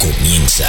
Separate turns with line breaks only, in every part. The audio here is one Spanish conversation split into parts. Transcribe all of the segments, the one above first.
paraliza.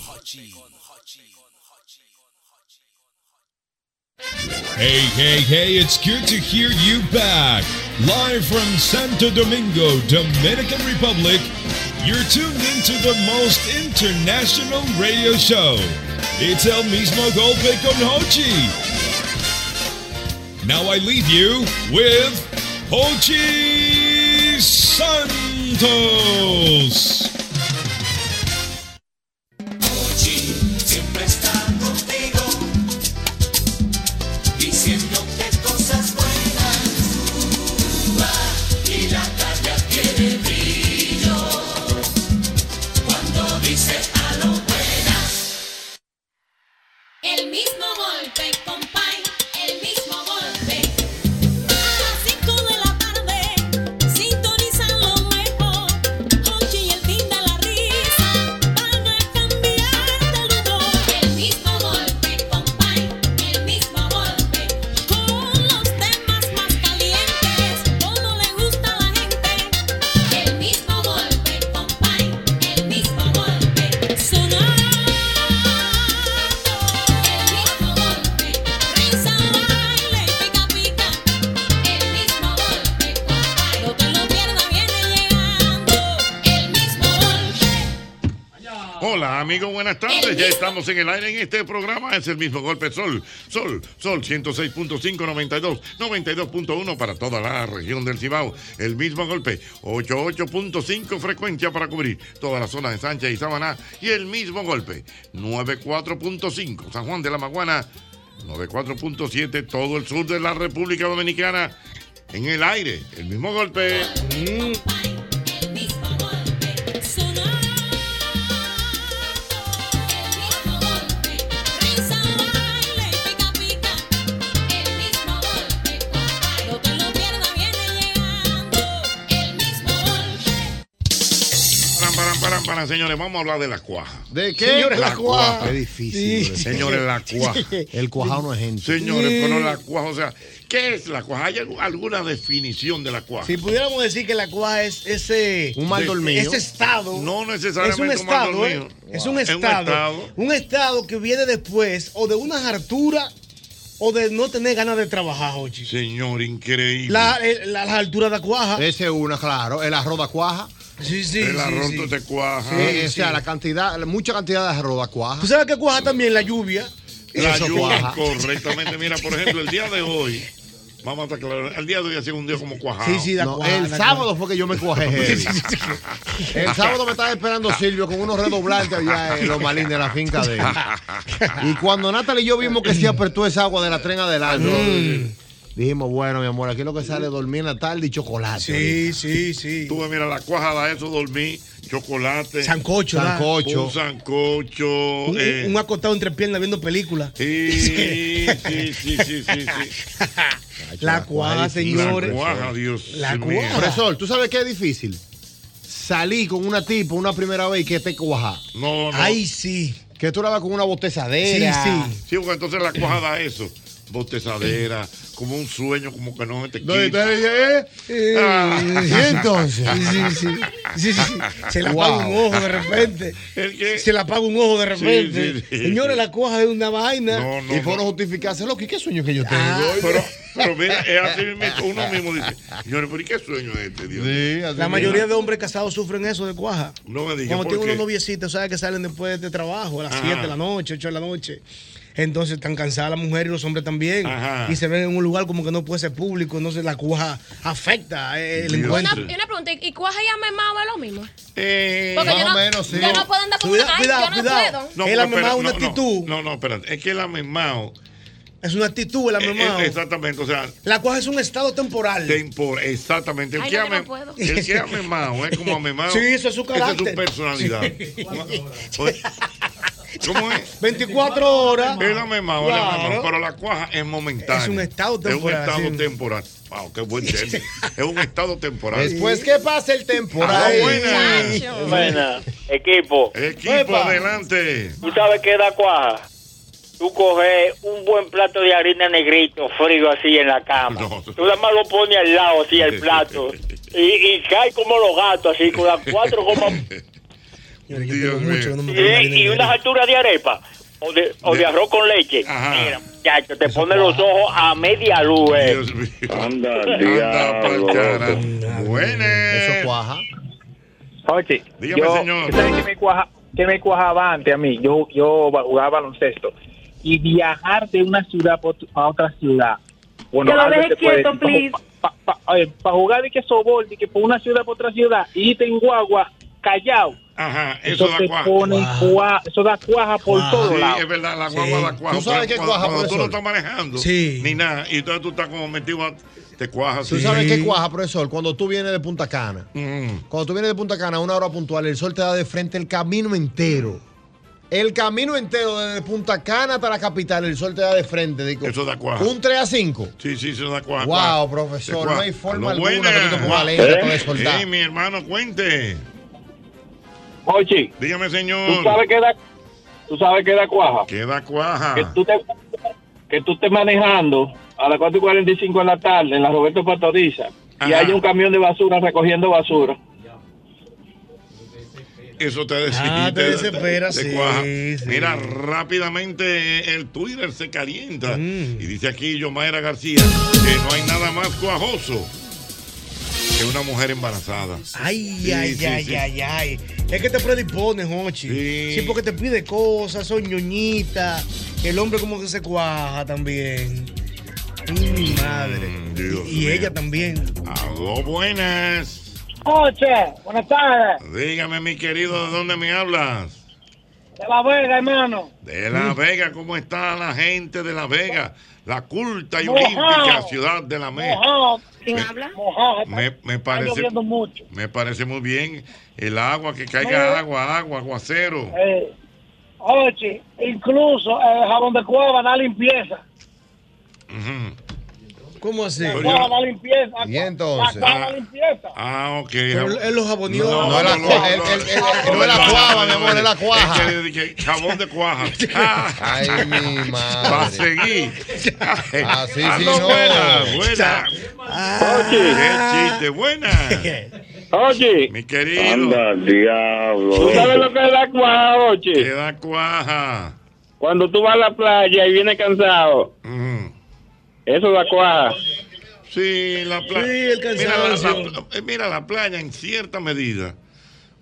Hey, hey, hey, it's good to hear you back. Live from Santo Domingo, Dominican Republic, you're tuned into the most international radio show. It's El Mismo Golpe con Hochi. Now I leave you with Hochi Santos.
Hochi siempre está contigo, diciéndote cosas buenas. Va y la calle tiene brillo cuando dice "Ah, a lo buenas.
El mismo golpe, compay, el mismo golpe. A las 5 de la tarde, sintonizan lo mejor. Hochi y el fin de la risa van a cambiar de humor. El mismo golpe, compay, el mismo golpe. Con los temas más calientes, como le gusta a la gente. El mismo golpe, compay, el mismo golpe. Sonar. El mismo golpe, risa, baile, pica, pica. El mismo golpe, compay. Lo que lo pierda viene llegando. El mismo golpe.
Hola amigos, buenas tardes. Ya estamos en el aire en este programa. Es el mismo golpe Sol. Sol, Sol 106.5, 92, 92.1 para toda la región del Cibao. El mismo golpe, 88.5 frecuencia para cubrir toda la zona de Sánchez y Sabaná. Y el mismo golpe, 94.5 San Juan de la Maguana, 94.7 todo el sur de la República Dominicana. En el aire, el mismo golpe.
El mismo golpe, sonar. El mismo golpe, risa, baile, pica, pica. El mismo golpe, compay. Lo que lo pierda viene llegando. El mismo golpe.
Paran, paran, paran, paran, señores, vamos a hablar de la cuaja.
¿De qué?
Señores, la, cuaja.
Qué difícil. brother.
Señores, la cuaja.
El cuajado no es gente.
Señores, pero la cuaja, o sea, ¿qué es la cuaja? ¿Hay algu- alguna definición de la cuaja?
Si pudiéramos decir que la cuaja es ese.
Un mal dormido.
Ese estado.
No necesariamente
es
un
un
mal
estado. ¿eh?
dormido.
Es
Wow.
un
Es un
estado.
estado.
un estado que viene después o de unas harturas o de no tener ganas de trabajar, Jochi.
Señor, increíble.
La, Ah, el- la- las alturas de la cuaja.
Ese es una, claro. El arroz da cuaja.
Sí, sí.
el
sí,
arroz
sí.
de cuaja.
Eh, o sea, la cantidad, la- mucha cantidad de arroz da cuaja.
¿Tú sabes que cuaja también la lluvia?
La
Eso
lluvia,
cuaja.
correctamente. Mira, por ejemplo, el día de hoy, vamos a aclarar, el día de hoy ha sido un día como cuajado.
Sí, sí, da
No,
ah, cuaja,
el
da
sábado fue que yo me cuajé. heavy. El sábado me estaba esperando Silvio con unos redoblantes allá en los malines de la finca de él. Y cuando Natalie y yo vimos que se apertó esa agua de la tren adelante,
Mm.
dijimos, bueno, mi amor, aquí lo que sale es dormir en la tarde y chocolate.
Sí, sí, sí.
Tú ves, mira, la cuaja da eso, dormí, chocolate,
Sancocho. da.
Sancocho.
un sancocho.
Un,
eh,
un acostado entre piernas viendo películas.
Sí, sí, sí, sí, sí. sí.
La cuaja,
La
señores.
cuaja, Dios
La
mío.
cuaja.
Profesor, ¿tú sabes qué es difícil? Salir con una tipa una primera vez y que te cuaja.
No, no.
Ay, sí.
Que tú la vas con una
Sí,
botezadera.
sí.
Sí, porque entonces la cuaja da eso. Bostezadera, como un sueño, como que no te
No, y
quita.
te- eh, eh,
Ah.
y entonces.
Sí, sí, sí, sí, sí. Se le
Wow.
apaga un ojo de repente.
¿El qué?
Se le apaga un ojo de repente.
Sí, sí, sí.
Señores, la cuaja es una vaina.
No, no.
y por
no.
no justificarse, loco, ¿y qué sueño que yo tengo?
Ah,
Pero, pero mira, es así mismo. Uno mismo dice, señores, pero ¿y qué sueño es este, Dios?
Sí, así
la
que-
mayoría de hombres casados sufren eso de cuaja.
No me digas.
Cuando
¿por
tienen unos
qué?
noviecitos, ¿sabes? Que salen después de este trabajo a las
Ajá.
7 de la noche, 8 de la noche. Entonces están cansadas las mujeres y los hombres también.
Ajá.
Y se ven en un lugar como que no puede ser público, entonces la cuaja afecta eh, el
Dios.
encuentro.
Y una pregunta, ¿y cuaja y amemado es lo mismo?
Eh,
Porque yo
más
no,
o menos, sí.
yo no puedo andar con una
Cuidado,
ay, yo no
cuidado,
puedo.
no,
el
pero
amemao
espera,
una
no,
actitud.
No, no, no, espérate. Es que el amemao.
Es una actitud el amemado.
eh, eh, exactamente, o sea,
La cuaja es un estado temporal.
tempor- exactamente. El
Ay,
que
no, yo no
ame-
puedo.
el que amemao es como amemao.
Sí, eso es su
esa
carácter.
personalidad. Oye, ¿Cómo es?
24 horas.
Es la misma, es la misma,
Claro.
pero la cuaja es momentánea.
Es un estado
Es
temporal,
un estado
sí.
temporal. Wow, qué buen término. es un estado temporal.
Después que pase el temporal.
Ah, buena.
Chacho.
Buena, equipo.
Equipo,
Epa.
adelante.
¿Tú sabes qué da cuaja? Tú coges un buen plato de harina negrito, frío así en la cama.
No.
Tú nada más lo pones al lado así el plato. Y, y cae como los gatos, así, con las cuatro gomas.
Señores, yo
Dios
tengo mucho
mío.
que no me
Y,
como harina
y unas
negra.
alturas de arepa. O de, o de arroz con leche.
Ajá.
Mira, muchacho, te pone los ojos a media luz, eh.
Dios mío.
Anda,
Anda pa'l cara.
Anda,
Eso
Buenas.
cuaja.
Oye,
Dígame,
yo,
señor.
¿tú sabes que me, cuaja- que me cuajaba antes a mí? Yo, yo ba- jugaba baloncesto. Y viajar de una ciudad pa ot- a otra ciudad. Bueno,
Que lo
algo
deje
se puede-
quieto,
pa-
please.
pa- pa- oye, pa jugar de que sobol, de que por una ciudad para otra ciudad, y irte en guagua, callao.
Ajá, eso
Eso,
da
te
cuaja.
pone
Cuaja.
cua- eso da cuaja por
Cuaja.
todos
Ah, Sí,
lados.
es verdad, la guagua
Sí.
da cuaja.
¿Tú sabes
Pero
qué
cuando-
cuaja,
Cuando tú no
profesor?
estás manejando,
Sí.
ni nada, y entonces tú estás como metido, a- te cuajas.
¿Tú
así.
sabes qué cuaja, profesor? Cuando tú vienes de Punta Cana.
Mm.
Cuando tú vienes de Punta Cana a una hora puntual, el sol te da de frente el camino entero. El camino entero, desde Punta Cana hasta la capital, el sol te da de frente. digo,
Eso da cuaja.
Un 3 a 5.
Sí, sí, eso da cuaja.
Wow,
cuaja.
profesor,
Cuaja.
no hay forma
Aló,
alguna que tú te pongas
buenas.
¿Eh?
alegre con eso,
Sí,
¿verdad?
mi hermano, cuente.
Oye,
Dígame,
¿tú
señor.
sabes qué da, tú sabes qué da cuaja?
Queda cuaja.
que tú te que tú estés manejando a las 4 y 45 de la tarde en la Roberto Pastoriza y
Ajá.
hay un camión de basura recogiendo basura.
Eso te desespera.
Ah, te desespera,
te
sí,
cuaja.
sí.
Mira, rápidamente el Twitter se calienta.
Mm.
Y dice aquí Yomaira García que no hay nada más cuajoso que una mujer embarazada.
Ay,
Sí,
ay,
sí,
ay,
sí.
ay, ay. Es que te predispones, Hochi.
Sí.
Sí. porque te pide cosas, son ñoñitas. El hombre como que se cuaja también. Mm, madre.
Mm, Dios
y y
mío. Ah,
ella también.
Aló, Oh, buenas.
Oye, buenas tardes,
Dígame, mi querido, ¿de dónde me hablas?
de la verga, hermano.
De La Vega, ¿cómo está la gente de La Vega? La culta y
Mojao.
olímpica ciudad de la Meja.
Mojado,
¿Quién
Me-
habla?
mojado, está,
Me, me
está
parece,
lloviendo mucho.
me parece muy bien el agua, que caiga
Mira.
agua, agua, aguacero.
Eh, oye, incluso el jabón de cueva da limpieza.
Ujú.
¿Cómo así?
Pero
Cueva
yo-
da limpieza.
Y entonces.
La cueva da
Ah.
limpieza.
Ah, ok.
Pero él los abonió.
No es la
no,
cuaja,
no,
el- el- el-
no,
no es la
no,
cuava,
no,
mi
no,
amor, es la cuaja.
es que- que- que Jabón de cuaja. Ah,
Ay, mi
Va a
madre.
seguir. Ay,
Así sí,
hazlo
no.
Buena, buena. Qué
Ah.
chiste, buena.
Oye,
Mi querido,
¿tú sabes lo que es la cuaja, oye?
queda cuaja.
Cuando tú vas a la playa y vienes cansado,
Ujú.
eso es la cuaja.
Sí, la playa.
Sí, el
mira, la,
cansancio.
la- eh, mira, la playa en cierta medida.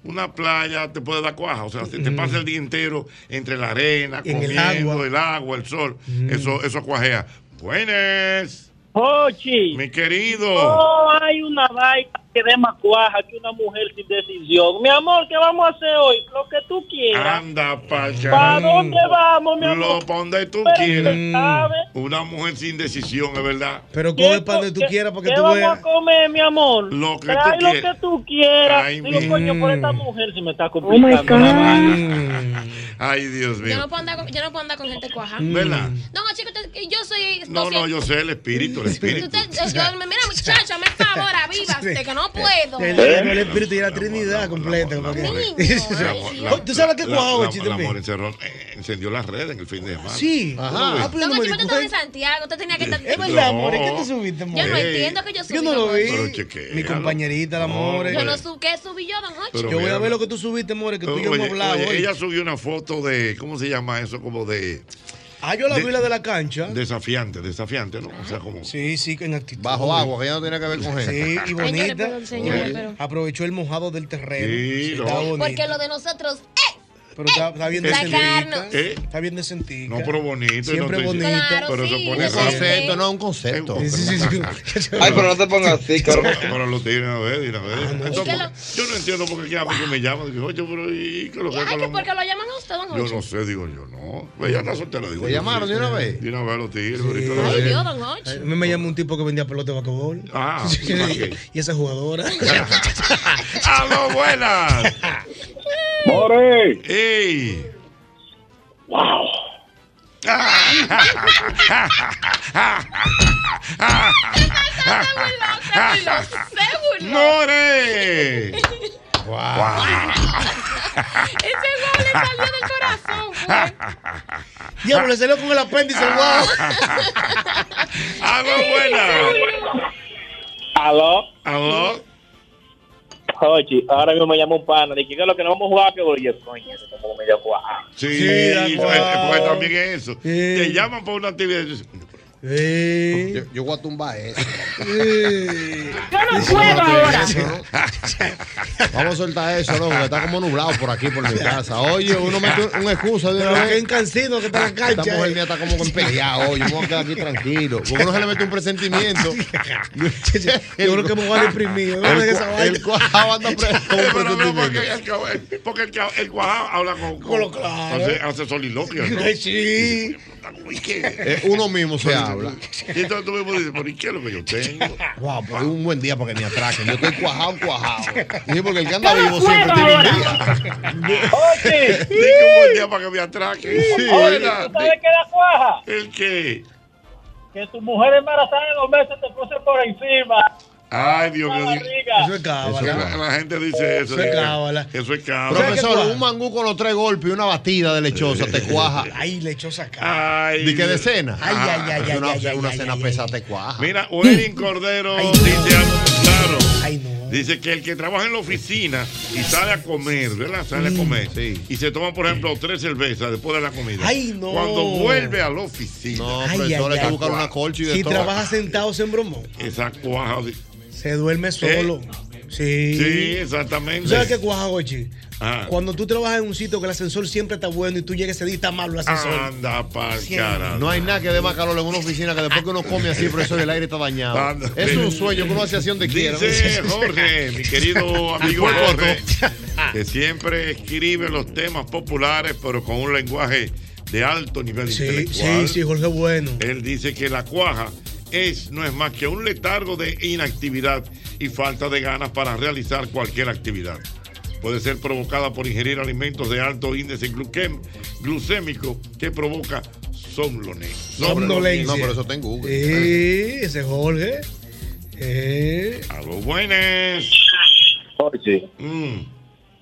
Una playa te puede dar cuaja, o sea, si te pasa el día entero entre la arena,
Mm. En el
comiendo,
agua. Mm.
el agua, el sol, eso, eso cuajea. Buenas,
Ochi,
mi querido.
no Oh, hay una vaina que dé más cuaja que una mujer sin decisión. Mi amor, ¿qué vamos a hacer hoy? Lo que tú quieras.
Anda pa'l
¿Para
carajo.
dónde vamos, mi
Lo
amor?
pa' donde tú
Pero
quieras.
usted sabe.
Una mujer sin decisión, es verdad.
Pero
¿Qué
Mm. coge para
co-
donde tú
qué-
quieras para que
qué
tú
vamos
veas.
a comer, mi amor?
Lo que
Trae
tú
lo
quieras.
que tú Oh quieras.
Ay,
Digo,
mi-
coño, por esta
Mm.
mujer se me está complicando.
Mm.
Ay, Dios
Yo
mío.
no puedo andar con, yo no puedo andar con gente cuaja.
Mm. ¿Verdad?
No, chicos, yo soy...
No, no, yo sé el espíritu, el espíritu.
Usted- yo- yo- mira, muchacha, me favor, avívate, que no puedo.
El, el Espíritu y la Trinidad completa.
La- la-
para que-
Niño,
La-
ay,
la-
Oh, ¿Tú sabes qué
la-
cuajó,
la-
Chito,
La
también?
amor encerró, eh, encendió las redes en el fin de semana.
Sí.
Ajá.
Ah, pero yo
No,
no me
chico, usted
di
estaba en
cuenta.
Santiago, usted tenía que estar...
Es verdad,
No.
amor. ¿Qué te subiste, amor?
Yo no
Ey.
entiendo que yo subí.
Yo no lo
don Jorge.
vi.
Pero chequea.
Mi compañerita, eh. la more.
Yo no sub, ¿qué subí yo, don Jorge?
Pero
Yo voy
mira,
a ver lo que tú subiste, more, que tú y yo
oye,
hemos hablado.
oye,
hoy.
ella subió una foto de, ¿cómo se llama eso? Como de
Ah, yo la
de-
vi la de la cancha.
desafiante, desafiante, ¿no? O sea, como...
Sí, sí, en actitud.
Bajo agua, que ya no tiene que ver con gente.
Sí, y
Señores,
bonita.
perdón, señores, pero-
Aprovechó el mojado del terreno.
Sí,
estaba
no.
bonita.
Porque lo de nosotros... ¡Eh!
Pero está, está bien
Sacarnos.
decentica.
¿Eh?
Está bien decentica.
No, pero bonito.
Siempre
no estoy-
bonita. Claro,
pero
sí,
se pone
un concepto,
no un concepto.
Ay, pero no te pongas así, cabrón. Pero lo tienen a ver, a ver.
Ah,
Entonces, Yo no entiendo por qué aquí a mí que me llaman. Digo, oye, pero ¿y qué lo que es
Ay,
con
que
la
porque lo llaman a usted, don
Yo
Jorge.
no sé, digo yo, no. Ella está soltera, digo.
¿Lo
yo,
llamaron
sí.
de una vez?
De una vez los tigres.
Ay, Dios, don Jorge.
A mí me llamó un tipo que vendía pelota de vaquebol.
eh. Ah, ok.
Y esa jugadora.
¡Aló, buenas!
¡More!
¡Ey!
¡Wow!
¡Ah! ¡More!
Ese gol le salió del corazón.
Diablo, le salió con el apéndice, guau.
¡Aló, buenas!
¿Aló?
¿Aló?
Oye, ahora mismo me llama un pana. Dije, ¿qué es lo que no vamos a jugar? Que voy yo, coño, ese como me dio guau.
Sí,
Sí,
fue-
guau.
fue también eso. Te llaman por una actividad. y dices,
Yo, yo voy a tumbar eso.
no
Eso
puedo
tiene
ahora.
eso, ¿no? Vamos a soltar eso, loco, que está como nublado por aquí, por mi casa. Oye, uno mete un- una excusa de
Pero
una
que hay
vez.
un cansino que está en la cancha. eh.
Esta mujer mía está como con peleado. Yo me voy a quedar aquí tranquilo. Porque uno se le mete un presentimiento.
Yo creo que me voy a deprimir.
El
¿no? En esa
cua-
vaina.
el cuajado anda pre- como un
Pero no,
presentimiento.
porque el, cua- porque el, cua- el cuajado habla con. con- hace, hace soliloquios. ¿no?
Sí.
¿Y qué?
Eh, uno mismo se habla.
Y entonces tú mismo dices, ¿por qué es lo que yo tengo?
Wow, pero es pues, un buen día para que me atraquen. Yo estoy cuajado, cuajado. Sí, porque el que anda
Yo no
vivo siempre
puedo
tiene un
ahora.
día.
¡Oye!
Dije un buen día para que me atraquen.
Sí. Oye, ¿tú sabes qué da cuaja?
¿El qué?
Que tu mujer embarazada de dos meses te puse por encima.
Ay, Dios mío.
barriga.
Eso es cábala.
La, la gente dice eso.
Eso es
dice,
cábala.
Eso es cábala.
Profesor, un mangú con los tres golpes y una batida de lechosa te cuaja.
Ay, lechosa acá.
Ay,
¿De qué de cena?
Ay, ay, ay, ay,
una,
ay, ay,
una
ay,
cena
ay,
pesada te cuaja.
Mira,
Mm.
Oelin Cordero dice algo claro. Dice que el que trabaja en la oficina y sale a comer, ¿verdad?
Mm.
Sale a comer. Y se toma, por ejemplo, tres cervezas después de la comida.
Ay, no.
Cuando vuelve a la oficina. No,
Ay, profesor, ay, hay que ay. buscar
una colcha
Si trabaja sentado, se embromó.
Esa cuaja. de-
Se duerme solo. Sí.
Sí,
¿Tú
exactamente.
sabes qué cuaja, Gochi?
Ah.
Cuando tú trabajas en un sitio que el ascensor siempre está bueno y tú llegas ese día y está malo el ascensor.
Ah,
Anda pa'l
Sí.
cara.
No hay nada que dé más calor en una oficina que después que uno come así, profesor, el aire está dañado.
Anda.
es un sueño que uno hace así donde quiera.
Dice Jorge, mi
Ah,
querido amigo
Fue corto.
Jorge, que siempre escribe los temas populares, pero con un lenguaje de alto nivel
Sí, sí,
intelectual.
sí, Jorge Bueno.
Él dice que la cuaja es, no es más que un letargo de inactividad y falta de ganas para realizar cualquier actividad. Puede ser provocada por ingerir alimentos de alto índice gluquem- glucémico que provoca somnolene- somnolencia.
No, pero eso está en Google.
Sí, ese Jorge. Eh.
A los buenas.
Oye,
Mm.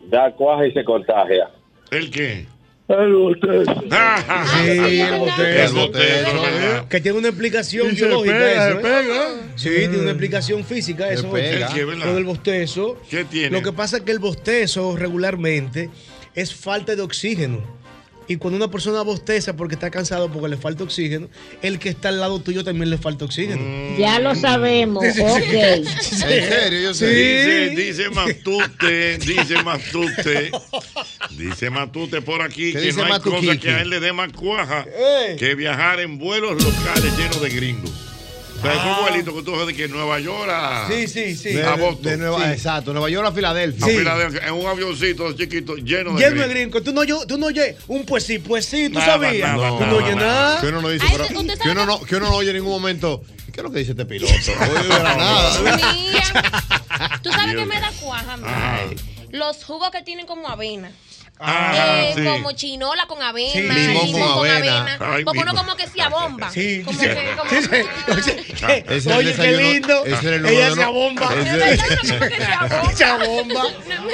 da cuaja y se contagia.
¿El qué?
El bostezo.
Sí, el
El
botezo.
botezo, ¿verdad?
Que tiene una explicación biológica. eso, ¿eh? Sí, tiene una explicación física eso.
pega. Sí, es verdad.
Lo del bostezo.
¿Qué tiene?
Lo que pasa es que el bostezo regularmente es falta de oxígeno. Y cuando una persona bosteza porque está cansado porque le falta oxígeno, el que está al lado tuyo también le falta oxígeno.
Ya lo sabemos,
Mm. Sí, sí, sí.
ok.
Sí.
Dice,
Sí.
dice Matute, dice Matute, dice Matute por aquí
¿Qué
que
dice Eh.
no hay
Matuquiqui?
cosa que a él le dé más cuaja
Ey.
que viajar en vuelos locales llenos de gringos. O sea, es
Ah.
un vuelito que tú sabes de que Nueva York a,
Sí, sí, sí.
a Boston.
De Nueva,
Sí.
Exacto, Nueva York a Filadelfia.
A Filadelfia, en un avioncito chiquito lleno de
Lleno de gringo.
gringos.
Tú no, yo, tú no oyes un pues sí, pues sí, tú
Nada,
sabías.
nada,
tú
nada,
no oyes nada.
Que uno no dice,
Ay,
pero-
¿usted sabe
que uno no, que uno no oye en ningún momento. ¿Qué es lo que dice este piloto? No oye de la nada.
Tú sabes
Dios.
que me da cuaja, a mí.
Ah,
Ajá.
Los jugos que tienen como avena.
Ah,
Eh,
sí.
Como chinola con avena,
Sí.
limón,
Limón con
con avena.
avena. Ay,
Porque
mi
uno
madre.
como que se abomba.
Sí.
Como que, como
Sí, sí.
que-
¿Qué?
Ese era el
Oye, qué
desayuno-
lindo.
ese era el número
Ella
uno.
se abomba.
Se
abomba.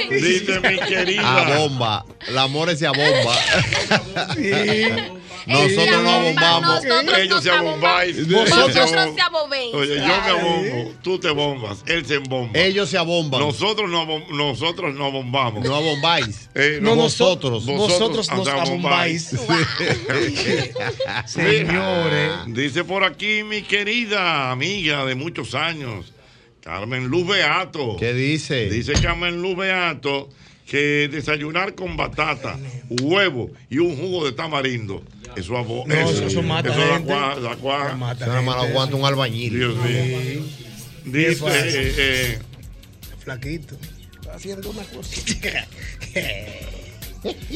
Dice mi
A
querida.
bomba. La amor se abomba.
Ella
Nosotros no
abomba,
abombamos.
nosotros Ellos nos se abombáis. abombáis.
Vosotros
Nosotros
se abobéis.
Oye, yo me abombo, tú te bombas, él se embomba.
Ellos se abomban.
Nosotros no, abom- nosotros no abombamos.
No abombáis.
Eh,
No, nosotros.
Vosotros nos
hasta
abombáis. Señores.
Dice por aquí mi querida amiga de muchos años, Carmen Luz Beato. ¿Qué
dice?
Dice Carmen Luz Beato que desayunar con batata, huevo y un jugo de tamarindo. Eso, abo-
No,
eso,
eso- eso mata
eso da
gente.
cuaja, da cuaja.
Se nada más lo aguanta un albañil.
Dios mío. Dice,
fácil.
eh, eh,
Flaquito.
Haciendo una cosita.
eh,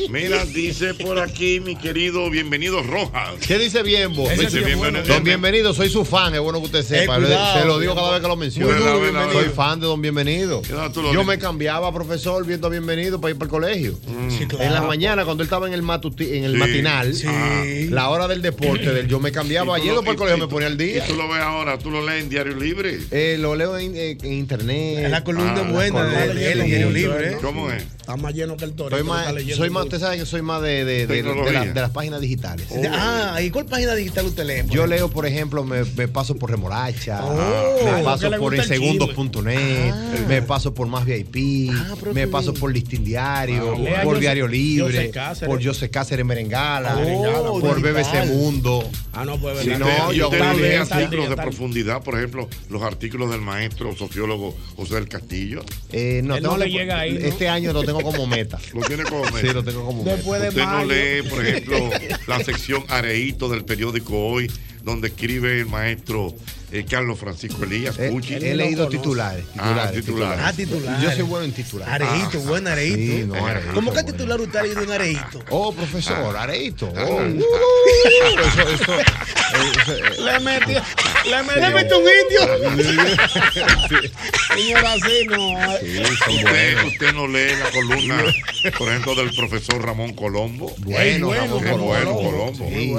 mira, dice por aquí mi querido bienvenido Rojas.
¿Qué dice Bienbo?
Ese sí es bueno.
Don Bienvenido, soy su fan, es bueno que usted sepa.
Eh,
Le-
cuidado,
se lo digo
Bienbo.
cada vez que lo menciono.
Muy duro,
Soy
Bienvenido.
Soy fan de Don Bienvenido.
tú lo
Yo
dices.
me cambiaba, profesor, viendo a Bienvenido para ir para el colegio.
Sí, claro.
En la mañana, cuando él estaba en el, matuti- en el
Mm. Sí.
matinal,
Sí.
ah, la hora del deporte, del yo me cambiaba.
Y tú
Yendo
lo-
para el
y-
colegio
y
me
tú-
ponía al día.
Y tú lo ves ahora, tú lo lees en Diario Libre.
Eh, lo leo en, eh, en internet.
Es Ah, la columna buena de- de él, Diario Libre, ¿eh? ¿Cómo es?
Está más lleno que el torito.
Soy
lo
más,
está leyendo
soy más,
todo.
usted sabe que soy más de, de- de- de la-
Tecnología.
de las páginas digitales.
Ah, ¿y cuál página digital usted lee? por
Yo
ejemplo?
leo, por ejemplo, me, me paso por Remolacha,
Oh,
me
porque
paso
le
por
gusta el
segundos.net, me paso por Más VIP, me paso por Listín Diario,
Ah, lea
por
Jose-
Diario Libre,
José Cáceres.
por José Cáceres Merengala,
Merengala,
por BBC
digital.
Mundo.
Ah, no, pues
Si
verdad.
no, yo
Está
usted lee
bien, está bien,
artículos de
está bien.
profundidad, por ejemplo, los artículos del maestro sociólogo José del Castillo.
Eh, no,
Él
tengo
no
que-
le llega ahí, ¿no?
Este año lo tengo como meta.
Lo tiene como meta.
Sí, lo tengo como
Usted
meta.
no lee, por ejemplo, la sección Areíto del periódico Hoy, donde escribe el maestro eh, Carlos Francisco Elías
He,
Cuchi.
Eh, he leído titulares.
Ah,
titulares,
titulares.
Ah, titulares.
Yo soy bueno en titulares.
Areíto,
Ah.
buen areíto.
Sí, no, areíto,
¿Cómo que titular usted ha leído en areíto?
Oh, profesor, areito.
Ah.
Oh, uh, eso, eso,
Le metió, le metió.
Le metió un
indio. Señora, sí, no. eh.
Sí, usted, usted no lee la columna, por ejemplo, del profesor Ramón Colombo.
Bueno,
Qué
Ramón Colombo.
bueno, Colombo.
Sí,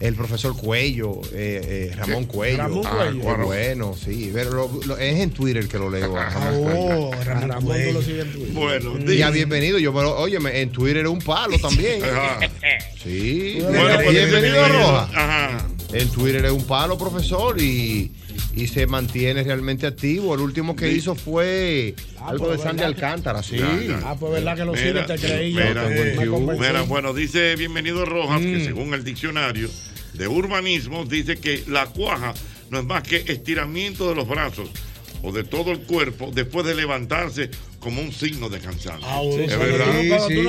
El profesor Cuello, eh, eh, Ramón
Sí,
Cuello.
Ramón
Ah,
Cuello.
qué
Claro.
bueno, sí. Pero lo- lo- es en Twitter que lo leo.
Ah,
a Ramón Cuello.
Ramón,
Cuello.
Bueno,
Y ya bienvenido. Yo, pero, óyeme, en Twitter es un palo también.
Ajá.
Sí.
Bueno, pues,
bienvenido,
bienvenido.
Roja.
Ajá.
En Twitter es un palo, profesor, y, y se mantiene realmente activo. El último que hizo fue algo de
pues,
Sandy
¿verdad?
Alcántara, sí.
Ya, ya.
Ah, pues verdad que los
Mira,
cines te creí yo.
mira,
que me convencí.
mira, bueno, dice Bienvenido Rojas
Mm.
que según el diccionario de urbanismo dice que la cuaja no es más que estiramiento de los brazos o de todo el cuerpo después de levantarse como un signo de cansancio.
Ah, bueno,
es
sí,
verdad.
sí, cuando tú no-
Que
tú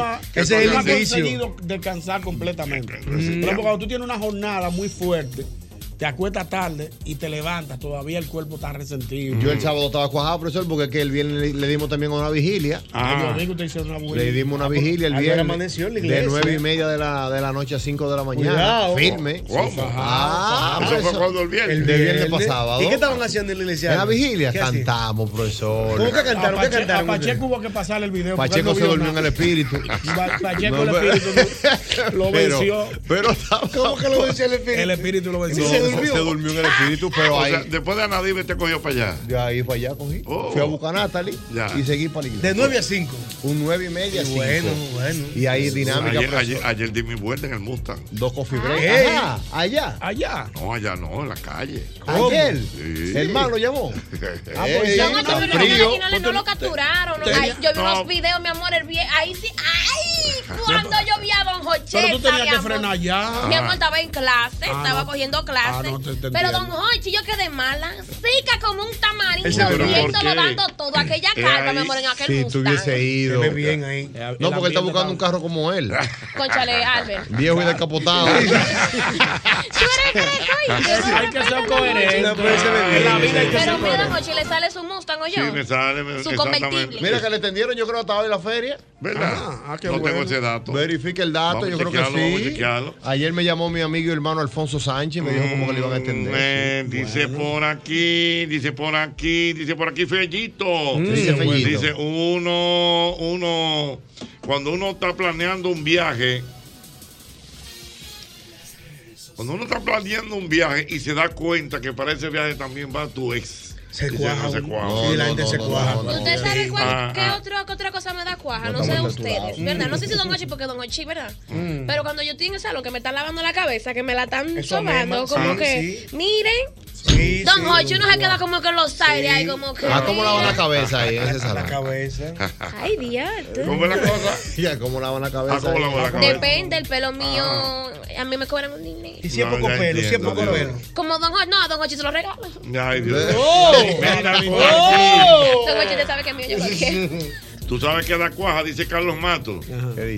no
cuando-
has conseguido descansar completamente. Por
Mm.
Sí.
ejemplo, cuando tú tienes una jornada muy fuerte, te acuestas tarde y te levantas, todavía el cuerpo está resentido.
Yo el sábado estaba cuajado, profesor, porque es que el viernes le, le dimos también una vigilia.
Ah. Yo digo, usted hizo una buena-
Le dimos
Ah, pues,
una vigilia el
Ayer
viernes.
amaneció en la
de
iglesia.
nueve y media de la, de la noche a 5 de la mañana.
Cuidado.
Firme.
¿Cómo?
Ah,
Eso fue
profesor.
cuando el viernes.
De viernes
El viernes.
pasado.
¿Y qué estaban haciendo en la iglesia?
En la vigilia
¿Qué hacían?
cantamos, profesor.
¿Cómo que cantaron? ¿Qué
Pache-
cantaron?
A Pacheco hubo que pasarle el video. porque
Pacheco
él no
se
vio
durmió en
nada.
el espíritu.
Pa- Pacheco
No,
el
pero-
espíritu no- lo
pero-
venció.
Pero estaba.
¿Cómo que lo venció el espíritu?
El espíritu lo venció.
No, se durmió en el espíritu, pero
o
ahí.
sea, después de Anadive te cogió para allá. Oh.
De ahí para allá cogí. Fui a buscar a Natalie
Ya.
y seguí para la iglesia.
De 9 a 5.
Un 9 y media,
Y
5.
bueno, bueno.
Y ahí dinámica,
Ayer,
profesor.
ayer, ayer di mi vuelta en el Mustang.
Dos coffee break.
Ah.
Ey.
Ajá, allá.
Allá.
No, allá no, en la calle.
Ayer.
Sí.
El mal lo llamó.
Ah,
Ey,
pues,
No, yo
está
vi los
frío.
originales, no lo capturaron. no,
tenía-
ay, yo vi
No.
los videos, mi amor, el vie- ahí sí. ¡Ay! Cuando yo vi a Don Jocheta,
Pero tú tenías
mi
que
amor.
frenar ya.
Mi amor estaba en clase,
Ah,
estaba
no.
cogiendo clase.
Ah, no, te- te
pero
entiendo.
Don Jochi, yo quedé mala, seca como un tamarindo,
Él sabe, ¿pero
viéndolo
por qué?
dando todo. Aquella
Eh,
calma,
ahí,
mi amor, en aquel
Si
Mustang.
tuviese ido.
Se ve bien ahí.
No, porque él está buscando un carro como él.
Cónchale, Albert.
Viejo y descapotado.
Hay que ser coherente.
No puede ser
En la vida hay que
Pero
ser
mira, Don
coherente.
Jochi, le sale su Mustang, oye.
sale, me-
Su
exactamente.
convertible.
Mira que le tendieron, yo creo, hasta hoy la feria.
¿Verdad? no tengo ese dato.
Verifique el dato,
Vamos a
yo creo
chequearlo, vamos a
que sí.
chequearlo.
Ayer me llamó mi amigo y hermano Alfonso Sánchez y me dijo cómo que le iban a
Mm,
extender.
eh, dice por aquí, dice por aquí, dice por aquí Fellito.
Mm,
¿Qué dice
Bueno,
Fellito?
dice uno, uno, cuando uno está planeando un viaje, cuando uno está planeando un viaje y se da cuenta que para ese viaje también va tu ex.
Se
Dice,
cuaja
no se
uno.
cuaja.
Sí, la gente se cuaja.
¿Usted sabe cuál,
Ah,
qué,
ah.
otro- qué otra cosa me da cuaja?
No
No, sé
estamos
ustedes,
saturados.
¿verdad?
Mm.
No sé si Don Ochi, porque Don Ochi, ¿verdad?
Mm.
Pero cuando yo estoy en el salón que me están lavando la cabeza, que me la están
Eso
sobando,
mismo,
como
sí,
que, miren,
Sí,
Don
sí,
Ochi
don
uno se queda como que en los aires, ahí como que.
Ah, ¿cómo lavan la
mira.
cabeza ahí en ese salón?
cabeza.
Ay, Dios.
¿Cómo es la cosa?
Ya, ¿cómo lavan la cabeza?
Ah, ¿cómo
ahí?
lavan la
Depende, el pelo mío, a mí me cobran un dinero.
Y si
ah.
es poco pelo, si es poco pelo.
Como Don Ochi, no, a Don Ochi se lo regalo.
Ay, Dios.
Oh.
Mira, mi
Oh.
Don Ochi, usted sabe que es mío, yo lo quiero.
Tú sabes que da cuaja, dice Carlos Mato.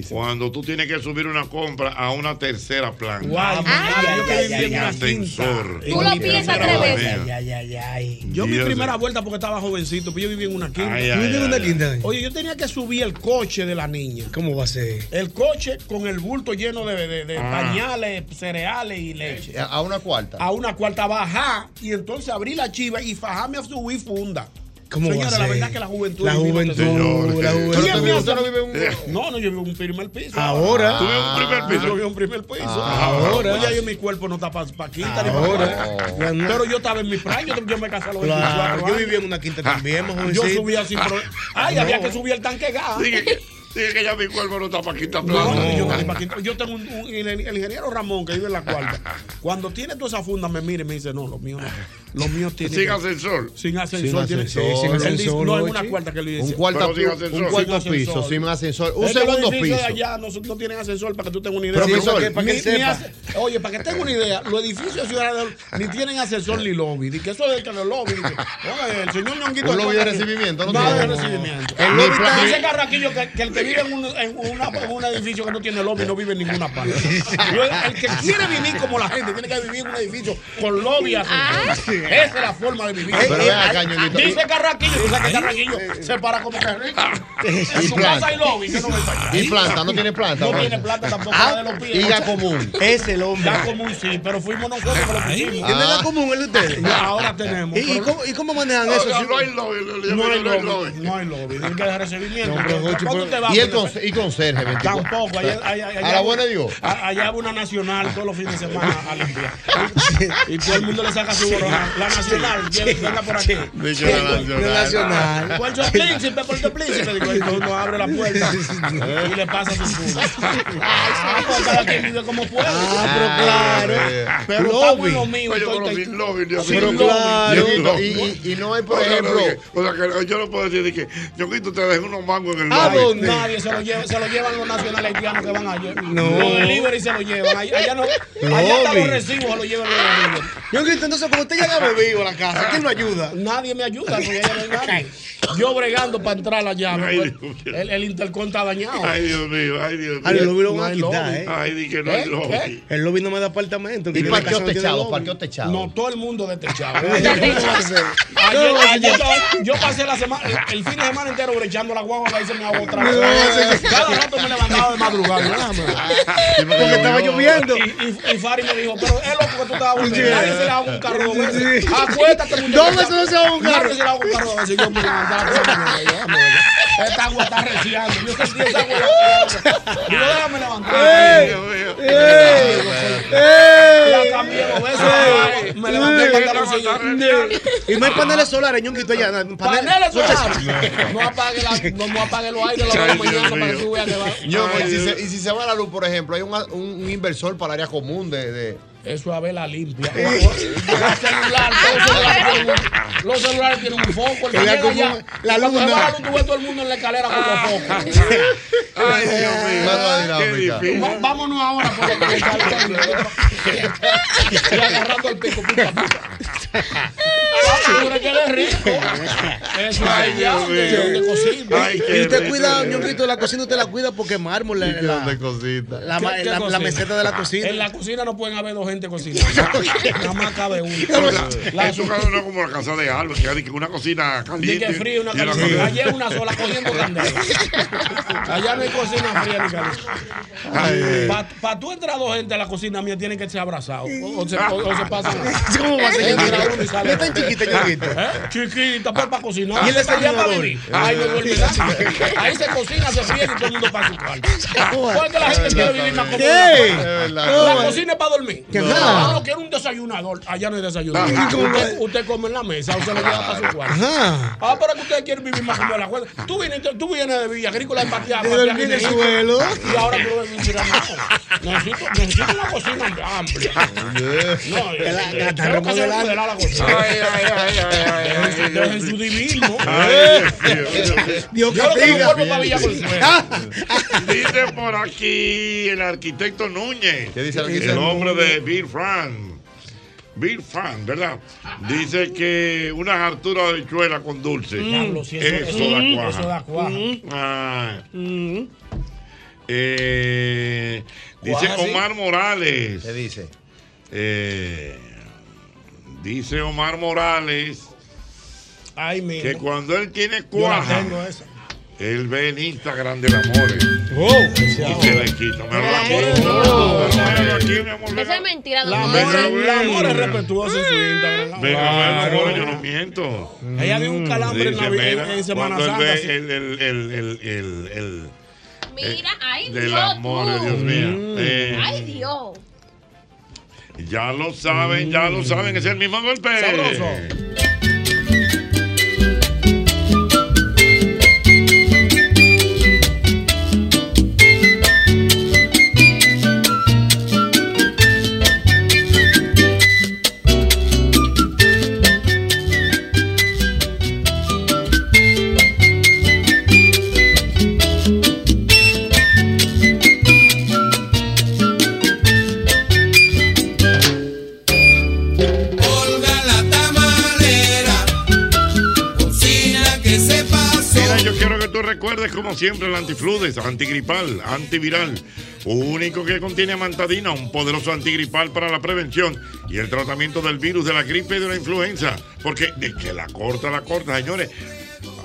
Cuando tú tienes que subir una compra a una tercera planta.
Guau, madre, yo que viví en
un
una
ascensor.
Tú lo piensas tres veces.
Mira.
Yo mi
Dios
primera vuelta porque estaba jovencito, pero yo vivía en una quinta.
Ay, ay,
en una ay. quinta? eh?
Oye, yo tenía que subir el coche de la niña.
¿Cómo va a ser?
El coche con el bulto lleno de, de- de
Ah.
pañales, cereales y leche.
A una cuarta.
A una cuarta bajar y entonces abrí la chiva y fajarme a subir funda.
¿Cómo va a
Señora, la
ser?
verdad es que la juventud.
La
es un
juventud,
tesoro.
la juventud.
¿Quién
Pero
me
tú-
hace-
usted no vive
No, no, yo vivo en un primer piso.
Ahora. Ah.
¿Tú vives en un primer piso? Yo vivo en un primer piso.
Ahora.
Oye, yo mi cuerpo no está para quinta ni
Ahora.
pa' cuarta. Pero yo estaba en mi prime, yo, yo me casé a los 24
Claro, yo
años.
vivía en una quinta también, más
Yo
jovencito.
subía sin problema. Ay,
No.
había que subir el tanque gas.
Dije que, dije que ya mi cuerpo no está para quitar
No,
plata.
yo, no estoy pa' quitar- yo tengo un, un- el, el ingeniero Ramón que vive en la cuarta. Cuando tiene toda esa funda, me mira y me dice, no, los míos no. Los míos tienen.
Sin
que-
ascensor.
Sin
Sin
ascensor. tiene-
ascensor,
sí, sin
Él
ascensor,
dice,
no es una cuarta que le dice.
Un cuarto,
Pero sin
pi-
ascensor.
un cuarto
Sin
piso,
ascensor.
sin ascensor. Un
Es que los
segundo
edificios
piso.
de allá no, son- no tienen ascensor para que tú tengas una idea.
Profesor,
Para que- para que
mi-
sepa.
mi
oye, para que tengas una idea, los edificios de Ciudad de- ni tienen ascensor ni lobby. Di que eso es de que los lobby. di que, oye, el señor Ñonguito.
Un lobby de
está aquí.
recibimiento, no
Nada de
tiene.
recibimiento.
El lobby está-
Dice Carraquillo que, que el que vive en un, en una- en un edificio que no tiene lobby no vive en ninguna parte. El que quiere vivir como la gente tiene que vivir en un edificio con lobby así. Esa es la forma de vivir. Eh,
Pero ven acá, Ñonguito.
Dice Carraquillo, tú sabes que Carraquillo se para como que en su
planta.
casa hay lobby. yo no voy para allá.
Y planta, no tiene planta.
No
¿verdad?
tiene plata tampoco,
Ah,
la de los pies.
Y
O
la
sea,
común.
Es el hombre.
Ya común sí, pero fuimos nosotros que lo pusimos.
¿Tiene la común el de ustedes?
Ya, Ahora tenemos.
¿Y, y
pero-
cómo, y cómo manejan eso?
No,
Si-
no hay lobby, no,
No hay
hay
lobby.
lobby. No hay lobby. Tienen que dejar recibimiento.
No, pero, Jochi,
¿Cuánto
pero-
te vas?
Y el cons- y conserje. 24.
Ah, Tampoco. Allá, allá, allá
A la buena Dios.
a- allá va una nacional todos los fines de semana a limpiar. Y todo el mundo le saca su borrón. La nacional,
Sí.
viene- venga por aquí.
Dice la nacional.
La nacional.
Puerto Príncipe, Puerto Príncipe. Digo, entonces uno abre la puerta y le pasa su culo. Ah, pues cada quien vive como puede.
Ah, pero claro.
Pero estamos
Lobby.
en lo mío.
Yo
estoy-
conocí
estoy-
lobby, Dios
Sin
mío.
lobby.
claro.
Sin lobby.
Y, y- y no hay, por
O sea, no,
ejemplo.
dije- o sea, que yo no puedo decir de que yo quito te dejo unos mangos en el
¿A
lobby.
dónde?
Ah, pues, Nadie se lo, lleva, se lo llevan los nacionales haitianos que van allá.
No.
Los delivery se lo llevan. Allá, allá no. Allá hasta
Lobby.
los recibos se lo llevan los delivery. Ah,
Yo grito, entonces, como usted llega bebido a la casa, ¿quién lo ayuda?
Nadie me ayuda. porque allá no hay nadie. Yo bregando para entrar la
Ay,
llave.
Dios mío.
El, el intercom está dañado.
Ay, Dios mío, ay, Dios
Ah, el
mío.
lobby lo van
No
a
hay
quitar,
lobby.
¿eh?
Ay, di que no hay
¿Eh?
lobby.
El lobby no me da apartamento.
Y
que la
parqueo
casa no tiene
techado,
lobby.
parqueo techado.
No, todo el mundo destechado.
No,
Ayer,
no,
ayer
señor.
estaba- yo pasé la semana, el fin de semana entero brechando la guagua para irse a mi otra
No,
vez.
señor.
Cada rato me levantaba de madrugada.
Porque estaba lloviendo.
Y, y, y Fari me dijo, pero es loco que tú estabas volviendo.
Sí.
Nadie se le haga un carro dos veces.
Sí.
Acuéstate, muchacho.
¿Dónde se le haga un carro?
Nadie se le haga un carro dos veces. Yo me levantaba toda la mañana, yo, déjame ver. Esta agua está reciando. Yo sentí esa agua. en la cara. Digo, déjame levantar.
Dios mío.
La cambié dos veces.
Ey.
Me levanté el
Ey.
pantalón señor.
Y no hay paneles solares, ñonguito, allá. no,
Paneles
muchas-
solares. No apague la- no- no apague los aires a las dos de la
Ay,
mañana
Dios
para que tú
mío.
veas que va.
Ñongo,
Ay,
y, si
Dios.
se, y si se va la luz, por ejemplo, hay un, un, un inversor para el área común de. de-
Eso es a vela limpia. O- o- Los celulares, todos los celulares tienen un- los celulares tienen un foco. El
Que vea
que
como
llega
un-
allá,
la
cuando se
luna.
va la luz, tú ves todo el mundo en la escalera con los focos.
Ay,
Eh,
Dios
Mano
mío.
dinámica.
Qué difícil.
Va- Vámonos ahora por el calzón. Y agarrando el pico, pica, pica. Seguro que él es rico. Eso es
Ay,
allá
Dios
donde
mío.
donde cocina.
Ay, qué
Y usted
rico.
cuida, ñonguito, la cocina usted la cuida porque es mármol la,
Y qué onda
la,
de cosita.
la-
¿Qué- qué
la- la
cocina? Ah,
meseta de la cocina.
En la cocina no pueden haber dos gente cocinando. Nada más cabe uno.
La su casa no es como la casa de Albert, que hay que una cocina
Ni
caliente.
que frío, una
y la
caliente.
cocina-
Ayer una sola cogiendo candela. Allá no hay cocina fría ni caliente. Para tú entrar dos gente a la cocina mía, tienen que ser abrazados. O, o se, o, o se pasan.
¿Cómo va a ser,
Entra
ñonguito?
uno y sale
¿Qué tan
otro.
chiquita, ñonguito?
¿Eh? Chiquita, pues para cocinar.
¿Y el
Sería para
desayunador?
venir. Ay, no duerme nadie. Ahí se cocina, se fríe y todo el mundo para su cuarto. Porque la gente quiere vivir más
¿Qué?
cómodo.
Es verdad.
La cocina es para dormir.
Que
no,
nada.
no, quiero un desayunador. Allá no hay desayunador.
Ajá.
Usted, usted come en la mesa, usted lo lleva para su cuarto.
Ajá.
Ah, pero que ustedes quieren vivir más como la cuenta. Tú vienes, tú vienes de Villa Agrícola en Patiá,
De
Patiá,
dormir en el
Guineíta,
suelo.
Y ahora tú lo ves vivir no. Necesito, necesito una cocina amplia. No,
Que la- que la
eh, creo que
están
se
remodelando.
remodelará la
Ay,
cocina.
ay, ay, ay, ay, ay, ay,
Dejen su divismo.
Ay, Dios mío.
Dios
Yo lo que no
castiga.
vuelvo para Villa Consuelo.
Dice por aquí el arquitecto Núñez.
¿Qué dice el
el
arquitecto?
hombre de Bill Frank. Bill Fan, ¿verdad? Dice que unas harturas de chuela con dulce.
Diablo, si eso-
eso,
eso-
da
mm,
cuaja.
eso da cuaja.
Ah.
Mm.
Eh, dice
Cuaja, sí.
Omar Morales.
¿Qué dice?
Eh, dice Omar Morales
Ay, mira.
que cuando él tiene
Yo la
cuaja,
tengo esa.
él ve el Instagram del amor.
Oh,
y se le quita. Me lo aquí. Me lo aquí, mi amor.
Eso es mentira, don
La
Jorge.
amor, es- la amor es respetuoso en su Instagram. la-
Ven,
Claro. Mm.
no, Mm. yo no miento. Mm.
Ella dio un calambre en
Dice,
Navi- en-
mira,
en Semana
cuando él
Santa,
ve
sí.
El, el, el, el, el, el-
Mira, ay,
del
Dios.
amor,
tú. Mm.
Dios mío.
Mm.
Eh,
Ay, Dios.
ya lo saben, ya lo saben, es el mismo golpe.
Sabroso.
Olga la tamalera, cocina que se pasó.
Mira, yo quiero que tú recuerdes, como siempre, el antifludes, antigripal, antiviral, único que contiene amantadina, un poderoso antigripal para la prevención y el tratamiento del virus, de la gripe y de la influenza. Porque de que la corta, la corta, señores.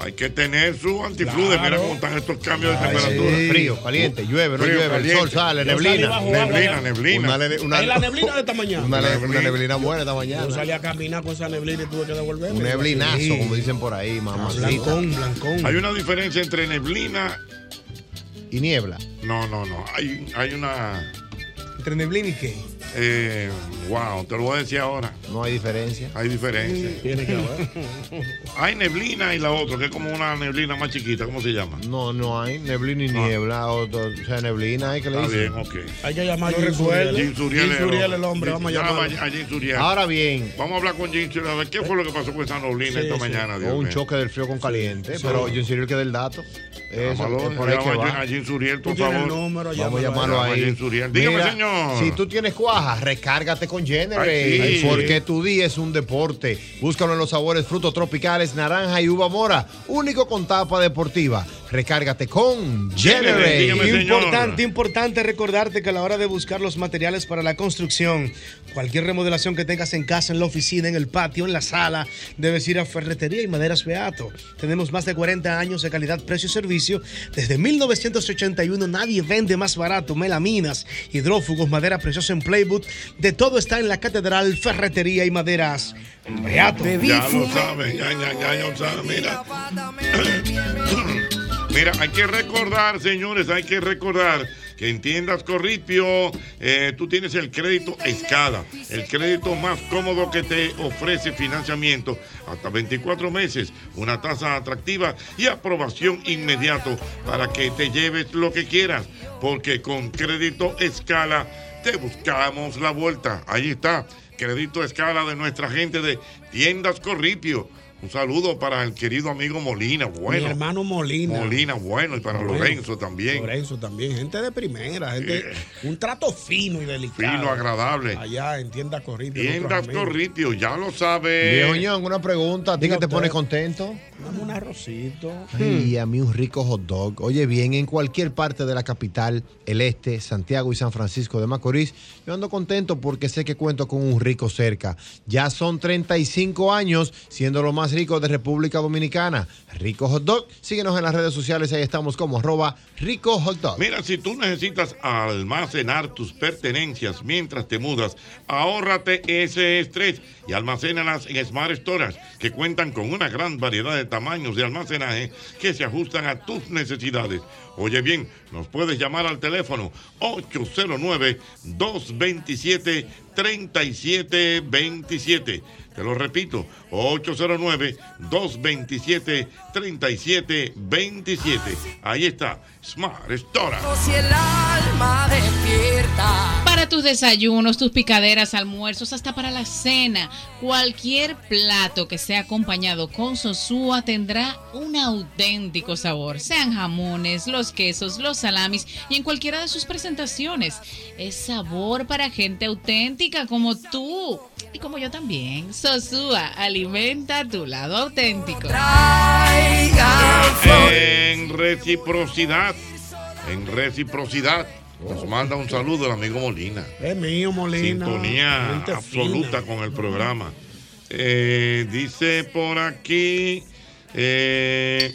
Hay que tener su antifludes. Mira cómo están estos cambios de temperatura. Uh,
Frío, caliente, llueve, no
Frío,
llueve, el sol
caliente.
sale,
Yo salí
neblina.
bajo agua, Neblina, ya. neblina.
Una, nebe- una-
Es la neblina de esta mañana.
una ne- una neblina buena esta mañana.
Yo salí a caminar con esa neblina y tuve que devolverme.
Un neblinazo,
Sí.
como dicen por ahí, mamá.
Blancón, blancón.
Hay una diferencia entre neblina.
Y niebla.
No, no, no. Hay, hay una.
¿Entre neblina y qué?
eh, wow, te lo voy a decir ahora.
No hay diferencia.
Hay diferencia.
Tiene que haber.
¿eh?
Hay neblina y la otra, que es como una neblina más chiquita. ¿Cómo se llama?
No, no hay neblina y niebla. O, to- o sea, neblina, hay que le
Está
dicen.
bien, ok.
Hay que llamar a
No
Jim
recuerdo.
Suriel. ¿eh?
Jim Suriel
Jim
era-
Suriel, el hombre. Vamos a
Llama
llamar.
a Jim Suriel.
Ahora bien.
Vamos a hablar con Jim Suriel a ver qué fue lo que pasó con esa neblina esta mañana. Dios
O un
mío.
choque del frío con caliente.
Sí.
Pero yo en serio que del dato. Eso,
Llámalo,
es por ahí que
llama
va.
a Jim Suriel, por
Tú tienes
favor.
el número, Vamos a llamarlo
Llama
ahí.
a Jim Suriel. Dígame,
Mira,
señor.
Si tú tienes cuajas, recárgate con Generate.
Ay, sí.
Porque tu día es un deporte. Búscalo en los sabores frutos tropicales, naranja y uva mora. Único con tapa deportiva. Recárgate con Generate.
Importante, importante recordarte que a la hora de buscar los materiales para la construcción, cualquier remodelación que tengas en casa, en la oficina, en el patio, en la sala, debes ir a Ferretería y Maderas Beato. Tenemos más de 40 años de calidad, precio y servicio. Desde 1981 nadie vende más barato melaminas, hidrófugos, madera preciosa en Playwood. De todo está en la Catedral Ferretería y Maderas Beato.
Ya lo saben, ya, ya, ya, ya lo saben, mira. Mira, hay que recordar, señores, hay que recordar que en tiendas Corripio eh, tú tienes el crédito a escala, el crédito más cómodo que te ofrece financiamiento hasta 24 meses, una tasa atractiva y aprobación inmediato para que te lleves lo que quieras, porque con crédito escala te buscamos la vuelta. Ahí está, crédito escala de nuestra gente de tiendas Corripio. Un saludo para el querido amigo Molina. Bueno,
Mi hermano Molina.
Molina, bueno, y para
Bueno.
Lorenzo también.
Lorenzo también, gente de primera, gente, un trato fino y delicado.
Fino, agradable.
Allá en tiendas corrientes.
Tiendas Corripio, ya lo
Viejo
sabe.
Ñongo, una pregunta. ¿A ti que te pones contento?
Dame un arrocito.
Y a mí un rico hot dog. Oye, bien, en cualquier parte de la capital, el este, Santiago y San Francisco de Macorís, yo ando contento porque sé que cuento con un rico cerca. Ya son 35 años siendo lo más rico de República Dominicana. Rico hot dog, síguenos en las redes sociales, ahí estamos como arroba rico hot dog.
Mira, si tú necesitas almacenar tus pertenencias mientras te mudas, ahórrate ese estrés y almacénalas en Smart Storage, que cuentan con una gran variedad de tamaños de almacenaje que se ajustan a tus necesidades. Oye bien, nos puedes llamar al teléfono 809-227-3727. Te lo repito, 809-227-3727. Ahí está, Smart Storage.
Si el alma despierta.
Para tus desayunos, tus picaderas, almuerzos, hasta para la cena, cualquier plato que sea acompañado con sosúa tendrá un auténtico sabor. Sean jamones, los quesos, los salamis y en cualquiera de sus presentaciones. Es sabor para gente auténtica. auténtica como tú y como yo también. Sosúa, alimenta tu lado auténtico.
En reciprocidad, en reciprocidad, nos manda un saludo el amigo Molina.
Es mío, Molina.
Sintonía
Gente
absoluta
fina.
con el programa. Eh, dice por aquí. eh,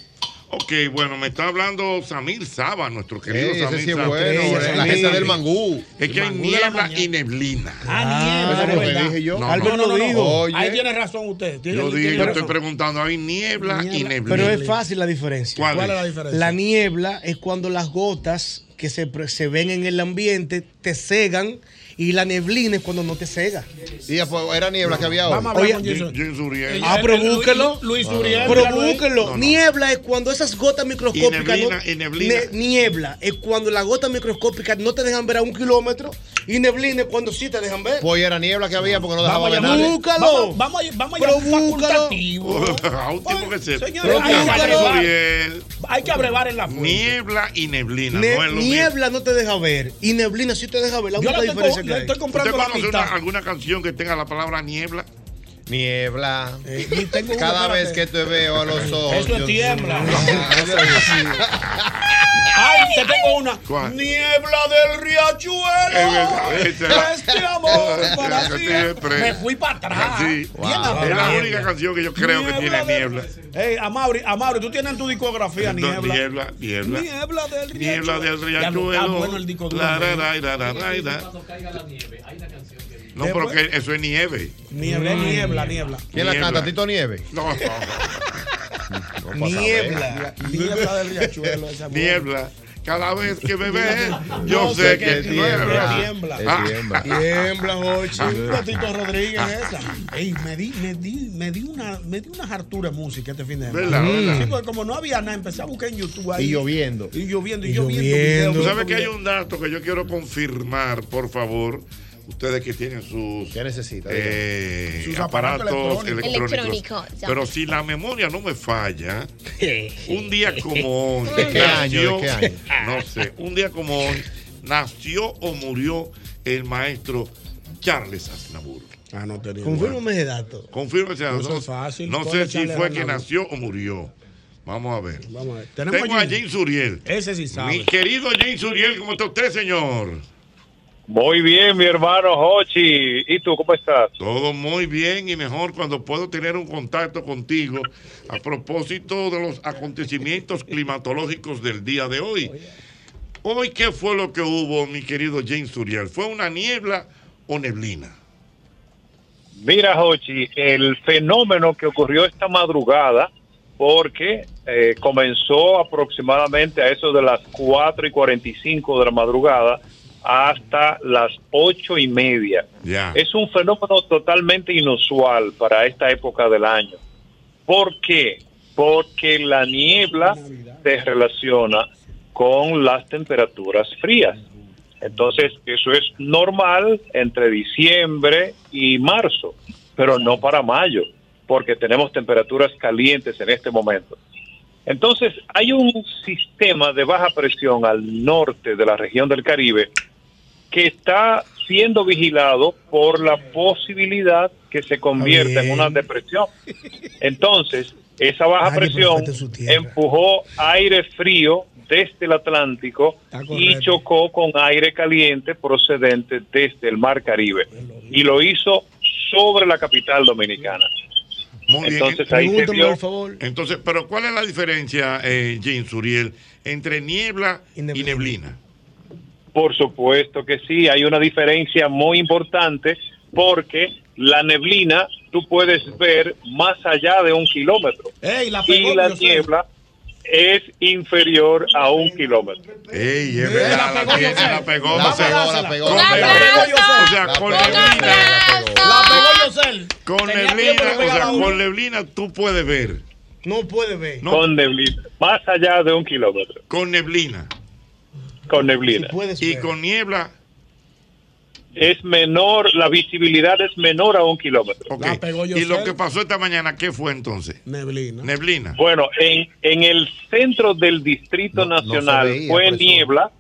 ok, bueno, me está hablando Samir Saba, nuestro querido
Ey, ese
Samir
sí es
Saba.
bueno, Ey, ese la Samir. gente del mangú.
Es que
El
hay
mangú de la
niebla y neblina.
Ah, niebla, eso es lo que ¿verdad? dije yo. Algo
no,
lo
no.
digo.
Oye,
Ahí tiene razón usted. tiene-
yo dije,
tiene
yo
razón.
estoy preguntando, hay niebla, y neblina.
Pero es fácil la diferencia.
¿Cuál ¿Cuál es? es la diferencia?
La niebla es cuando las gotas que se, pre- se ven en el ambiente te cegan y la neblina es cuando no te cega.
Y pues, era niebla que había ahora.
Vamos a hablar Oye, con
Uriel.
Ah, pero búsquelo. Ah. Pero búsquelo.
No, no.
Niebla es cuando esas gotas microscópicas.
Y neblina,
no-
y neblina.
Ne- niebla es cuando las gotas microscópicas no te dejan ver a un kilómetro. Y neblina es cuando sí te dejan ver.
Pues era niebla que había porque no dejaba
Vamos
ver
a llamar-
nadie.
Búscalo.
Vamos a, vamos a
Pero
llamar
búscalo.
facultativo.
A un tipo que se.
señores, hay que abrevar. Hay que abrevar en la fuente.
Niebla y neblina.
Ne-
no es lo mismo.
niebla no te deja ver. Y neblina sí te deja ver. La
Yo
única
la tengo-
diferencia que
la
hay.
estoy comprando ¿Usted conoce una- alguna canción que tenga la palabra niebla?
Niebla.
Eh,
una,
Cada vez
espérate.
que te veo a los ojos.
Eso es
yo-
tiembla. Ay, te tengo una.
¿Cuál?
Niebla del riachuelo.
Es verdad, esa es.
Este amor para
Yo
siempre.
siempre-
Me fui para atrás.
Sí. Es la
atrás.
única canción que yo creo que tiene niebla.
Ey, Amauri, Amauri, tú tienes en tu discografía
No,
niebla.
Niebla, niebla.
Niebla del riachuelo.
Niebla del
Ya,
riachuelo.
ah, bueno, el disco duro.
La, ra, ra, ra, ra, ra, ra. No, pero que eso es nieve.
Niebla,
Mm.
niebla, niebla.
¿Quién la canta, Tito
Nieve?
No, no.
Niebla. Niebla del riachuelo. esa mujer.
Niebla. Cada vez que me ves, yo sé que tiembla. eh.
Tiembla.
Ah.
Tiembla, Jochi.
La Tito Rodríguez esa. Ey, me di, me di, me di una, me di unas harturas de música este fin de semana.
¿Verdad, verdad?
Sí, porque como no había nada, empecé a buscar en YouTube ahí.
Y lloviendo.
Y lloviendo, y, lloviendo. videos,
Tú sabes
videos,
que hay
videos.
un dato que yo quiero confirmar, por favor. Ustedes que tienen sus, eh,
Sus aparatos electrónicos.
aparatos electrónicos.
Electrónicos, ya.
Pero si la memoria no me falla, un día como hoy.
¿De qué año, de
nació-
qué año?
No sé. Un día como hoy nació o murió el maestro Charles Aznavour.
Ah, no tenía.
Confírmame ese dato.
Confirmo ese dato.
Eso es fácil.
No
¿Cuál
sé
es
si
Charles
fue que
Aznavour?
nació o murió. Vamos a ver.
Vamos a ver. Tenemos
Tengo a James Uriel.
Ese sí sabe.
Mi querido James Uriel, ¿cómo está usted, señor?
Muy bien, mi hermano Hochi. ¿Y tú cómo estás?
Todo muy bien y mejor cuando puedo tener un contacto contigo a propósito de los acontecimientos climatológicos del día de hoy. Hoy, ¿qué fue lo que hubo, mi querido James Uriel? ¿Fue una niebla o neblina?
Mira, Hochi, el fenómeno que ocurrió esta madrugada, porque eh, comenzó aproximadamente a eso de las 4 y 45 de la madrugada hasta las 8 y media.
Ya.
Es un fenómeno totalmente inusual para esta época del año. ¿Por qué? Porque la niebla se relaciona con las temperaturas frías. Entonces, eso es normal entre diciembre y marzo, pero no para mayo, porque tenemos temperaturas calientes en este momento. Entonces, hay un sistema de baja presión al norte de la región del Caribe que está siendo vigilado por la posibilidad que se convierta en una depresión. Entonces, esa baja
Nadie
presión
profeta en su tierra.
empujó aire frío desde el Atlántico y
correcto.
chocó con aire caliente procedente desde el Mar Caribe. Y lo hizo sobre la capital dominicana.
Muy bien.
Entonces, ahí se vio-
Entonces, pero ¿cuál es la diferencia, eh, James Uriel, entre niebla y neblina?
Por supuesto que sí, hay una diferencia muy importante porque la neblina tú puedes ver más allá de un kilómetro
Ey, la pegó,
y la
yo sé.
niebla es inferior a un kilómetro.
Ey, es verdad, la pegó, la pegó, la pegó, la pegó.
La
O sea, con neblina, Ah.
La pegó Yosel.
con
Tenía
neblina,
tiempo que
o sea,
pegaba uno.
con neblina tú puedes ver.
No puede ver.
Con neblina, más allá de un kilómetro.
Con neblina.
Con neblina.
y con niebla,
Es menor, la visibilidad es menor a un kilómetro.
ok. Y lo que pasó esta mañana, ¿qué fue entonces?
Neblina.
Neblina.
Bueno, en, en el centro del Distrito
no se
Nacional
veía,
fue
por eso.
niebla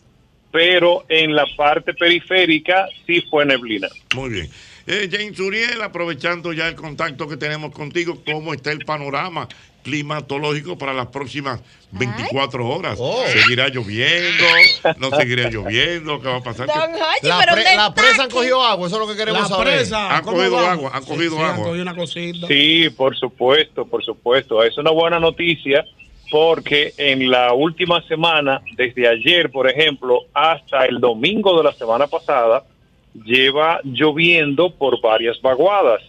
pero en la parte periférica sí fue neblina.
Muy bien. Eh, James Uriel, aprovechando ya el contacto que tenemos contigo, ¿cómo está el panorama climatológico para las próximas 24 horas?
Oh.
¿Seguirá lloviendo? ¿No seguirá lloviendo? ¿Qué va a pasar?
Don
¿Qué-
Jorge,
La,
pero
pre-
¿dónde
la
está
presa han
aquí?
cogido agua, eso es lo que queremos saber. Ah,
presa,
Han
¿cómo
cogido
vamos?
agua, han cogido
Sí, sí, han
agua.
Una cosita.
Sí, por supuesto, por supuesto. Es una buena noticia porque en la última semana, desde ayer, por ejemplo, hasta el domingo de la semana pasada, lleva lloviendo por varias vaguadas.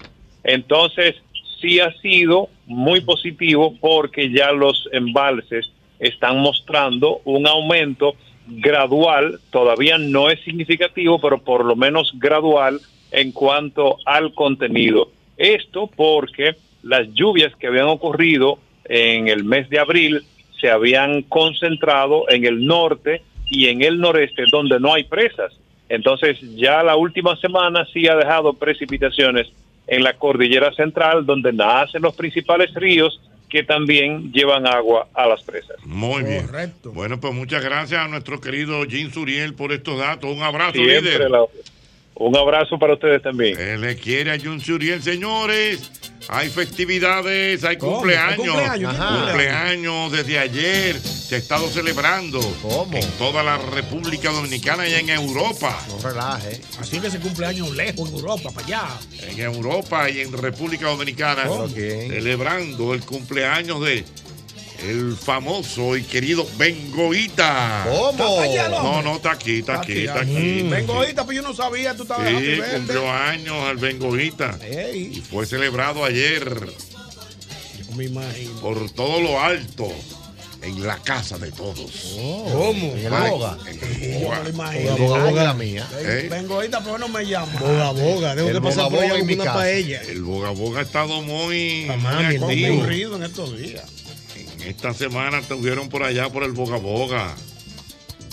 Entonces, sí ha sido muy positivo porque ya los embalses están mostrando un aumento gradual, todavía no es significativo, pero por lo menos gradual en cuanto al contenido. Esto porque las lluvias que habían ocurrido en el mes de abril se habían concentrado en el norte y en el noreste, donde no hay presas. Entonces ya la última semana sí ha dejado precipitaciones en la cordillera central, donde nacen los principales ríos que también llevan agua a las presas.
Muy bien. Bueno, pues muchas gracias a nuestro querido Jim Suriel por estos datos. Un abrazo,
Siempre
líder.
la- Un abrazo para ustedes también.
Él le quiere a Jim Suriel, señores. Hay festividades, hay
¿Cómo?
cumpleaños.
¿Hay cumpleaños? ¿Quién
Ajá.
cumple
Cumpleaños desde ayer. Se ha estado celebrando en toda la República Dominicana y en Europa.
No relaje.
Así que se cumple años lejos en Europa, para allá.
en Europa y en República Dominicana
Ok.
celebrando el cumpleaños de el famoso y querido Bengoita.
¿Está allá el
No,
hombre?
no, está aquí, está aquí, está aquí.
Vengo ahorita, pues yo no sabía, tú estabas
Sí,
happy birthday.
cumplió años el Bengoita. Y fue celebrado ayer
Me imagino.
por todo lo alto en la casa de todos.
Oh, ¿Cómo?
En el
Ay,
boga.
en el boga. Yo me lo imagino.
Boga, boga,
Ay,
la mía.
ven-
¿Eh?
Vengo ahorita, pero no me llama.
Boga, boga, tengo
El
que pasar por
boga,
allá
boga
con
en mi
una
casa.
paella. Ah,
El Boga Boga ha estado muy,
mami,
muy
el
Muy
activo.
aburrido en estos días.
Esta semana estuvieron por allá por el Boga Boga.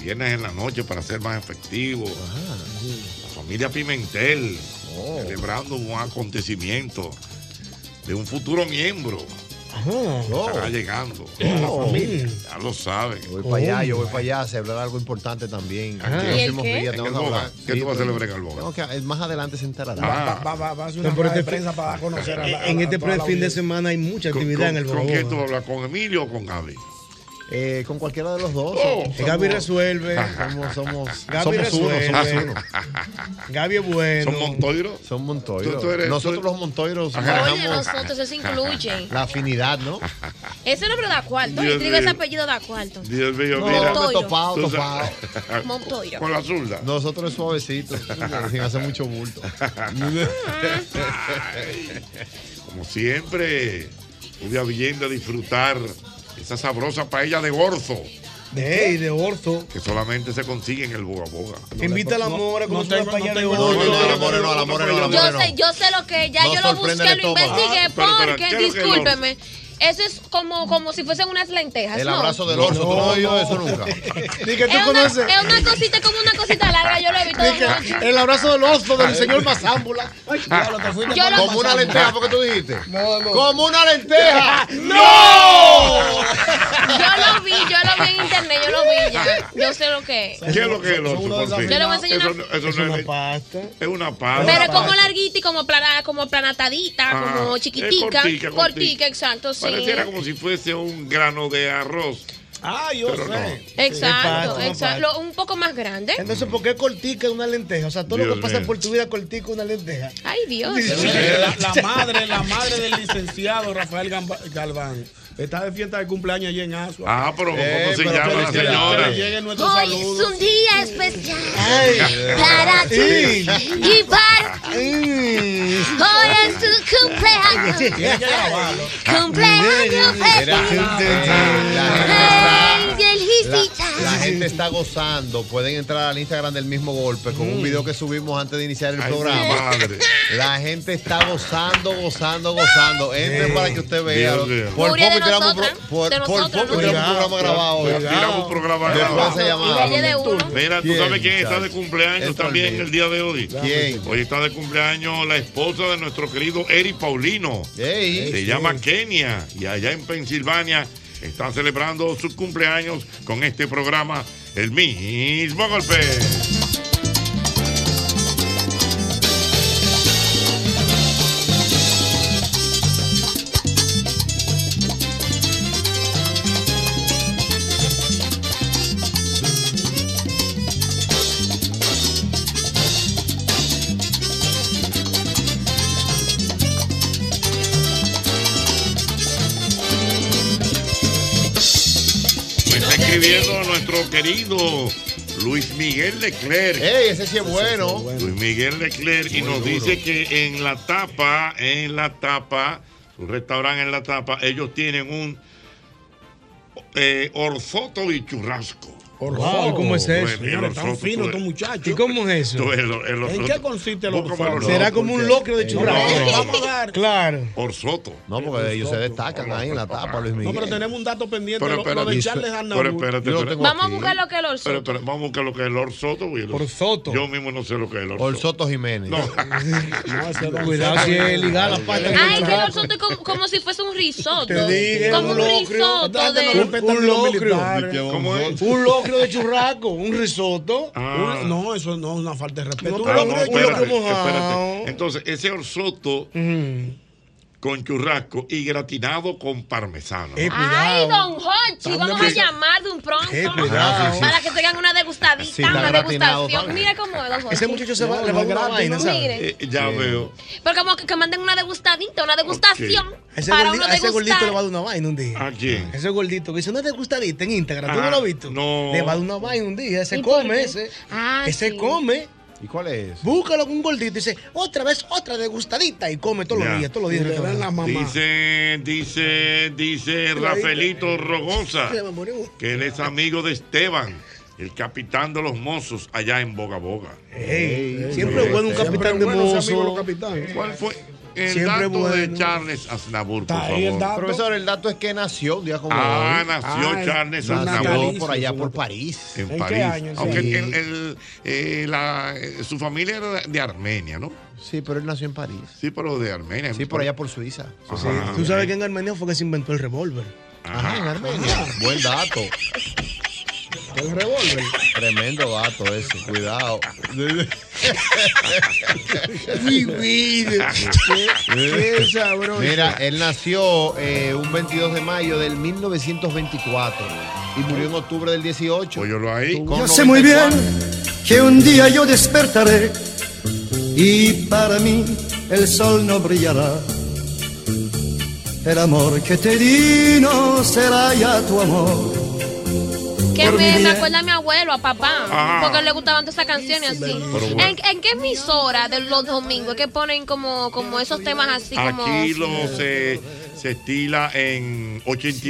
Viernes en la noche para ser más efectivo.
Ah.
La familia Pimentel
Oh.
celebrando un acontecimiento de un futuro miembro. Estará llegando.
Oh.
Ya lo saben.
Voy para allá, yo voy para allá a celebrar algo importante también.
oh. Ah. ¿Y el qué? ¿En el Boga? ¿Qué tú vas a celebrar en el Boga?
No, que eh, más adelante se enterará.
Ah. Va-
va a hacer una
No, pero
rueda de
este fin-
prensa para dar a conocer a la-
En
a-
este
a toda la
fin de
audiencia.
semana hay mucha
¿Con,
actividad en el
con- con
Boga
quién tú
Boga.
hablas? ¿Con Emilio o con Gaby?
Eh, con cualquiera de los dos.
Oh.
Eh, Gaby resuelve.
Somos, somos,
Gaby
somos uno,
resuelve.
somos uno.
Gaby es bueno.
Ah, ¿Son
Montoiros?
Son Montoiros.
Tú- tú eres-
nosotros
tú-
los Montoiros
Ajá.
manejamos
Oye, nosotros eso incluye.
la afinidad, ¿no?
Ese nombre da cuarto.
Dios
Yo digo ese
mío.
apellido da cuarto.
Dios mío,
No,
mira.
Montoiro.
Topado,
Tú
topado.
sabes-
Montoiro.
Con la zurda.
Nosotros suavecitos, sin hacer mucho bulto.
Como siempre, estuve viendo a disfrutar esa sabrosa paella de gorzo
De, y de orzo.
que solamente se consigue en el Boga Boga.
Invita a la mora como una paella de
tengo-
orzo.
no, no, no, la
more no, la more no, la more
Yo
no.
sé, yo sé lo que es, ya
No
yo lo
sorprende
busqué,
el
lo
estómago.
investigué
Ah, pero, pero,
porque,
¿qué es lo que es el
discúlpeme, eso es como, como si fuesen unas lentejas,
El
¿no?
abrazo del orso, tú no has oído eso nunca.
Ni que tú
es, una,
conoces.
es una cosita como una cosita larga, yo lo he visto.
Ni que el abrazo del orso del señor Mazámbula. Ay,
diablo,
te fuiste
Yo
para
lo-
Como una lenteja, ¿por qué tú dijiste? ¡Como una lenteja!
¡No!
Yo lo vi, yo lo vi en internet, yo lo vi ya. Yo sé lo que es.
¿Qué es lo que es el orzo? por fin?
Yo le voy a enseñar
Eso
una-
no- eso no es
pasta.
Es una
Ah,
pasta.
Pero es como larguita y como, plana, como planatadita,
Ah,
como
es
chiquitica.
cortica, cortica.
exacto, sí.
Pareciera como si fuese un grano de arroz.
Ah, yo
pero
sé.
Exacto,
Sí, es
exacto.
fácil.
Lo- Un poco más grande.
Entonces, ¿por qué cortica una lenteja? O sea, todo lo
Dios
que pasa
mío.
por tu vida cortica una lenteja.
Ay, Dios.
La, la madre, la madre del licenciado Rafael Gamba- Galván. Está de fiesta de cumpleaños allí en Asua.
Ah, pero ¿cómo
Eh,
se
pero
llama la
felicidades.
señora?
Que le llegue nuestro
Hoy
saludo.
es un día especial para
Para
ti y para Hoy es tu cumpleaños. Cumpleaños
La gente está gozando. Pueden entrar al Instagram del mismo golpe con un video que subimos antes de iniciar el
Mm. Ay,
programa.
mi madre.
La gente está gozando, gozando, gozando. Entre
Sí.
para que usted vea.
Dios mío.
Por poco
Furia de
y tiramos, un
nosotras,
por,
de
por
nosotras,
poco y
¿no?
tiramos un
Cuidado,
programa grabado hoy.
Tiramos un programa
Después
grabado.
se llamaba.
Reyes de uno.
Mira, ¿tú
¿Quién,
sabes quién está de
muchacho?
cumpleaños
Esto
también
olvida.
el día de hoy?
¿Quién?
Hoy está de cumpleaños la esposa de nuestro querido Eric Paulino.
Ey.
Se
Ey,
llama Kenia y allá en Pensilvania están celebrando sus cumpleaños con este programa, El mismo golpe. Me está escribiendo nuestro querido Luis Miguel Leclerc.
Ey, ese sí es bueno.
Luis Miguel Leclerc y
Muy
nos
duro.
dice que en la tapa, en la tapa, su restaurante en la tapa, ellos tienen un eh, orzoto y churrasco.
Wow, ¿y cómo es eso?
El
Señores, tan
orzoto,
fino
tú-
estos
muchachos.
¿Y cómo es eso?
tú- el- el
¿En
orzoto.
qué consiste el
Busca
orzoto?
para el
Será
orzoto,
como un
porque-
locro de churrasco.
No, no, no.
Vamos a dar.
Claro.
Orsoto.
No, porque ellos se destacan ahí en la tapa, Luis
No, pero
Miguel.
tenemos un dato pendiente.
Pero
lo-
espérate,
lo de Charles
pero
Aznavour.
espérate,
Yo lo
espérate.
tengo
Vamos a
aquí.
buscar lo que es el orso.
Pero, pero vamos a buscar lo que es el orsoto. güey.
Orsoto.
Yo mismo no sé lo que es el orsoto.
Orsoto Jiménez.
No.
Cuidado si es ligar la pata.
Ay, que el orso es como, como si fuese un risotto.
Te dije,
como
un
un,
locrio.
risotto
Trate de
de.
respetar Un
los
locrio.
militares.
¿Cómo es?
Un locro de churrasco, un risotto.
Ah.
un-
No, eso no es una falta de respeto.
No,
Un
Ah,
locro
no,
de churrasco.
espérate, espérate. Entonces, ese orsoto con churrasco y gratinado con parmesano.
Eh,
Ay, don Hochi,
Tan
vamos a
de-
llamar de un pronto.
Qué cuidado, sí, sí.
Para que tengan una degustadita,
Sí, está
una
gratinado,
degustación.
¿sabes?
Mira cómo es, don Hochi.
Ese muchacho se va, le va a dar una vaina, ¿sabes?
Mire,
Eh, ya veo.
pero como que, que manden una degustadita, una degustación.
A ese,
Para
gordi-
uno
a ese gordito le va a
degustar.
dar una vaina un día.
¿A quién?
Ese gordito que dice, no te gustadita en Instagram, ¿tú
Ah,
no lo has visto?
no.
Le va a dar una vaina un día, ese
¿Y por
come
qué?
ese.
Ah,
ese
sí.
come.
¿Y cuál es?
Búscalo con un gordito y dice, otra vez otra degustadita y come todos
Ya.
los días, todos los días.
Le dan la mamá.
Dice, dice, dice Rafaelito Rogosa,
Se me murió.
que él es amigo de Esteban, el capitán de los mozos allá en Boga Boga.
Ey, siempre
Ey,
es bueno un
siempre
capitán
este,
de
bueno ese amigo de
mozo.
los capitanes.
¿Cuál fue el
Siempre
dato de
bueno.
Charles Aznavour, por
Está ahí el
favor?
dato.
Profesor, el dato es que nació un día como
Ah,
hoy.
nació
Ah,
Charles
nació
Aznavour
natalicio.
por allá, por París.
en
qué
París.
año? ¿En
Aunque
serio?
el- el- eh, la- eh, su familia era de Armenia, ¿no?
Sí, pero él nació en París.
Sí, pero de Armenia.
Sí, por allá por Suiza.
Ajá.
Sí, Tú sabes que en Armenia fue que se inventó el revólver.
Ajá, en Armenia. Buen dato.
El revólver.
Tremendo dato ese, cuidado.
Mi vida. Qué- qué sabroso.
Mira, él nació eh, un 22 de mayo del 1924 y murió en octubre del 18.
Óyelo Pues ahí.
Con
Yo sé muy bien
94.
que un día yo despertaré y para mí el sol no brillará. El amor que te di no será ya tu amor.
Que
Pero
me,
mire-
me acuerda a mi abuelo, a papá,
Ah.
porque le gustaban todas esas canciones así.
Pero bueno.
¿En, en qué emisora de los domingos que ponen como, como esos temas así como
Aquí lo se, se estila en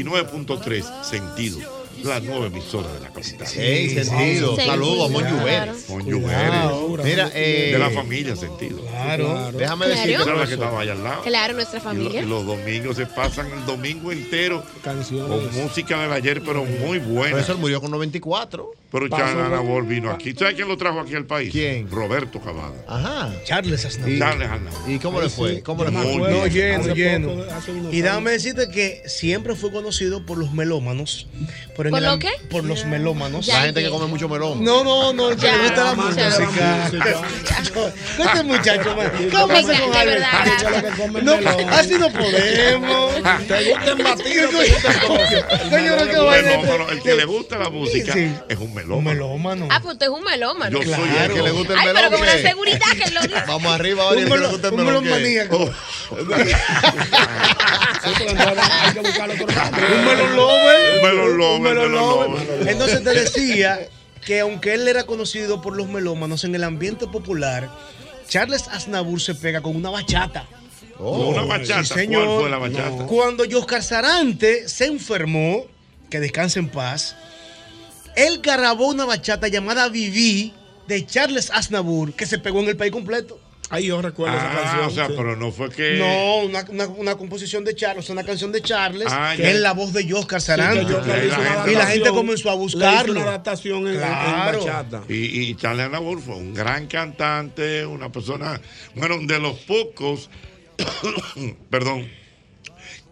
89.3 sentido. La nueva emisora de la capital.
Ey, sentido.
Sí.
Saludos, Monjuber.
Conyugueres.
Mira, eh,
de la familia sentido.
Claro.
déjame
Claro.
decirte,
Era la que
profesor.
estaba allá al lado.
Claro, nuestra
Y, lo-
familia.
y los domingos se pasan el domingo entero con
Canciones.
música del ayer, pero muy
El
buena.
profesor murió con 94.
Pero
Pasó
Charles
la-
Aznavour vino aquí. ¿Sabes quién lo trajo aquí al país?
¿Quién?
Roberto Cavada.
Ajá.
Charles Aznavour.
Charles Aznavour.
¿Y cómo le fue? ¿Cómo le
Yo me
fue?
acuerdo.
No, lleno,
Hace
lleno.
poco, hace unos
Y déjame
años.
decirte que siempre fue conocido por los melómanos. ¿Por,
¿Por
el
lo
am-
qué?
Por los melómanos.
La
Ya
gente que
entiendo.
come mucho melón.
No, no, no, el que le
Ya,
gusta la
ya,
música. No, este muchacho, man. ¿Cómo
Venga,
hace con
de
Albert?
verdad, gracias.
Lo que comen
No,
melón.
así no podemos.
Te gustan batidos, te gustan cosas.
Coño, no, qué
Un
vaina.
melómano. El que le gusta la música
Sí.
es
Un
un melómano.
melómano.
Ah, pues usted es un melómano.
Yo soy el
Claro.
que le gusta.
el
Ay, pero
melón,
con una
¿qué?
seguridad que lo dice.
Vamos arriba,
Un
oye, que le gusta el
melón, un melón
melón. ¿qué?
maníaco.
Sí, pero no, hay que buscar otro dato.
Un melón lover.
Un melón lover,
Un melón
melón
lover.
lover.
Entonces te decía que aunque él era conocido por los melómanos en el ambiente popular, Charles Aznavour se pega con una bachata.
Oh,
Una bachata.
Sí,
¿Cuál
señor.
fue la bachata?
Cuando Oscar Sarante se enfermó, que descanse en paz, él grabó una bachata llamada Viví de Charles Aznavour que se pegó en el país completo.
Ahí yo recuerdo esa
Ah,
canción.
o sea,
sí.
pero no fue que.
No, una, una- una composición de Charles, una canción de Charles
Ah, ya.
en la voz de Oscar
Sí, que
Sarante.
yo
Ah,
le hice
la
una
y
gente-
la gente
adaptación,
comenzó a
le hice
buscarlo.
Una adaptación en- en, en
Claro.
bachata.
Y, y Charles Aznavour fue un gran cantante, una persona, bueno, de los pocos, perdón,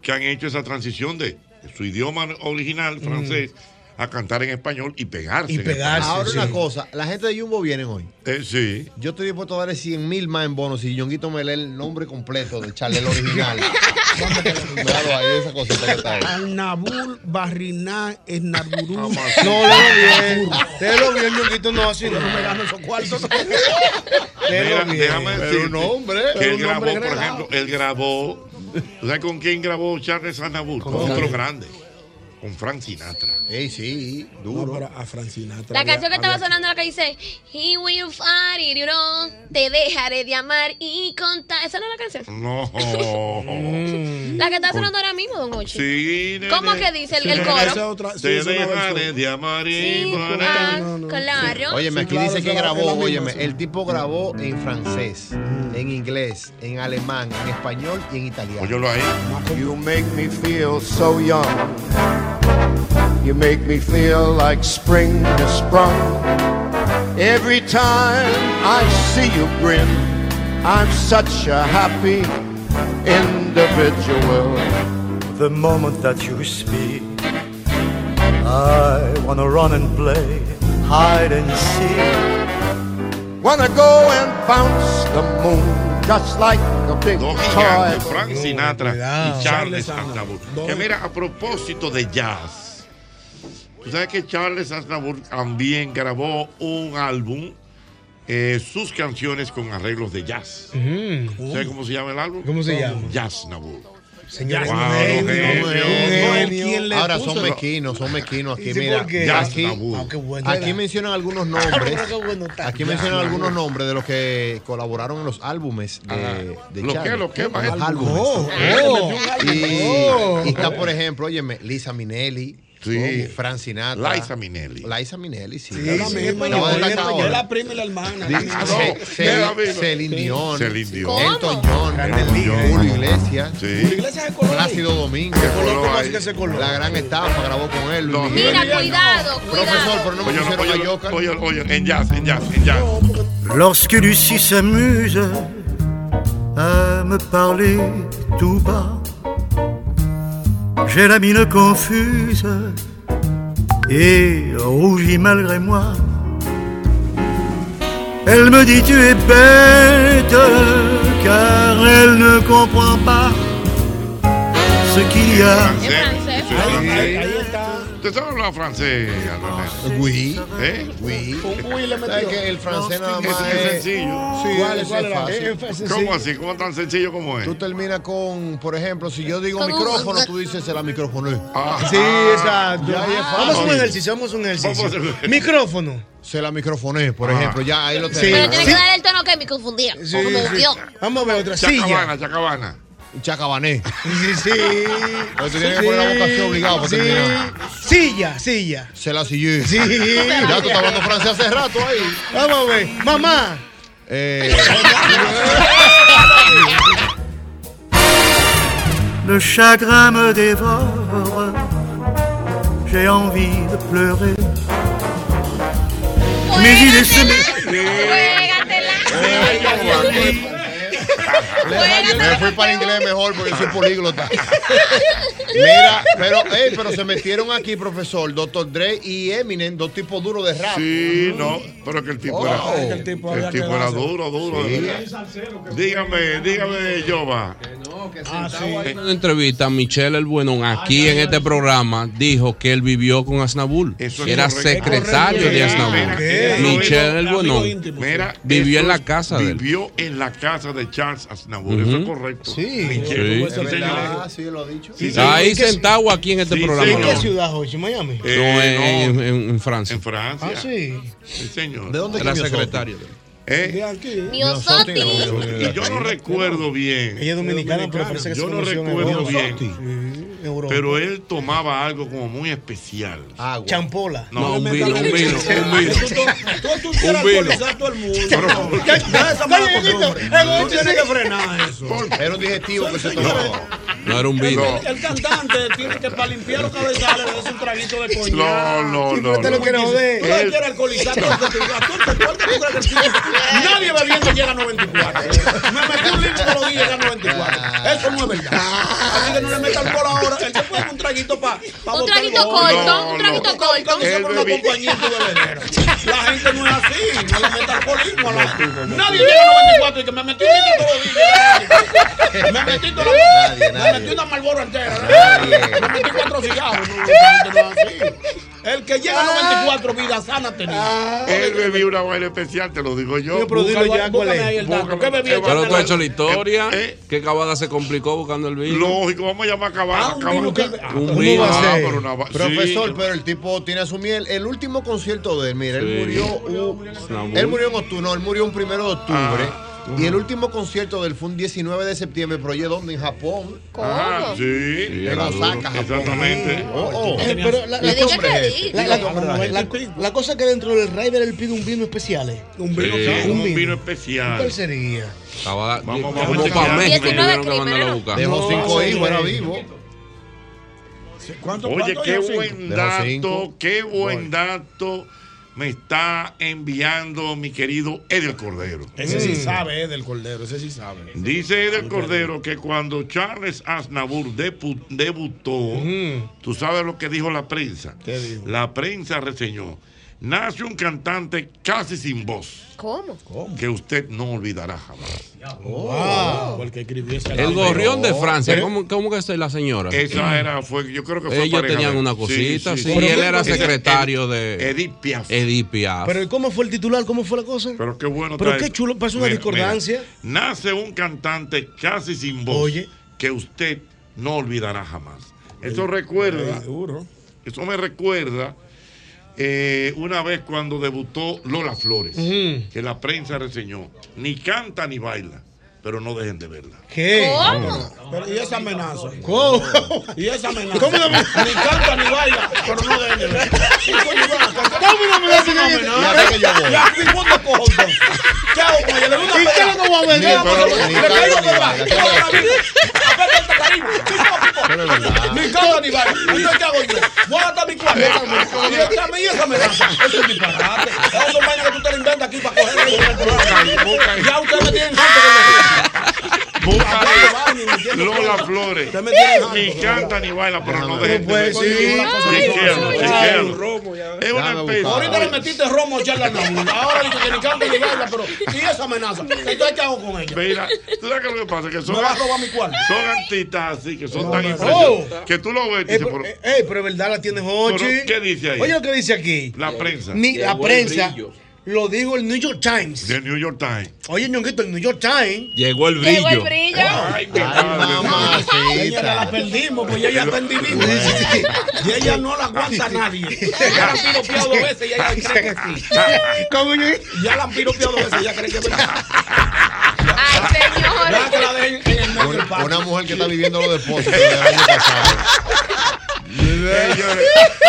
que han hecho esa transición de su idioma original, francés, a cantar en español y pegarse. en
Ahora
español.
una cosa, la gente de Jumbo vienen hoy.
Eh, sí.
Yo estoy dispuesto a darle 100 mil más en bonos si Yonguito me lee el nombre completo del charlel original. Claro, ahí esa cosita que está ahí.
Anabul Barrinán Esnarburú.
Ah,
No,
No, léelo bien. Léelo bien, Ñonguito, no, así no.
No me gano esos cuartos.
Mira,
Léelo bien.
déjame
Pero
decirte
un hombre,
que
pero
él
un
grabó, por
hombre regalado.
ejemplo, él grabó. ¿tú ¿Sabes con quién grabó Charles Sanabur? Con,
quién?
otro grande. Con Frank Sinatra.
Ey, sí,
duro.
a Frank Sinatra.
La canción que
había-
estaba sonando acá dice He will find it, you know, Te dejaré de amar y contar Esa no es la canción
No.
Mm. La que está sonando ahora mismo, Don Ochi
Sí,
¿Cómo
nene.
que dice el,
Sí,
el
nene,
coro?
esa otra- Te
esa es una
dejaré
versión.
de amar y
Ah, claro
Óyeme,
Sí,
aquí
claro,
dice que
esa es la
grabó,
misma,
óyeme,
sí.
el tipo grabó en francés, en inglés, en alemán, en español y en italiano.
Óyelo ahí.
You make me feel so young. You make me feel like spring has sprung. Every time I see you grin, I'm such a happy individual. The moment that you speak, I wanna run and play, hide and seek. Wanna go and bounce the moon just like a big toy.
Gigante, Frank Sinatra
cuidado.
y Charles
Charles
Aznavour.
Dos.
Que mira, a propósito de jazz, tú sabes que Charles Aznavour también grabó un álbum, eh, sus canciones con arreglos de jazz.
Mm.
¿Sabes cómo se llama el álbum?
¿Cómo se llama?
Jazz Nabur.
Señores,
Wow,
un genio,
genio,
un
no,
genio.
¿quién le
Ahora
puso
son
lo-
mequinos, son mequinos.
¿Y
Aquí,
sí,
mira,
por qué?
ya
Jazz
aquí,
Tabú. Ah, qué bueno.
aquí mencionan algunos nombres. Aquí mencionan algunos nombres de los que colaboraron en los álbumes de, de
Lo
Charlie.
que, lo que,
Los
maestro.
álbumes.
Oh,
Y,
oh.
y está, por ejemplo, óyeme, Lisa Minelli.
Sí.
¿cómo? Fran Sinatra.
Liza Minelli.
Liza Minelli, sí.
Sí, sí, es
La voy a destacar ahora.
español, la prima y la hermana.
Dice-
Ah,
Ce-
no,
Cel-
mira, mira.
Celine Dion.
Celine Dion.
Elton John. Julio Iglesias.
Sí.
Plácido Domingo. La gran estafa grabó con él. Luis Miguel.
Mira, cuidado,
Profesor,
cuidado
pero no me
Oye,
pusieron
oye,
la yoca.
oye, oye, en jazz, en jazz, en jazz.
Lorsque Lucie s'amuse à me parler tout bas, j'ai la mine confuse et rougis malgré moi. Elle me dit tu es bête car elle ne comprend pas ce qu'il y a.
francés.
Ahí, ahí, ahí
¿Usted sabe hablar francés, Alberto?
Oui.
¿Eh?
Oui.
Uy, le
¿Sabes
metió.
que el francés nada
Ese
más
es
es-
sencillo.
Sí,
¿Cuál es,
ese
cuál
es
era?
fácil.
Eh, fácil, sí.
¿Cómo así? ¿Cómo tan sencillo como es?
Tú terminas con, por ejemplo, si yo digo
Con un-
micrófono, tú dices la micrófono.
Sí, exacto.
Ah. Ya ahí es fácil.
Vamos a un ejercicio, vamos a un ejercicio.
Vamos a hacer-
Micrófono.
Se la microfoné, por ejemplo, ya ahí lo
Sí.
Pero
tenemos.
tiene que dar el tono que me confundía
Sí,
Como
sí.
Dios.
Vamos a ver otra
Chacabana,
silla.
chacabana.
Chacabané.
Sí, sí.
Pero tú tienes que poner la boca así obligado para
Sí.
terminar.
Silla, silla.
Se la sillé.
Sí.
Ya tú estás hablando francés hace rato ahí.
Vamos a ver. Mamá.
Eh,
Le chagrin me dévore, j'ai envie de pleurer. Mais il est
me fui para inglés mejor porque soy políglota. Mira, pero, ey, pero se metieron aquí, profesor, Dr. Dre y Eminem, dos tipos duros de rap.
Sí, no, pero que el tipo era.
Oh.
El tipo era, duro, duro. de verdad. Dígame, dígame, Yoba.
Ah,
En una entrevista, Michelle El Bueno, aquí en este programa, dijo que él vivió con Aznabur.
Eso es
era
correcto.
secretario de Aznabur. Michelle El Bueno
Mira,
vivió en
eso
la casa de él.
Vivió en la casa de Charles Aznavour.
Ujú.
Eso es correcto.
Sí.
Michelle,
Sí.
sí,
Es
señor.
Ah, sí, lo ha dicho.
Sí, señor.
Ahí
¿Qué-
sentado aquí en este
Sí,
programa.
señor.
¿En qué
loco.
ciudad, Hochi? ¿Miami?
No,
Eh,
en, en- en Francia.
En Francia.
Ah, sí.
Sí, señor.
¿De dónde
Era
es que Miosotti?
secretario. de él.
¿Eh?
Miosotti.
Y yo no recuerdo bien.
Ella es dominicana, pero parece que
Yo
se
no
conoció en
recuerdo
Europa.
bien.
En Europa.
Pero él tomaba algo como muy especial.
Agua.
Champola.
No, un vino, un vino, un vino.
Tú quieres
Un vino.
alcoholizar a todo el mundo. Ya- ya esa mala costumbre. Tú tienes que frenar eso.
Era un digestivo que se
Señores,
tomaba.
No era un vino.
El, el cantante tiene que para limpiar los cabezales le des un traguito de coñac.
No, no, no.
Te
no.
lo quiero joder. Tú
Él-
lo quieres alcoholizar. todo lo que tú digas. Tú, tú, tú, tú, tú, tú, tú. Nadie bebiendo llega a 94. Me metí un litro todos los días y llega a 94. Eso no es verdad. Así que no le meta alcohol ahora. Él se puede un traguito para.
Un traguito corto, un traguito corto.
Él una compañía de veneno. La gente no es así. No le meta alcoholismo a la. Nadie llega a 94 y que me metí un litro todos los días. y llega a 94. Me metí toda la. Me metí una Marlboro entera. Me metí cuatro cigarros. No, la gente no es así. El que llega a 94 vida sana tenía.
Él bebió una vaina especial, te lo digo yo.
Yo, pero dilo ya, ¿cuál es? Búscame. ¿Qué bebía?
Pero tú has hecho la historia.
Eh,
Que Cavada se complicó buscando el vino.
Eh, Lógico, vamos a llamar a Cavada.
Ah,
Un
¿Cómo
vino.
va a
Ah,
ser?
pero una va- sí.
Profesor, pero el tipo tiene a su miel. El último concierto de él, mira,
Sí.
él murió. u- Él murió en octubre, no, él murió un primero de octubre. Y el último concierto de él fue un 19 de septiembre, pero oye, ¿dónde? En Japón.
Ah, sí.
En Osaka, Japón.
Exactamente.
Oh, oh.
Eh, pero la, la, cosa, la- la- la- la cosa que dentro del Rider él pide un vino especial. eh.
Un
vino, ¿qué?
un
Un
vino
vino.
especial.
¿Cuál sería?
Cavada.
Vamos,
como
vamos a
para
chequear.
México
19
tuvieron que mandarlo a
criminales.
buscar.
Dejó cinco hijos, era
vivo.
¿Cuánto,
Oye,
cuánto
qué
lleva?
buen
De los
dato,
cinco.
qué buen dato me está enviando mi querido Edel Cordero.
Ese sí
Mm.
sabe, eh, del Cordero. Ese sí sabe.
Dice Edel Cordero que cuando Charles Aznavour depu- debutó, tú sabes lo que dijo la prensa.
Mm. ¿Qué dijo?
La prensa reseñó, nace un cantante casi sin voz,
¿Cómo?
que usted no olvidará jamás.
Wow. Eh. Porque escribió ese
El gorrión de Francia.
Pero-
¿Cómo, cómo que es la señora?
Esa era, fue, yo creo que fue
Ellos
pareja
tenían
de-
una
Sí,
cosita, sí.
sí, sí.
Y él
Pero-
era
Ese-
secretario de.
Edith Piaf.
Edith Piaf.
Pero ¿cómo fue el titular? ¿Cómo fue la cosa?
Pero qué bueno.
Pero
trae-
qué chulo, parece una
Mira,
discordancia.
mira, nace un cantante casi sin voz que usted no olvidará jamás. Eso recuerda. Eso me recuerda eh, una vez cuando debutó Lola Flores, que la prensa reseñó. Ni canta ni baila, pero no dejen de verla.
¿Qué?
Pero, ¿Y esa amenaza?
¿Cómo?
¿Y esa amenaza? ¿Cómo Ni canta ni baila, pero no de él. ¿Cómo
una amenaza que hay? Ya sé que yo voy.
Ya, ¿y cuándo cojo entonces? ¿Qué hago con ella? ¿Le doy una
¿Y qué
pela?
es lo que voy a vender?
Ni- pero-
Ni
¿Le
canta,
caigo
ni
que va?
baila,
¿Qué hago ahora mismo? Apete el tacarismo. Sí, sí, sí. Ni canta ni baila. Entonces, ¿qué hago yo? Voy a gastar mi cuarto. Y esa- y esa amenaza. Eso es un disparate. Es un baño que tú te lo inventas aquí para coger el- el programa. Ya ustedes me tienen harto con los-
Lola Flores. Ni canta ni baila, pero no dejen de
puede
verla.
Pues
ser.
Chequéalo,
Ay,
chequéalo. Es una
Dame
especie-
buscar. Ahorita le metiste romo a Charla Nabula. Ahora dice que ni canta ni baila, pero y esa amenaza. Entonces, ¿qué hago con ella?
Mira, ¿tú sabes qué es lo que pasa? Que son,
Me va a robar mi cuarto.
son artistas así, que son
No,
tan
no, no.
impresionantes.
Oh.
Que tú lo ves y
Eh,
dices, pero,
Ey, pero verdad la tiene Hochi.
pero, ¿qué dice ahí?
Oye lo que dice aquí.
La prensa.
Ni- la prensa lo dijo el New York Times.
The New York Times.
Oye, ñonguito, el New York Times.
Llegó el
Llegó el
brillo.
brillo.
Ay, mi madre.
Señora, la perdimos, pues ella está en divino. Y ella no la aguanta a nadie. Ya la han piropeado dos veces y ella cree que sí. Ya la han piropeado dos veces y ella cree que es verdad. Ya que la dejen en el medio del patio.
Una mujer que está viviendo los depósitos del año pasado.
Señores,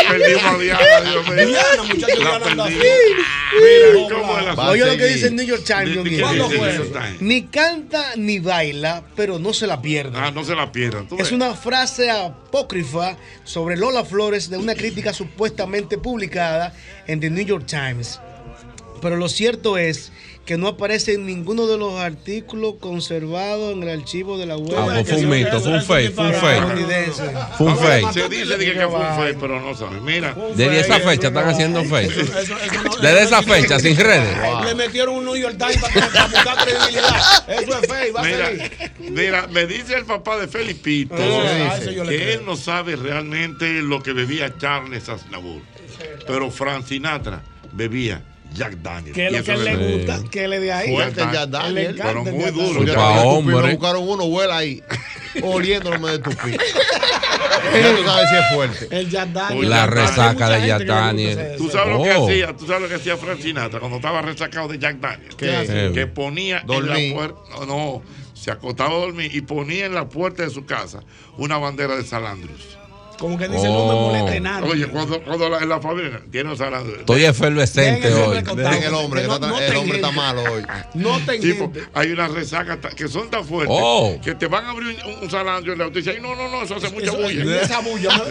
perdimos a Diana, Dios mío.
Diana, muchachos,
La
Diana anda
perdimos.
Sí.
Mira, ¿cómo es la
Oye lo que dice el New York Times.
¿Qué
ñonguito.
dice el New York Times?
Ni canta ni baila, pero no se la pierde.
Ah, no se la pierdan. tú
Es
ves.
una frase apócrifa sobre Lola Flores de una crítica supuestamente publicada en The New York Times. Pero lo cierto es que no aparece en ninguno de los artículos conservados en el archivo de la web.
Ah, pues fue un mito, fue un fake, fue un fake.
estadounidense.
Fue un fake.
Ah, Se dice de que fue un fake, pero no sabe. Mira.
Desde esa fecha están haciendo fake. Desde esa fecha, sin redes.
Le metieron un New York Times para, para buscar credibilidad. Eso es fake, va a
Mira,
ser.
mira, me dice el papá de Felipito
Ah, eso yo le
que
creo.
él no sabe realmente lo que bebía Charles Aznavour. Pero Frank Sinatra bebía Jack Daniels.
Que
Y
lo
eso
que
es
le
verdad.
gusta, que le dé ahí.
Fuerte,
Él
ya,
le
Daniel,
encanta
pero
el
muy
ya
duro.
Daniel.
Pa'
Mira, tu
hombre.
primo buscaron uno, vuela ahí, oliéndolo me de tu pico. Ya tú sabes si es fuerte.
El Jack Daniel.
La
Hay
resaca
mucha gente
de
que le gusta
Yataniel.
ese-
Tú sabes lo que
Oh.
hacía, tú sabes lo que hacía Frank Sinatra cuando estaba resacado de Jack Daniels.
¿Qué hacía?
Que ponía
Dormí.
en la puerta, no, no, se acostaba a dormir y ponía en la puerta de su casa una bandera de San Andrews.
Como que dice, no me
Oh.
moleste nada.
Oye, cuando, cuando la, la familia tiene un salario.
Estoy efervescente
Dejen el
hoy.
hombre contado, Dejen el hombre, que no- que no no está- el te hombre está engentes. malo
hoy.
No te
Tipo, hay unas resacas ta- que son tan fuertes
Oh.
que te van a abrir un, un salario en la noticia. Y no, no, no, eso hace mucha
Eso-
bulla.
y esa bulla. ¿no?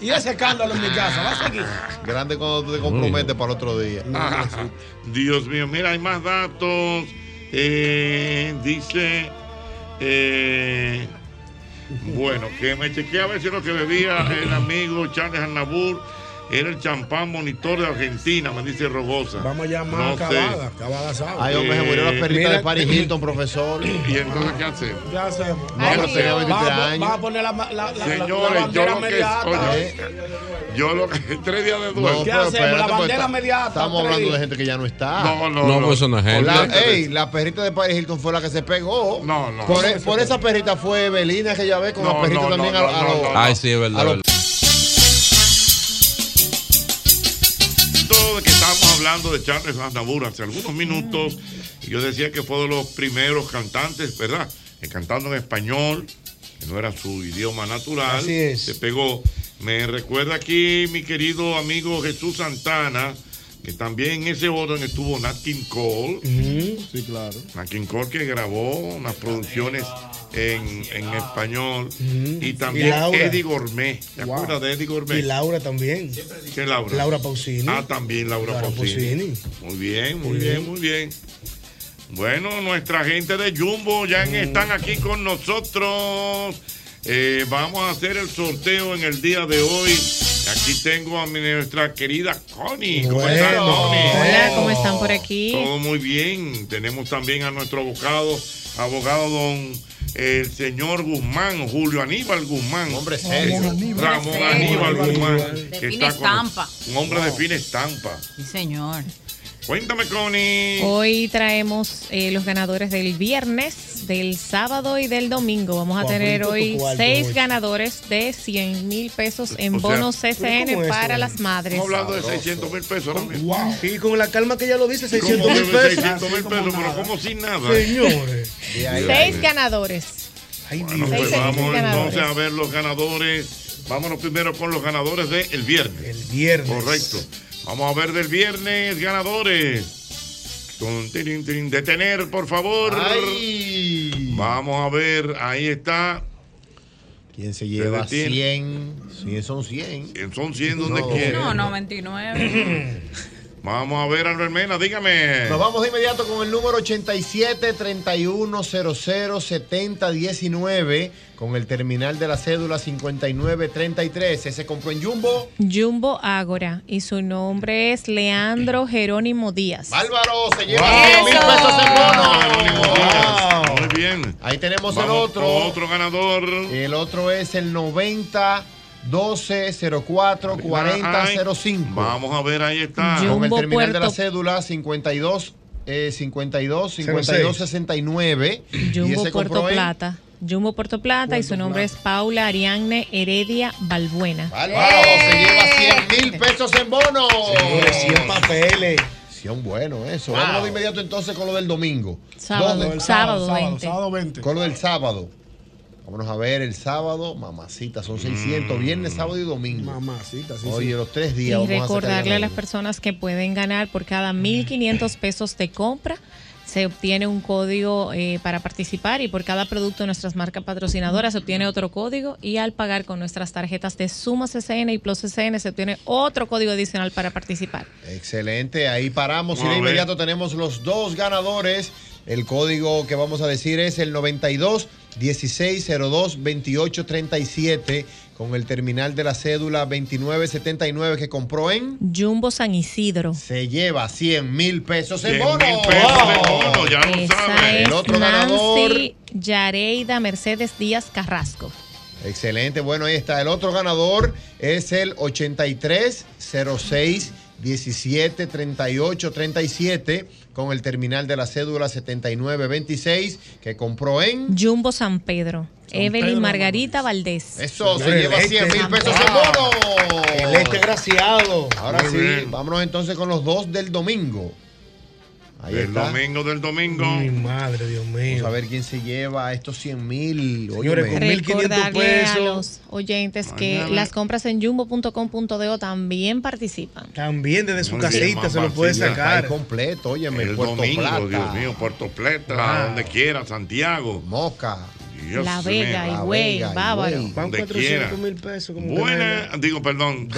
y ese escándalo en mi casa. Va a seguir.
Grande cuando te comprometes para el otro día.
Ah, Dios mío, mira, hay más datos. Eh, dice. eh, bueno, que me chequeé a ver si lo que bebía el amigo Charles Arnabur era el champán monitor de Argentina, me dice Robosa.
Vamos a llamar
No
a
sé.
Cavada. Cavada sabe.
Ay, hombre, se murió la perrita
Mira,
de Paris Hilton, profesor.
¿Y entonces qué hacemos?
¿Qué hacemos?
No, pero tenía 23
Vamos
años.
a poner la, la, la, la- la
Señores, yo
bandera
lo que.
media alta.
oye, yo lo que. Tres días de duelo.
Eh. No, pero espérate, porque está-
media alta,
Estamos
tres
hablando de
días.
gente que ya no está.
No, no, No, no. pues eso no es gente.
La, ey, la perrita de Paris Hilton fue la que se pegó.
No, no.
Por, e- por esa perrita fue Belina que ya ve con
No,
la perrita
no, no,
también
no,
a, a
no,
los.
no, no. Ay, sí, Ah, es verdad,
a los-
verdad.
Todo de que estábamos hablando de Charles Aznavour hace algunos minutos, y yo decía que fue de los primeros cantantes, ¿verdad? Que cantando en español, que no era su idioma natural,
Así es.
se pegó. Me recuerda aquí mi querido amigo Jesús Santana, que también en ese orden estuvo Nat King Cole.
Sí, claro.
Nat King Cole que grabó unas producciones en, en español. Y también
Y Laura.
Eddie Gourmet. ¿Te
Wow.
acuerdas de Eddie Gourmet?
Y Laura también.
¿Qué Laura?
Laura Pausini.
Ah, también Laura,
Laura
Pausini.
Pausini.
Muy bien, muy
Sí.
bien, muy bien. Bueno, nuestra gente de Jumbo
Mm.
ya en- están aquí con nosotros. Eh, vamos a hacer el sorteo en el día de hoy. Aquí tengo a mi- nuestra querida Connie. ¿Cómo estás,
Bueno.
Connie?
Hola, ¿cómo están por aquí?
Todo muy bien. Tenemos también a nuestro abogado, abogado don eh, el señor Guzmán, Julio Aníbal Guzmán. Hombre
serio.
Ramón
Hombre serio.
Aníbal Guzmán.
De
que
fina
está con-
estampa.
Un hombre de fina estampa.
Sí, señor.
Cuéntame, Connie.
Hoy traemos eh, los ganadores del viernes, del sábado y del domingo. Vamos a
Guau,
tener
bonito tu
hoy
cuarto,
seis
hoy.
ganadores de 100 mil pesos en
O sea,
bonos
¿pero
CCN
cómo es
para
eso?
las madres.
Estamos hablando de 600 mil pesos ahora mismo.
Y con la calma que ya lo dice, 600
¿Cómo
mil
debe
pesos.
600 mil pesos, pero como sin nada.
Señores.
Seis ganadores.
Bueno,
Seis
pues vamos
ganadores.
entonces a ver los ganadores. Vámonos primero con los ganadores del viernes. El
viernes.
Correcto. Vamos a ver del viernes ganadores. Tun, tirin, tirin. Detener, por favor. Vamos a ver, ahí está.
¿Quién se lleva?
detiene.
100. Sí, son 100.
Son 100 donde
No.
quiera.
No, no, 29.
Vamos a ver, Albert Mena,
Eh.
dígame.
Nos vamos de inmediato con el número 87 31 00 70 19 con el terminal de la cédula 5933. Ese compró en Jumbo.
Jumbo Ágora y su nombre es Leandro Jerónimo Díaz.
Álvaro se lleva
Wow.
100 mil pesos en
bono. Muy bien.
Ahí tenemos el
Vamos
otro.
con otro ganador.
El otro es el 90 12 04 40 05.
Vamos a ver, ahí está.
Con el terminal de la cédula 52 eh, 52 52 69 y
Jumbo
ese
Puerto
compró en-
Plata. Jumbo Puerto Plata y su nombre es Paula Arianne Heredia Balbuena.
Álvaro se lleva 100
Eh.
mil pesos en bono.
Señores,
100
papeles.
100 bueno eso.
Wow.
Vámonos de inmediato entonces con lo del domingo.
Sábado,
¿Dónde?
sábado, Sábado, sábado, 20. sábado
Con lo del sábado. Vámonos a ver el sábado, mamacita, son 600, viernes, sábado y domingo. Mamacita,
sí,
Oye,
sí.
los tres días.
Y
vamos a sacar
recordarle a
ganadores.
las personas que pueden ganar por cada 1.500 pesos de compra. Se obtiene un código eh, para participar y por cada producto de nuestras marcas patrocinadoras se obtiene otro código y al pagar con nuestras tarjetas de Suma CCN y Plus CCN se obtiene otro código adicional para participar.
Excelente, ahí paramos y
Vamos
de
a ver.
inmediato tenemos los dos ganadores. El código que vamos a decir es el 92 1602 2837 con el terminal de la cédula 2979 que compró en
Jumbo San Isidro.
se lleva 100 mil pesos en
100
bono.
mil pesos de bono, ya lo
Esa
sabes.
es
El otro ganador.
Nancy Yareida Mercedes Díaz Carrasco.
Excelente, bueno, ahí está. El otro ganador es el 8306 17 38 37 con el terminal de la cédula 7926 que compró en
Jumbo San Pedro. Evelyn Margarita Valdés.
Eso, Oh, se lleva 100 mil pesos en bono.
El este graciado.
Ahora
Muy
sí,
bien.
vámonos entonces con los dos del domingo. Ahí
Del
está.
domingo del domingo.
Mi madre, Dios mío.
Vamos a ver quién se lleva estos 100 mil.
Señores, con 1.500
Recordarle a
pesos.
los oyentes que
Mañana.
las compras en jumbo.com.do también participan.
También desde su
Muy bien,
casita se lo
mamacita.
puede sacar.
completo, oye,
El
Puerto
domingo,
Plata.
Dios mío, Puerto Plata,
Wow.
donde quiera, Santiago.
Moca.
La Vega, Higüey, Bávaro.
Van
Donde quiera.
400 mil pesos. Como que
Buena, digo, perdón.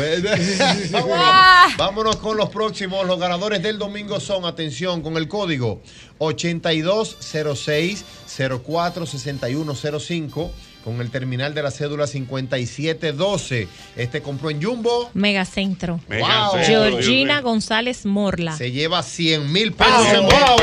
Vámonos, vámonos con los próximos. Los ganadores del domingo son, atención, con el código 8206-046105, con el terminal de la cédula 5712. Este compró en Jumbo.
Megacentro.
Megacentro, Dios
Georgina
mío.
González Morla.
Se lleva 100 mil pesos.
Wow,
wow,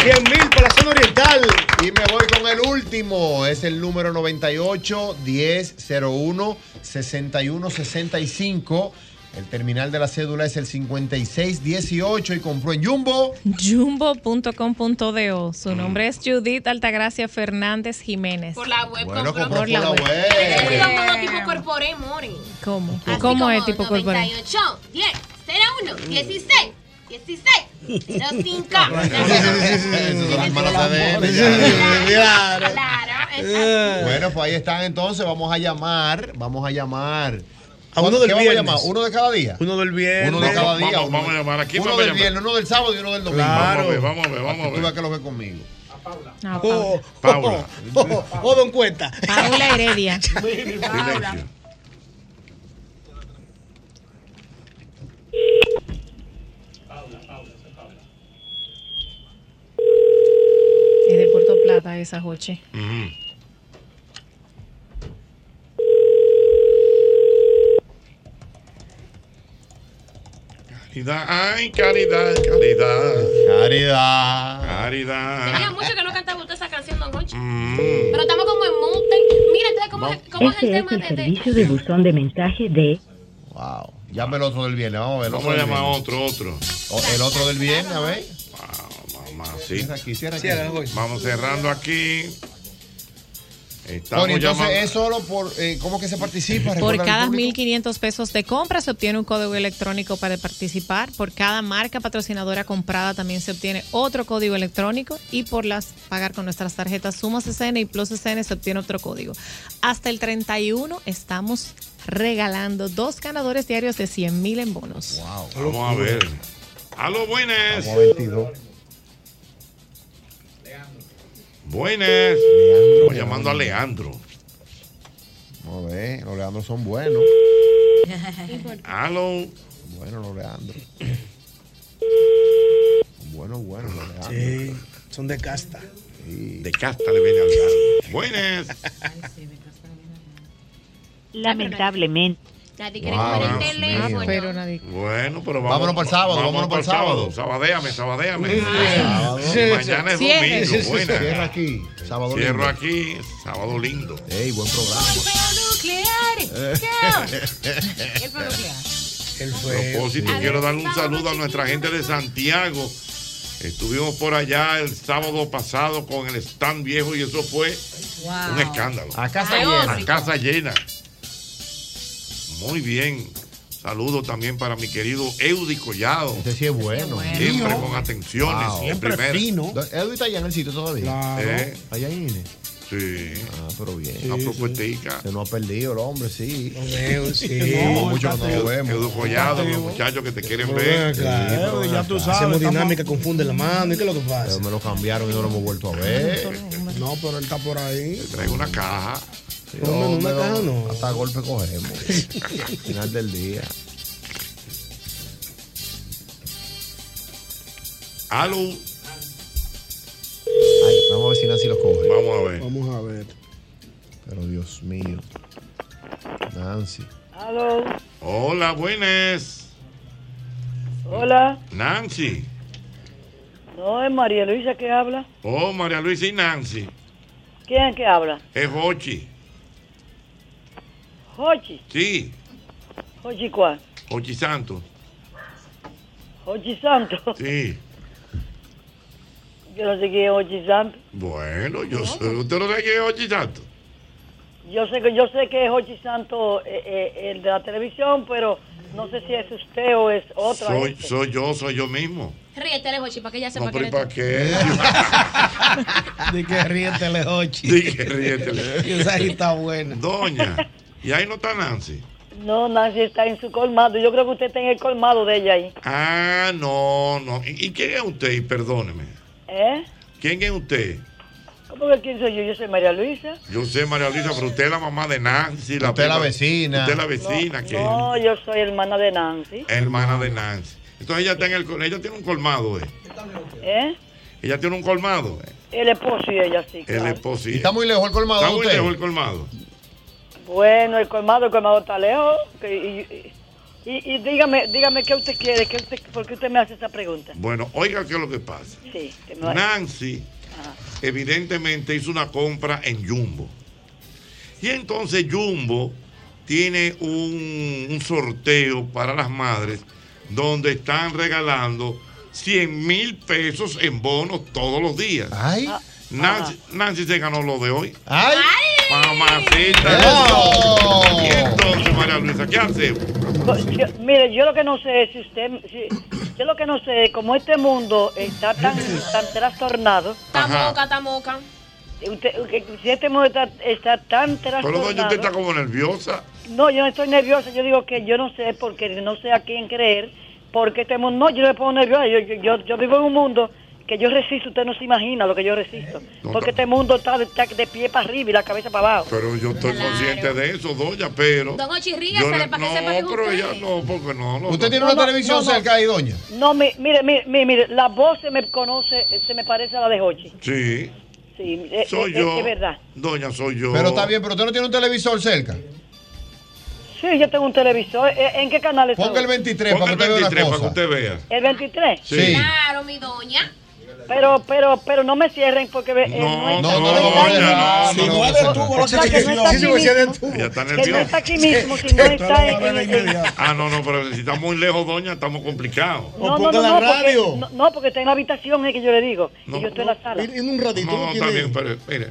100 mil para la zona oriental. Y me voy con el último. Es el número 98 1001 6165. El terminal de la cédula es el 5618 y compró en Jumbo.
Jumbo.com.do. Su nombre
Ah.
es Judith Altagracia Fernández Jiménez.
Por la web
Bueno,
compró.
compró por
la
la
web.
web.
Ese es un monotipo corporé, more.
¿Cómo?
Así
¿Cómo
como
es tipo corporal?
98, 10, 01, 16, 16, 05.
Esas son las malas ADN, ya. Bueno, pues ahí están entonces. Vamos a llamar. Vamos a llamar.
A uno del
¿Qué vamos a llamar?
viernes.
¿Uno de cada día?
Uno del viernes.
Uno de cada día.
Vamos,
uno-
vamos a llamar. ¿A quién
uno
vamos a
del
llamar?
viernes, uno del sábado y uno del domingo.
Vamos a ver, vamos a ver, vamos a
Tú
ver.
veas que lo ve conmigo.
Oh,
Paula.
oh, oh, oh, don cuenta.
Paula Heredia.
Silencio.
Es de Puerto Plata esa, Joche.
Caridad, ay, caridad, caridad.
Caridad.
Tenía
Caridad.
mucho que no cantaba usted esa canción, don Concho.
Mm.
Pero estamos como en mute. Mira, entonces, ¿cómo, es- cómo es el
Este es
tema
el
de, de-
servicio de buzón de mensaje de
Wow. Llame el otro del viernes. Vamos a ver. el
Vamos
otro
a
del
llamar a
viernes.
otro, otro.
O- el otro del viernes, a ver.
Sí.
aquí, cierra aquí.
Vamos cerrando aquí. Estamos
Bueno, entonces
llamando.
es solo por. eh, ¿Cómo que se participa?
Por
Recuerda al
cada
público.
1.500 pesos de compra se obtiene un código electrónico para participar. Por cada marca patrocinadora comprada también se obtiene otro código electrónico. Y por las pagar con nuestras tarjetas Suma CCN y Plus CCN se obtiene otro código. Hasta el 31 estamos regalando dos ganadores diarios de 100.000 mil en bonos.
Vamos a ver. Aló, buenas.
Vamos a 22.
Buenas. Estamos llamando a Leandro.
Vamos a ver. Eh, Los Leandros son buenos.
Aló.
Bueno, los Leandros. Bueno, bueno, los Leandros.
Sí, son de casta.
De casta le viene a Leandro. Buenas.
lamentablemente.
Nadie
quiere Wow, coger el Dios teléfono. mío.
pero nadie.
Bueno, pero vamos.
Vámonos para el sábado,
vamos
vámonos para el sábado.
Sabadéame, sabadéame.
Sí,
Mañana es
sí, sí.
domingo. Buenas.
Cierra aquí. Sábado
Cierro
libre.
aquí, sábado lindo.
Ey, buen programa.
Eh.
nuclear.
El propósito,
Sí.
quiero darle un saludo a nuestra gente de Santiago. Estuvimos por allá el sábado pasado con el stand viejo y eso fue un escándalo.
Ah. A casa Ay, llena.
A casa llena. Muy bien. Saludo también para mi querido Eudy Collado.
Este sí es bueno.
Siempre con atenciones.
Wow.
Siempre
fino. Edwin está allá en el sitio todavía.
Claro.
¿Eh? Allá en Ine.
Sí.
Ah, pero bien.
Una propuestica.
Se nos ha perdido el hombre, sí. Lo
veo, sí.
No, mucho que no
Edu-
lo vemos.
Edu Collado, los muchachos que te quieren
Bueno,
ver.
claro. Hacemos dinámica, confunde la mano. ¿Y qué es lo que pasa?
Pero me lo cambiaron y no lo hemos vuelto a ver.
No, pero él está por ahí.
Traigo una caja.
No, no,
Pero
no, no, no.
Hasta golpe cogemos. Final del día.
Aló.
Ay, vamos a ver si Nancy lo coge.
Vamos a ver.
Vamos a ver.
Pero Dios mío. Nancy.
Aló,
Hola, buenas.
hola.
Nancy.
No, es María Luisa que habla.
Oh, María Luisa y Nancy.
¿Quién es que habla?
Es Hochi.
Jochi.
Sí,
Jochi cuál?
Hochi Santos.
Jochi Santo.
Sí.
Yo no sé quién es Jochi Santo.
Bueno, yo soy. ¿Usted no sabe quién es Hochi Santos?
Yo sé que yo sé que es Jochi Santo eh, eh, el de la televisión, pero No sé si es usted o es otra.
Soy, soy yo, soy yo mismo.
Ríete, Jochi, para que ella sepa
No,
que
pero ¿y
eres
para
tú.
qué?
Di que ríetele, Ochi.
Di que ríetele.
Y esa ahí está buena.
Doña, y ahí no está Nancy.
No, Nancy está en su colmado. Yo creo que usted está en el colmado de ella ahí.
Ah, no, no. ¿Y, y quién es usted? Y perdóneme.
¿Eh?
¿Quién es usted?
¿Cómo que quién soy yo? Yo soy María Luisa.
Yo sé, María Luisa, pero usted es la mamá de Nancy. La
Usted es la
prima-
vecina.
Usted es la vecina, que
No, yo soy hermana de Nancy.
es hermana de Nancy. Entonces ella está en el col- ella tiene un colmado, eh.
¿Eh?
Ella tiene un colmado, eh.
El esposo y ella sí.
El esposo. y-
Está muy lejos el colmado.
Está
de
muy
usted.
lejos el colmado.
Bueno, el colmado, el colmado está lejos. que- Y, y- y- y dígame, dígame qué usted quiere, qué usted, ¿por qué usted me hace esa pregunta?
Bueno, oiga qué es lo que pasa.
Sí, que me Ah. va-
Nancy evidentemente hizo una compra en Jumbo. Y entonces Jumbo tiene un, un sorteo para las madres donde están regalando 100 mil pesos en bonos todos los días. Nancy, Nancy se ganó lo de hoy.
¡Ay!
¡Mamacita! Y entonces, María Luisa, ¿qué hacemos?
Yo- mire, yo lo que no sé es si usted, si- yo lo que no sé, es como este mundo está tan, tan trastornado.
Está moca, está moca.
Usted, si este mundo está, está tan
Pero doña,
trastornado.
usted está como nerviosa.
No, yo no estoy nerviosa. Yo digo que yo no sé porque no sé a quién creer. Porque este mundo, no, yo no me pongo nerviosa. Yo, yo, yo, yo vivo en un mundo que yo resisto. Usted no se imagina lo que yo resisto. Porque este mundo está, de- está de pie para arriba y la cabeza para abajo.
Pero yo estoy consciente de eso, doña, pero...
Don Ochi,
Yo
ríasele
no-
para que
no,
sepa que es
pero
usted.
ella no, porque no. no,
Usted
no.
tiene una televisión cerca ahí, doña.
No, mi- mire, mire, mire, mire, la voz se me conoce, se me parece a la de Hochi.
Sí,
Sí, eh,
soy
eh,
yo.
Es verdad.
Doña, soy yo.
Pero está bien, pero usted no tiene un televisor cerca.
Sí, yo tengo un televisor. Eh, ¿En qué canal está?
Ponga el 23 para que usted vea una cosa.
para que usted vea.
¿El 23?
Sí.
Claro, mi doña.
Pero, pero, pero no me cierren porque... eh,
No, no,
es- no,
no, no, no, no, no.
O sea, que no está aquí mismo.
Ella está
Que no está
nerviosa.
aquí mismo, si no está en- en- en-
Ah, no, no, pero si está muy lejos, doña, estamos complicados.
No, no, no, no, porque, no, no, porque está en la habitación, es que yo le digo. y yo estoy en la sala. En un ratito.
No, está bien, pero mire.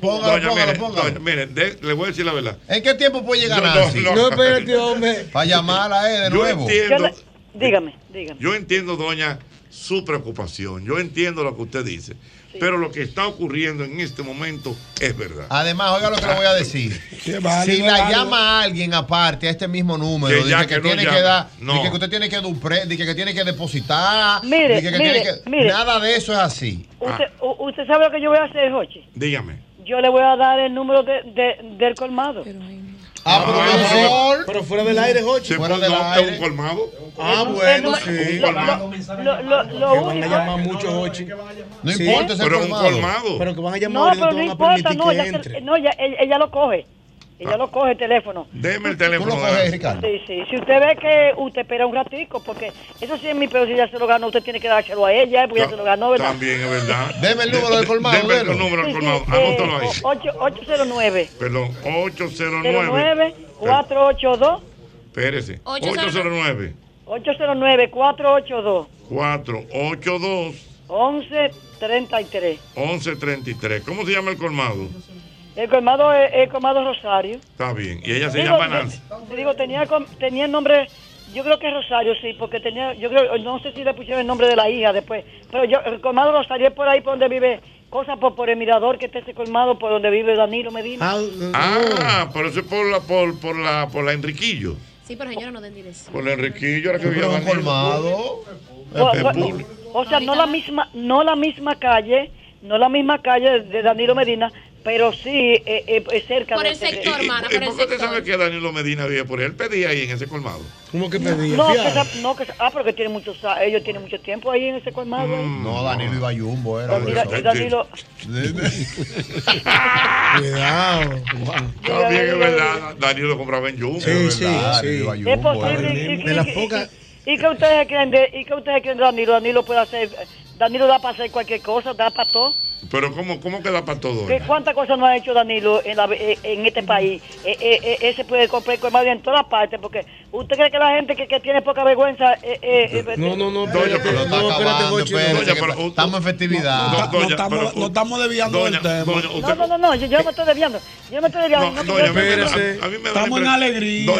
Póngalo,
doña,
póngalo,
mire,
póngalo.
doña, mire, de- le voy a decir la verdad.
¿En qué tiempo puede llegar
No, no,
Nancy?
no. No, espérate,
hombre. Para llamarla, eh, de
Yo
nuevo.
entiendo,
Dígame, dígame.
yo entiendo, doña, su preocupación. Yo entiendo lo que usted dice. Pero lo que está ocurriendo en este momento es verdad.
Además, oiga lo que le voy a decir. si la llama a alguien aparte a este mismo número,
Que ya
dice que,
que no
tiene
llama.
que dar,
No.
dice que usted tiene que dupre, dice que tiene que depositar,
Mire,
dice que
mire,
tiene que-
mire.
nada de eso es así.
Usted, u- usted sabe lo que yo voy a hacer, Jochi.
Ah, Dígame.
Yo le voy a dar el número de, de- del colmado.
Ah,
pero, pero fuera del aire, Jochi.
Se
Fuera del
aire. un colmado.
Eh,
Ah, bueno, sí.
Lo, lo- lo
que van a
único-
llamar mucho, Ochi.
No
importa, es el Pero un colmado. colmado.
Pero que van a llamar
No,
ahorita,
pero no
van a permitir
importa, no,
que
ya se-
entre. Ah.
no, ya- ella, ella lo coge. Ella lo coge el teléfono.
Deme el teléfono.
coges,
de Nancy.
Sí, sí. Si usted ve que usted espera un ratico, porque eso sí es mi pero si ya se lo ganó, usted tiene que dárselo a ella, porque ya se lo ganó, ¿verdad?
También es verdad.
Deme el número del colmado,
Deme el
delo.
número
Sí,
del
sí,
colmado.
eh,
Anótalo ahí.
o- ocho- 809
Perdón, 809.
09 482
Espérese.
809.
809.
809 482
482
1133.
1133. ¿Cómo se llama el colmado?
El colmado es el colmado Rosario.
Está bien. Y ella se
Digo,
llama
de-
Nancy.
te digo, tenía, com- tenía el nombre, yo creo que es Rosario, sí, porque tenía, yo creo, no sé si le pusieron el nombre de la hija después, pero yo, el colmado Rosario es por ahí, por donde vive, cosas por, por el mirador que está ese colmado, por donde vive Danilo Medina.
Ah, pero eso es por la, por, por la, por la Enriquillo.
Sí, pero señora, no den dirección.
Por la Enriquillo, ahora que
Pero
vive
un
Danilo.
colmado.
O,
Es público.
o- o sea, no la misma, no la misma calle, no la misma calle de Danilo Medina, pero sí eh, eh, eh, cerca
Por
de-
el
de-
sector,
de-
hermana,
¿Y por qué usted sabe que Danilo Medina vive por ahí? Él pedía ahí en ese colmado.
¿Cómo que
Eh,
pedía?
No, que esa- no, que esa- ah, porque tiene muchos, a- ellos tienen mucho tiempo ahí en ese colmado. ahí.
Mm, No, Danilo iba a Jumbo, era.
Mira,
profesor.
Danilo,
Cuidado.
Está bien, es verdad. Danilo compraba en Jumbo.
Sí,
es
sí,
verdad.
sí.
Danilo iba a
Es
Jumbo,
posible.
eh.
y- y-
De las
y-
pocas-
y, y que ustedes creen de, y que ustedes creen de Danilo, Danilo puede hacer, Danilo da para hacer cualquier cosa, da para todo.
Pero ¿cómo, cómo queda para todo?
¿Qué- ¿Cuántas cosas no eh, ha hecho Danilo en, la- eh, en este país? Eh, eh, eh, ese puede comprar el colmado en todas partes, porque ¿Usted cree que la gente que, que tiene poca vergüenza... eh, eh, eh,
No, no, no.
Doña, pero está
no, espérate,
acabando,
Gochi, no.
espérate,
Doña,
que
pero-
estamos en festividad.
No, no, no
estamos- no estamos desviando del tema.
No, no, no, no, yo, yo me estoy desviando. Yo me estoy desviando. no, que yo-
Estamos en alegría.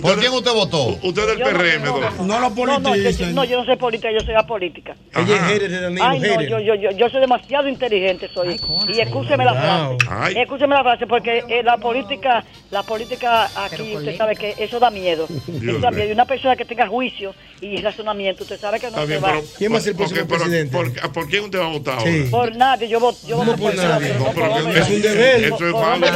¿Por quién usted votó?
Usted del PRM, doña.
No lo
No, no, yo,
politicen.
yo- no, yo no soy política, yo soy apolítica.
Ella es hater de Danilo,
Ay, no,
hater.
yo, yo, yo, yo soy demasiado inteligente, soy. y escúcheme la frase.
Wow.
Ay.
Escúcheme la frase, porque eh, la política, la política aquí, usted sabe que eso da miedo.
Dios
eso da
mío.
miedo. Y una persona que tenga juicio y razonamiento, usted sabe que no
Está bien,
se va.
pero. ok, pero ¿por, ¿Por, qué usted va a votar ahora?
Por nadie, yo voto, yo voto por nadie.
Pues, No, pero que-
hombre,
eso-
no, por
Eso
hombre, no,
es falso.
por hombre.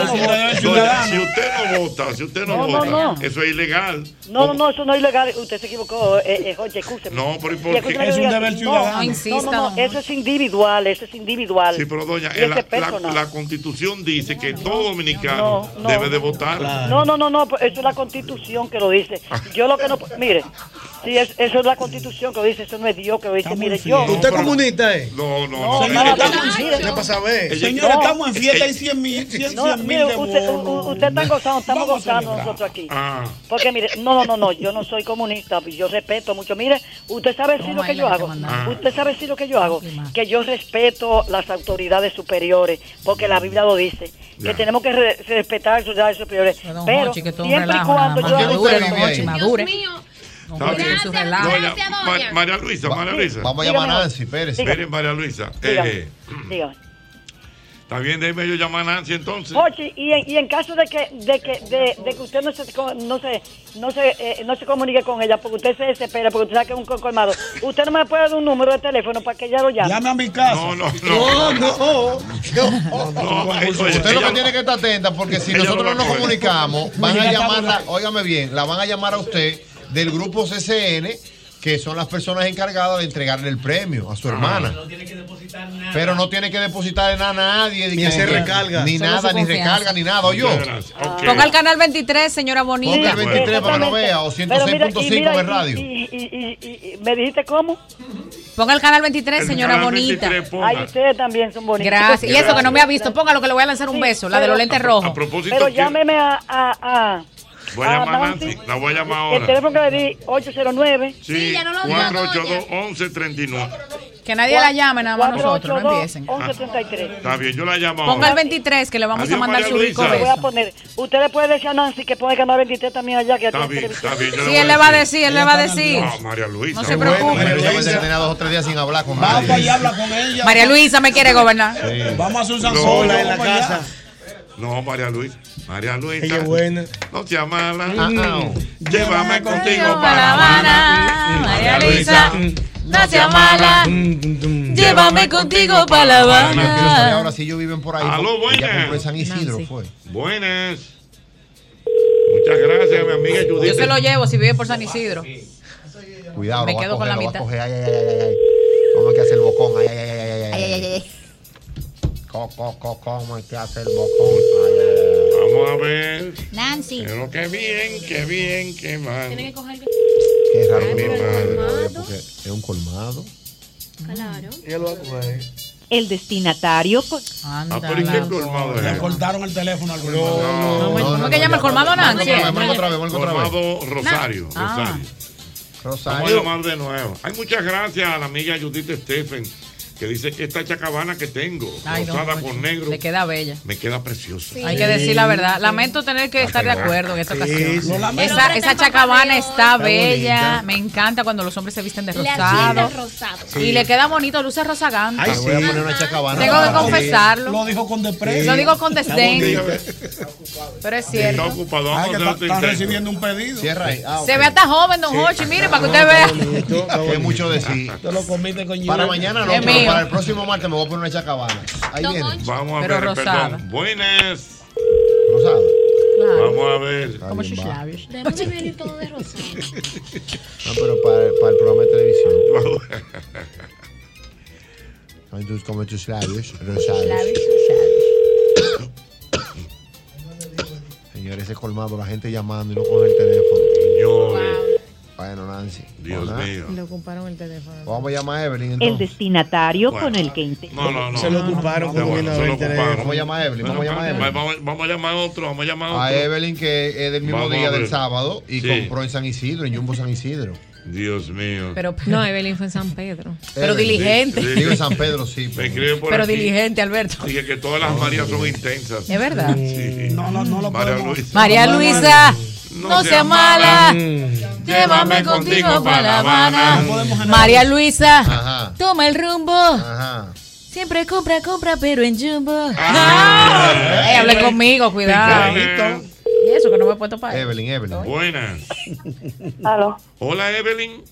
Doña, Si usted no vota, si usted no,
No, no,
vota,
no.
eso es ilegal.
No, no, no, eso no es ilegal. Usted se equivocó, eh, eh, oye, escúcheme.
No, pero ¿y por
Y escúcheme
qué?
lo que digo, No, no, no, no, eso es individual, eso es individual.
Sí, pero doña,
Y eso
la,
es
la-
personal.
la constitución dice que todo dominicano
No, no.
debe de votar.
No, no, no, no, pues eso es la constitución que lo dice. Yo lo que no. Mire, si es, eso es la constitución que lo dice, eso no es Dios que lo dice. Mire, yo.
¿Usted es comunista, eh?
No, no,
No,
Señora,
no,
estamos en
no,
fiesta.
no.
Ya para saber.
Ella-
Señora,
No.
estamos en fiesta
Hay 100 mil, 100
No,
mil
mire,
de
usted, u-
bonos.
u- usted está gozando, estamos gozando nosotros aquí.
Ah.
Porque mire, no, no, no, no, yo no soy comunista, yo respeto mucho. Mire, usted sabe si lo que yo hago.
mandaron.
Usted sabe si lo que yo hago. Que yo respeto las autoridades superiores, porque la Biblia lo dice. Que
Ya.
tenemos que re- respetar las autoridades superiores.
Don
Pero
Jochi, que todo un
siempre y
relajo, nada
cuando
más.
yo
Madure,
hago-
don Jochi, madure.
Está bien.
Gracias,
Doña,
gracias,
Ma-
doña.
María Luisa, María Luisa.
Vamos a llamar a Nancy, Pérez.
Miren, María Luisa. eh,
Dígame.
Está bien, déjeme yo llamar a Nancy entonces.
Jochi, y en, y en caso de que de que de, de que usted no se co- no se no se eh, no se comunique con ella porque usted se desespera porque usted sabe que es un co- colmado usted no me puede dar un número de teléfono para que ella lo llame
llame a mi casa
no no
No, no. Usted
ella
lo que
no-
tiene que estar atenta porque si
Ella no
nosotros
va a
no nos
coger.
comunicamos, van a
Ella está
llamarla, óigame bien, la van a llamar a usted del grupo CCN, que son las personas encargadas de entregarle el premio
Ah.
a su hermana. Pero no tiene que depositar nada a nadie.
Ni
como
hacer
que-
recarga.
Ni
Solo
nada,
su
ni
confianza.
recarga, ni nada. yo
Muchas gracias.
Ponga el canal 23, señora Bonilla.
Ponga el 23 para que lo vea, o
eh, Pero mira, y
106.5
mira,
de
y-
radio.
y- y- y- y- y- me dijiste cómo
Ponga el canal 23,
El
señora
canal
bonita.
23, ponga. Ay, ustedes también son bonitas.
Gracias. Y eso que no me ha
Gracias.
visto, póngalo que le voy a lanzar un
Sí,
beso, la de
pero-
los lentes rojos.
A propósito,
pero
quiero-
llámeme a, a, a-
voy a llamar a
a
Nancy. La voy a llamar
el
ahora.
teléfono que le di 809
Sí, 482-1139.
Que nadie la llame, nada más nosotros, no
482,
empiecen.
1133.
Está bien, yo la llamo
Ponga
ahora.
el 23, que le vamos a
Adiós,
mandar
María
su rico
Luisa.
Le voy a
beso.
poner. Usted le puede decir a Nancy que ponga el canal 23 también allá. Que
Está
tiene
bien,
televisión.
está bien. yo
Sí,
le
él
voy
le
a
va a
decir.
decir, él le va a decir.
No, María Luisa.
No se preocupe.
Pero ya pensé que tenía dos o tres días sin hablar con nadie.
Vamos y habla con ella.
María Luisa me quiere gobernar.
Vamos a hacer un
No,
zanzón
no,
vamos
María.
allá.
No, María Luisa. María Luisa.
Ella es buena.
No seas mala.
Ah, ah.
Llévame contigo
para
para
La
La
Habana,
Habana.
María Luisa, no sea mala. Llévame contigo para La
Quiero saber
Habana.
ahora si ellos viven por ahí.
Aló,
porque ya
buenas.
compró en San Isidro fue.
pues. Buenas. Muchas gracias, mi amiga Judith.
Yo se lo llevo si vive por San Isidro.
Cuidado,
Me
lo va a
quedo
coger,
con la
lo va a
mitad.
coger. Ay, ay, ay, ay, ay. ¿Cómo es que hace el bocón? Ay, ay, ay, ay, ay, ay.
Ay, ay, ay,
Co, co, co, ¿Cómo es que hace el bocón? Ay, ay, ay, ay.
Vamos a ver.
Nancy.
Pero qué bien, qué bien, qué mal.
Tiene que coger.
Qué raro.
Ay,
que
mi
no
madre.
puede, porque Es un colmado.
Claro.
Ella lo va a coger.
El destinatario.
Ah, pero ¿y qué colmado es?
Le cortaron el teléfono al colmado.
¿Cómo es que llama el colmado Nancy?
Ah,
Colmado Rosario.
Ah.
Ah.
Rosario. Vamos a
Rosario.
llamar de nuevo. Hay muchas gracias a la amiga Judith Stephen, que dice que esta chacabana que tengo,
Ay, don
rosada
Jochi,
con negro,
Le queda bella.
me queda preciosa.
Hay que decir la verdad. Lamento tener que estar de acuerdo en esta
Sí,
ocasión.
sí. Lo lamento.
Esa,
Pero
esa chacabana está
Está
bella.
bonita.
Me encanta cuando los hombres se visten de
Le
rosado.
asignan rosado.
Y le queda bonito, luce rozagante.
Ay, voy a poner una chacabana.
Tengo que confesarlo.
Lo dijo con desprecio.
Lo digo con desdén,
Está
pero es cierto.
ocupado.
Ay, que
Vamos
está-
a hacer
están
otro intento.
recibiendo un pedido.
Cierra ahí. Ah,
Se
ok.
ve hasta joven, don Hochi. Mire, para que usted vea.
Hay mucho de sí.
Te lo comiste con
Para
hielo.
mañana no,
Es
pero
mío.
para el próximo martes me voy a poner una chacabana. Ahí
Don
viene.
Hochi.
Vamos a
Pero
ver,
rosada.
perdón. Buenas.
Rosado.
Vamos a ver.
Está bien, va.
labios.
Debemos de venir todo de rosado.
No, pero para, para el programa de televisión. Ay, tú como tus labios rosados. Señores, ese colmado, la gente llamando y no coge el teléfono.
Señores,
Bueno, Nancy.
Dios
Ajá.
mío.
Le ocuparon el teléfono.
Vamos a llamar a Evelyn.
El
Entonces.
destinatario
Bueno.
con el que inte-
No, no, no.
Se lo ocuparon
Ya,
como
bueno,
vino
se lo
el teléfono.
ocuparon.
Vamos a llamar a Evelyn, vamos a llamar a Evelyn.
Vamos, vamos a llamar a otro, vamos a llamar a otro.
A Evelyn, que es del mismo
Vamos a
día
ver.
del sábado, y
Sí.
compró en San Isidro, en Jumbo San Isidro.
Dios mío.
Pero, no, Evelyn fue en San Pedro.
Pero
diligente.
Sí, sí.
Digo en San Pedro, sí.
Me escribe por
Pero
aquí.
diligente, Alberto.
Dije que todas las Marías son intensas.
¿Es verdad?
Sí. No, no, no lo María Luisa.
María Luisa, no, sea mala. Mm,
Llévame
Llévame
contigo
contigo
pa'
para
La
La Habana.
Habana.
María Luisa,
Ajá.
toma el rumbo.
Ajá.
Siempre compra, compra, pero en Jumbo. Ah, eh, hable conmigo, cuidado. Y eso que no me he puesto para
Evelyn, Evelyn.
Buenas.
Aló.
Hola, Evelyn.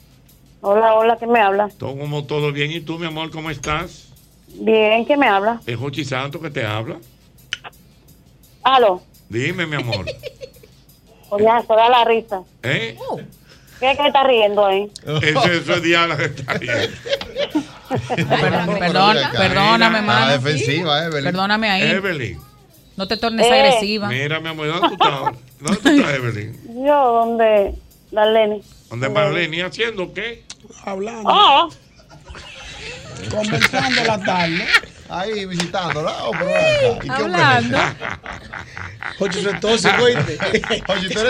Hola, hola, ¿quién me habla?
¿Todo, como todo bien? ¿Y tú, mi amor, cómo estás?
Bien, ¿quién me habla?
Es Jochi Santo que te habla.
Aló.
Dime, mi amor.
Coñazo, da la risa.
¿Eh?
¿Qué es que está riendo ahí?
Eso, eso es Diana que está ahí.
Pero mira
Perdón,
acá.
perdóname,
Ah,
mano.
defensiva, Evelyn.
Perdóname ahí.
Evelyn.
No te tornes
Eh.
agresiva.
Mira, mi amor, ¿dónde tú estás? ahora? ¿Dónde tú estás, Evelyn?
Yo, ¿dónde? Darlene.
Oh.
¿Dónde Marlene? ¿Y haciendo qué?
Hablando.
Oh,
Conversando la tarde.
Ahí visitándola. oh,
Hablando.
Oye, eso es tóxico, oíste.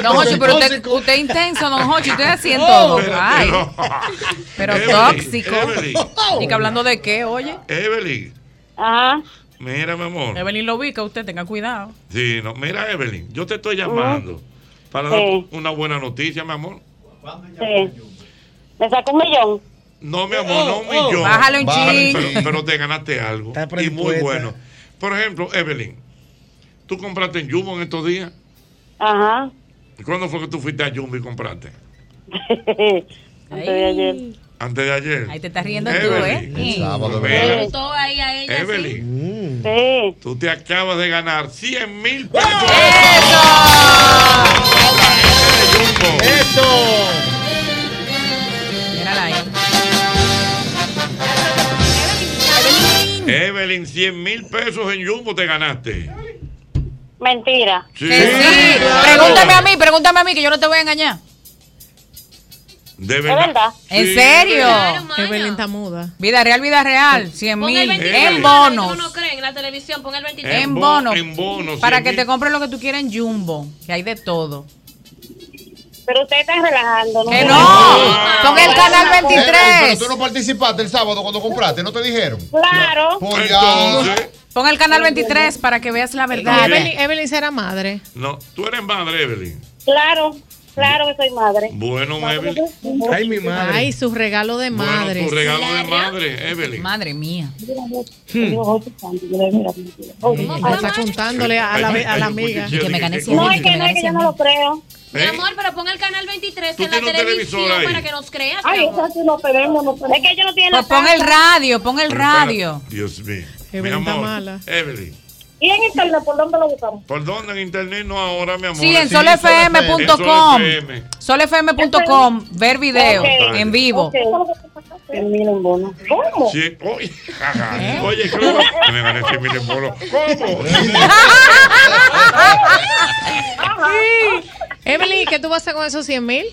Don Hochi, pero usted, usted es intenso, don Hochi, usted así
Oh,
en todo. Ay, pero tóxico.
Evelyn.
Y que hablando de qué, oye.
Evelyn.
Ajá.
Mira, mi amor.
Evelyn lo ubica, usted tenga cuidado.
Sí, no. Mira, Evelyn, yo te estoy llamando
Ah.
para dar
Sí.
una buena noticia, mi amor.
sí. ¿Me sacó un millón?
No, mi amor, no un
oh.
millón.
Bájale un
Bájale,
chin.
Pero, pero te ganaste algo. Y muy
predispuesta.
bueno. Por ejemplo, Evelyn, ¿tú compraste en Jumbo en estos días?
Ajá.
¿Y cuándo fue que tú fuiste a Jumbo y compraste?
Antes de ayer.
Antes de ayer.
Ahí te estás riendo
Evelyn.
tú, ¿eh?
Sábado,
Le
Evelyn.
gustó ahí a ella,
Evelyn,
Sí.
tú te acabas de ganar 100 mil pesos.
¡Eso!
Mírala ahí.
Evelyn, 100 mil pesos en Jumbo te ganaste.
Mentira.
Sí.
Sí, Pregúntame a mí, pregúntame a mí, que yo no te voy a engañar.
De verdad.
¿En
Sí.
serio?
Evelyn está muda.
Vida real, vida real. 100
Pon
mil.
el 23,
En
que uno
bonos.
no cree en la televisión, pon el 23.
En bonos.
en bonos,
Para
100
que te
mil.
compres lo que tú quieras en Jumbo. Que hay de todo.
Pero usted está relajando, ¿no?
Que no.
Ah.
Con el canal
Evelyn,
23.
Oh. pero tú no participaste el sábado cuando compraste, ¿no te dijeron?
Claro.
Pues ya.
Pon el canal 23 para que veas la verdad.
Evelyn-
será madre.
No, tú eres madre, Evelyn.
Claro, claro que soy madre.
Bueno, Evelyn.
Ay, mi madre. Ay, su regalo de madre.
Tu regalo de madre, Evelyn.
Madre mía.
Ella Está contándole a la, a la amiga.
Que me gané
No, es que no, es que yo no lo creo.
Mi amor, pero pon el canal 23
Tú
en la
tienes un televisor
televisión
ahí.
para que nos creas. mi
Ay,
amor.
eso sí no tenemos, no tenemos. Es que yo no tiene la
Pues pon el radio, pon el
Pero espérate,
radio.
Dios mío. Mi
Evelyn está
amor,
mala.
Evelyn.
¿Y en internet por dónde lo buscamos?
¿Por dónde en internet? No ahora, mi amor.
Sí, en
En
solfm.com.
solfm.
Solfm.com, ver video
Ok.
en vivo.
¿Cómo?
Sí, oh, oye,
¿Eh?
ajá. oye, ¿cómo? Me gané 100 mil en bonos. ¿Cómo?
Sí. Emily, ¿qué tú vas a hacer con esos 100 mil?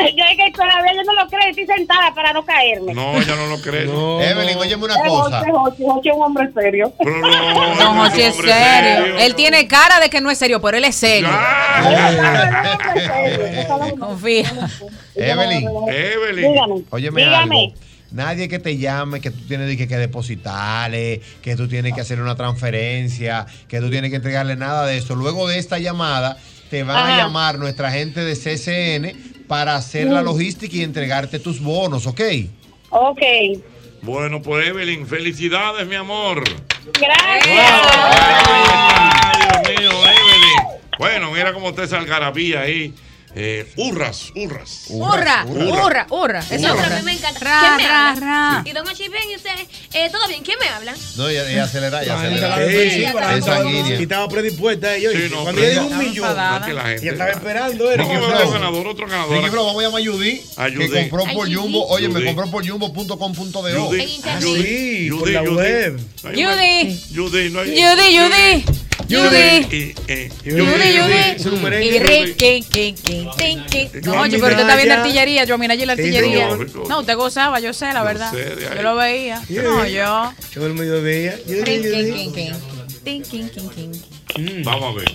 Yo es que todavía yo no lo creo, estoy sentada para no caerme.
No, ya no lo creo.
Evelyn, óyeme una
Es
cosa.
Jorge, Jorge, Jorge es un hombre serio.
Don José es serio. Él tiene cara de que no es serio, pero él es serio. Confía.
Evelyn.
Evelyn.
Dígame.
Óyeme
Dígame.
algo. Nadie que te llame, que tú tienes de que, que depositarle, que tú tienes que hacer una transferencia, que tú tienes que entregarle nada de eso. Luego de esta llamada, te van a
Ajá.
llamar nuestra gente de CCN para hacer la
Mm.
logística y entregarte tus bonos, ¿ok?
Ok.
Bueno, pues Evelyn, felicidades, mi amor. Dios mío, Evelyn. Bueno, mira cómo está esa algarabía ahí. Eh, hurras, hurras.
Hurra, hurra, hurra.
Otra,
Eso es
a mí
hurra.
me encanta.
Ra,
¿Quién me
ra,
habla?
ra.
Y don Ochi, ven y usted, eh, ¿todo bien? ¿Quién me habla?
No, ella, ella acelera, ella acelera.
Sí, sí, para-
es sanguínea.
y estaba predispuesta ella. oíste.
Sí, no,
Cuando ella dijo un
estaba
millón, ya
enfadada. Es que la gente-
estaba esperando. era.
Ricky Flow. Ricky Flow, vamos a llamar a Judy,
A
que
Judy.
compró por
Ay,
Jumbo.
Judy.
Oye, me
Judy.
compró por jumbo.com.do.
Judy,
Ah,
Judy,
sí,
Judy,
por la
Judy.
web.
Ay,
Judy.
Judy, no hay-
Judy, Judy. Judy.
Eh,
Judy, Judy.
Superé,
Y rin, quin, quin, quin, tin, quin. No, oye, pero usted está viendo artillería. Yo, mira allí la
Sí,
artillería.
señor.
No, usted gozaba, yo sé, la verdad.
sé, de ahí.
Yo lo veía.
Sí.
No, yo.
Yo el mediodía. Yo-
Rin, quin, quin, quin. Tin, quin, quin, quin.
Mm, Vamos a ver.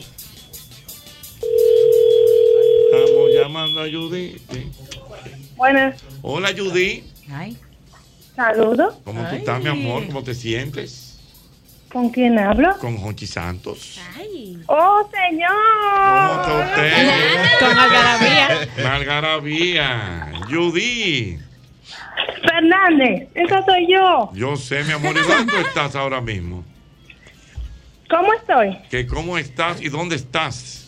Estamos llamando a Judy.
Buenas.
Hola, Judy.
Saludos.
¿Cómo tú estás, mi amor? ¿Cómo te sientes?
¿Con quién hablo?
Con Jochi Santos.
¡Oh, señor!
¿Cómo está usted?
Con algarabía.
La algarabía. Judy.
Fernández, esa soy yo.
Yo sé, mi amor, ¿y dónde estás ahora mismo?
¿Cómo estoy?
¿Que ¿Cómo estás y dónde estás?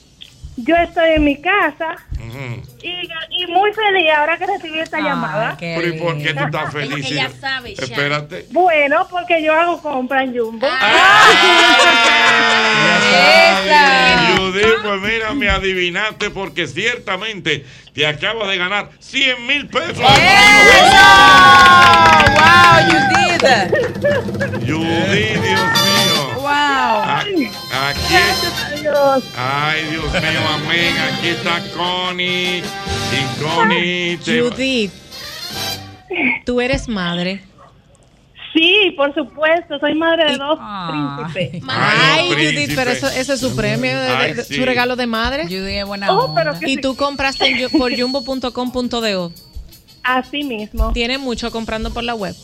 Yo estoy en mi casa
Ujú.
y, y muy feliz ahora que recibí esta llamada.
Pero ¿y por qué tú estás feliz?
Ella sabe ya.
Espérate.
Bueno, porque yo hago compra en Jumbo.
Ah.
Judy, pues mira, me adivinaste porque ciertamente te acabas de ganar 100 mil pesos.
Wow, you did it.
Judy, Dios mío.
Wow.
Aquí. Ay, Dios mío, amén. Aquí está Connie. Y Connie te va-
Judith, tú eres madre.
Sí, por supuesto, soy madre de dos
príncipes.
Ay,
Ah. Ay,
príncipe.
Judith, pero eso, ese es su premio, de- de-
Ay,
de-
sí.
su regalo de madre.
Judith es buena
Oh,
onda.
Y tú compraste en Ju- por jumbo.com.do.
Así mismo.
Tiene mucho comprando por la web.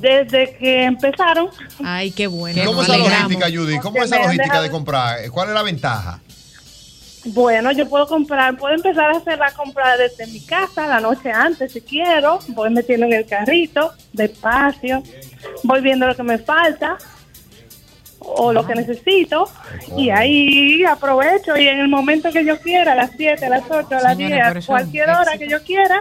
Desde que empezaron.
Ay, qué bueno.
¿Cómo es
Nos
la
alegramos.
logística, Judy? ¿Cómo es esa
me han
logística
dejado-
de comprar? ¿Cuál es la ventaja?
Bueno, yo puedo comprar, puedo empezar a hacer la compra desde mi casa la noche antes si quiero. Voy metiendo en el carrito, despacio. Voy viendo lo que me falta o lo que necesito. Y ahí aprovecho y en el momento que yo quiera, a las 7, a las 8, a las
Señora,
10,
pero
a
eso es un
cualquier hora que yo quiera,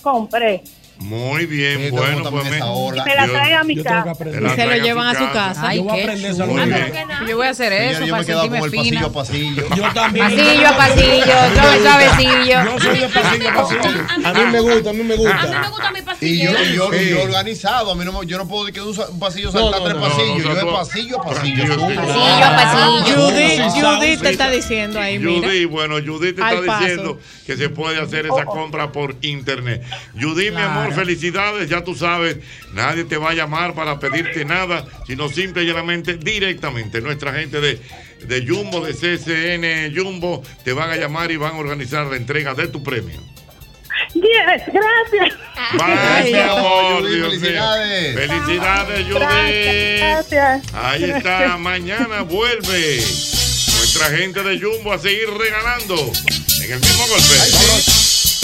compré.
Muy bien, bueno, pues me,
Y me la trae a mi casa.
Te
Y
la
se lo
traen
llevan a su casa.
Ay, qué chulo.
Muy bien.
Yo voy a hacer
Señora,
eso
yo me
para
he quedado
sentirme
con el
fina.
pasillo a pasillo.
Yo también.
Pasillo a pasillo, suave, suavecillo.
Yo soy de pasillo a pasillo. A mí me gusta, a mí me gusta.
Y yo, y yo, y yo
Sí.
organizado, a mí no, me- yo no puedo que de un, sa- un pasillo
No,
saltar
no,
tres
no.
pasillos,
No, no,
yo
no.
de pasillo a pasillo. subo.
Judith,
Sí,
Judith
sí,
te está diciendo ahí, mira.
Judy, bueno, Judy te
Al
está
paso.
diciendo que se puede hacer esa compra por internet. Judy, mi
Claro.
amor, felicidades, ya tú sabes, nadie te va a llamar para pedirte nada, sino simple y llanamente directamente. Nuestra gente de, de Jumbo, de CCN Jumbo, te van a llamar y van a organizar la entrega de tu premio.
Yes, gracias.
Bye, mi amor,
Judy,
Dios mío.
felicidades.
Felicidades, Judy.
Gracias.
Ahí está, mañana vuelve nuestra gente de Jumbo a seguir regalando en el mismo golpe.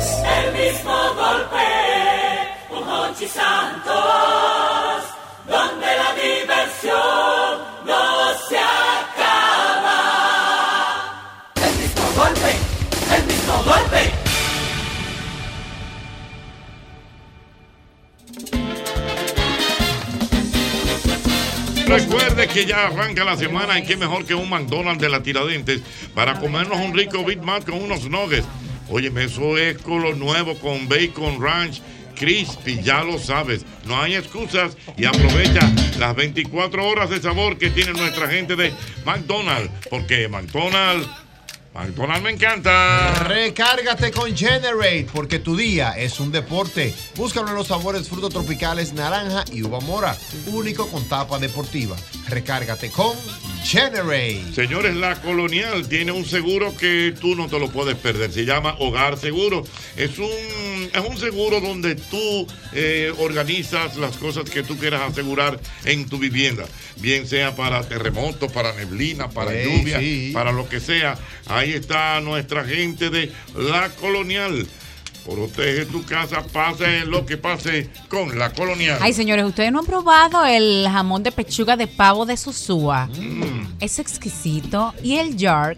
El mismo golpe, un Hochi Santos, donde la diversión no se acaba. El mismo golpe, el mismo golpe.
Recuerde que ya arranca la semana y qué mejor que un McDonald's de la Tiradentes para comernos un rico Big Mac con unos nuggets. Óyeme, eso es con lo nuevo con Bacon Ranch Crispy, ya lo sabes. No hay excusas y aprovecha las 24 horas de sabor que tiene nuestra gente de McDonald's, porque McDonald's, McDonald's me encanta.
Recárgate con Generate porque tu día es un deporte. Búscalo en los sabores frutos tropicales, naranja y uva mora. Único con tapa deportiva. Recárgate con Generate.
Señores, la Colonial tiene un seguro que tú no te lo puedes perder. Se llama Hogar Seguro. Es un, es un seguro donde tú eh, organizas las cosas que tú quieras asegurar en tu vivienda. Bien sea para terremotos, para neblina, para
Ey,
lluvia,
sí.
para lo que sea. Ahí está nuestra gente de la Colonial. Protege tu casa, pase lo que pase con la Colonial.
Ay, señores, ustedes no han probado el jamón de pechuga de pavo de Sosúa.
Mm.
Es exquisito. Y el yark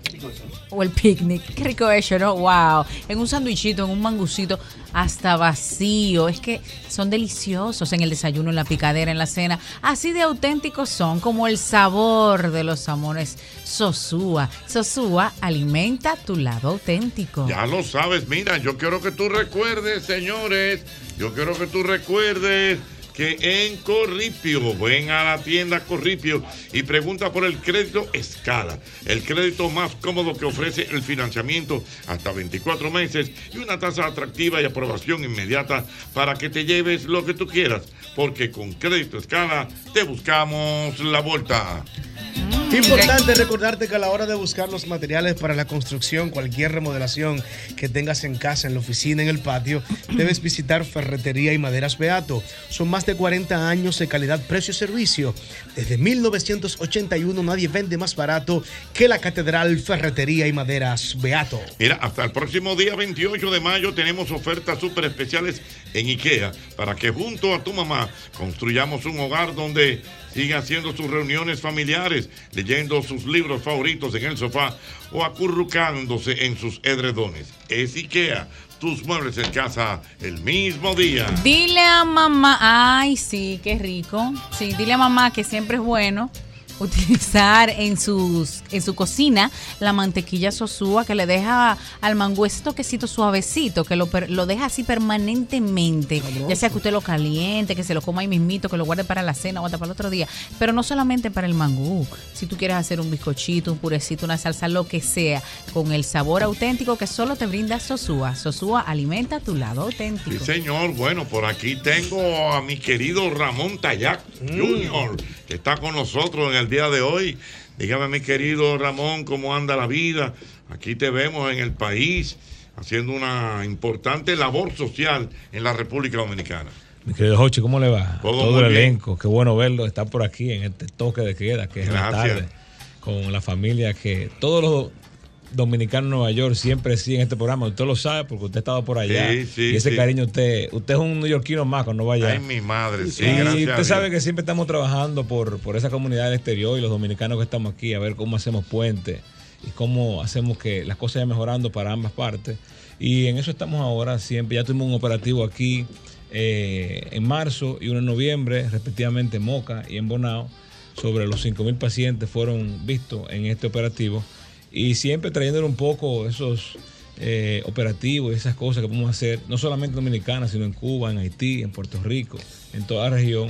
o el picnic. Qué rico eso, ¿no? Wow. En un sandwichito, en un mangucito. hasta vacío. Es que son deliciosos en el desayuno, en la picadera, en la cena. Así de auténticos son, como el sabor de los amores. Sosúa. Sosúa alimenta tu lado auténtico.
Ya lo sabes, mira, yo quiero que tú recuerdes, señores, yo quiero que tú recuerdes que en Corripio, ven a la tienda Corripio y pregunta por el crédito Escala, el crédito más cómodo que ofrece el financiamiento hasta 24 meses y una tasa atractiva y aprobación inmediata para que te lleves lo que tú quieras, porque con crédito Escala te buscamos la vuelta.
Importante recordarte que a la hora de buscar los materiales para la construcción, cualquier remodelación que tengas en casa, en la oficina, en el patio, debes visitar Ferretería y Maderas Beato. Son más de 40 años de calidad, precio y servicio. Desde 1981 nadie vende más barato que la Catedral Ferretería y Maderas Beato.
Mira, hasta el próximo día 28 de mayo tenemos ofertas súper especiales en IKEA para que junto a tu mamá construyamos un hogar donde siga haciendo sus reuniones familiares, leyendo sus libros favoritos en el sofá o acurrucándose en sus edredones. Es IKEA, tus muebles en casa el mismo día.
Dile a mamá, ay sí, qué rico. Sí, dile a mamá que siempre es bueno utilizar en sus en su cocina la mantequilla sosúa que le deja al mango ese toquecito suavecito que lo, per- lo deja así permanentemente ya sea que usted lo caliente que se lo coma ahí mismito que lo guarde para la cena o hasta para el otro día pero no solamente para el mangú si tú quieres hacer un bizcochito un purecito una salsa lo que sea con el sabor auténtico que solo te brinda sosúa sosúa alimenta tu lado auténtico
Sí, señor. Bueno, por aquí tengo a mi querido Ramón Tayac
Mm.
Jr., que está con nosotros en el día de hoy. Dígame, mi querido Ramón, cómo anda la vida. Aquí te vemos en el país haciendo una importante labor social en la República Dominicana.
Mi querido Jochi, ¿cómo le va?
Todo
Todo,
muy
el
bien.
elenco, qué bueno verlo, estar por aquí en este toque de queda, que es la
Gracias.
tarde, con la familia que todos los dominicanos en Nueva York siempre siguen este programa. Usted lo sabe porque usted ha estado por allá.
Sí, sí,
y ese
sí.
cariño, usted usted es un neoyorquino más cuando vaya.
Ay, mi madre, sí,
y
gracias a
usted
Dios.
sabe que siempre estamos trabajando por, por esa comunidad del exterior y los dominicanos que estamos aquí, a ver cómo hacemos puentes y cómo hacemos que las cosas vayan mejorando para ambas partes. Y en eso estamos ahora siempre. Ya tuvimos un operativo aquí eh, en marzo y uno en noviembre, respectivamente en Moca y en Bonao. Sobre los 5.000 pacientes fueron vistos en este operativo y siempre trayéndole un poco esos eh, operativos, esas cosas que podemos hacer, no solamente en Dominicana, sino en Cuba, en Haití, en Puerto Rico, en toda la región.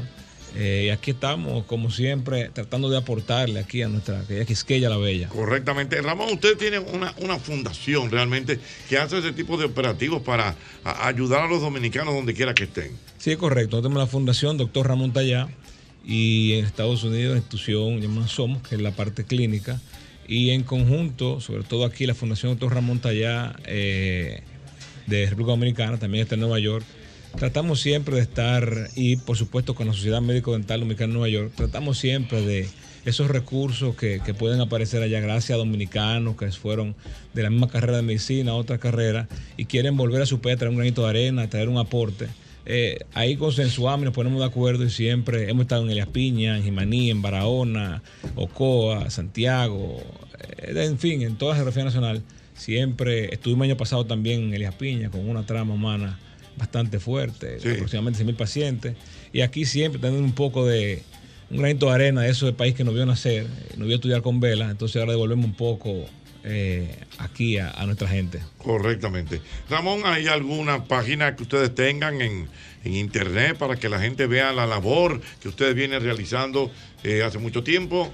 Eh, y aquí estamos, como siempre, tratando de aportarle aquí a nuestra querida Quisqueya la Bella.
Correctamente. Ramón, usted tiene una, una fundación realmente que hace ese tipo de operativos para a- ayudar a los dominicanos donde quiera que estén.
Sí, es correcto. Nosotros tenemos la fundación Doctor Ramón Tallá y en Estados Unidos la institución llamada Somos, que es la parte clínica. Y en conjunto, sobre todo aquí, la Fundación Doctor Ramón Tallá eh, de República Dominicana, también está en Nueva York. Tratamos siempre de estar, y por supuesto con la Sociedad Médico Dental Dominicana en Nueva York, tratamos siempre de esos recursos que, que pueden aparecer allá gracias a dominicanos que fueron de la misma carrera de medicina, a otra carrera, y quieren volver a su país, traer un granito de arena, traer un aporte. Eh, ahí consensuamos, nos ponemos de acuerdo y siempre hemos estado en Elias Piña, en Jimaní, en Barahona, Ocoa, Santiago, eh, en fin, en toda la geografía nacional. Siempre estuvimos el año pasado también en Elias Piña con una trama humana bastante fuerte, aproximadamente 100.000 pacientes. Y aquí siempre teniendo un poco de un granito de arena de eso del país que nos vio nacer, eh, nos vio estudiar con vela, entonces ahora devolvemos un poco eh, aquí a- a nuestra gente.
Correctamente. Ramón, ¿hay alguna página que ustedes tengan en, en internet para que la gente vea la labor que ustedes vienen realizando eh, hace mucho tiempo?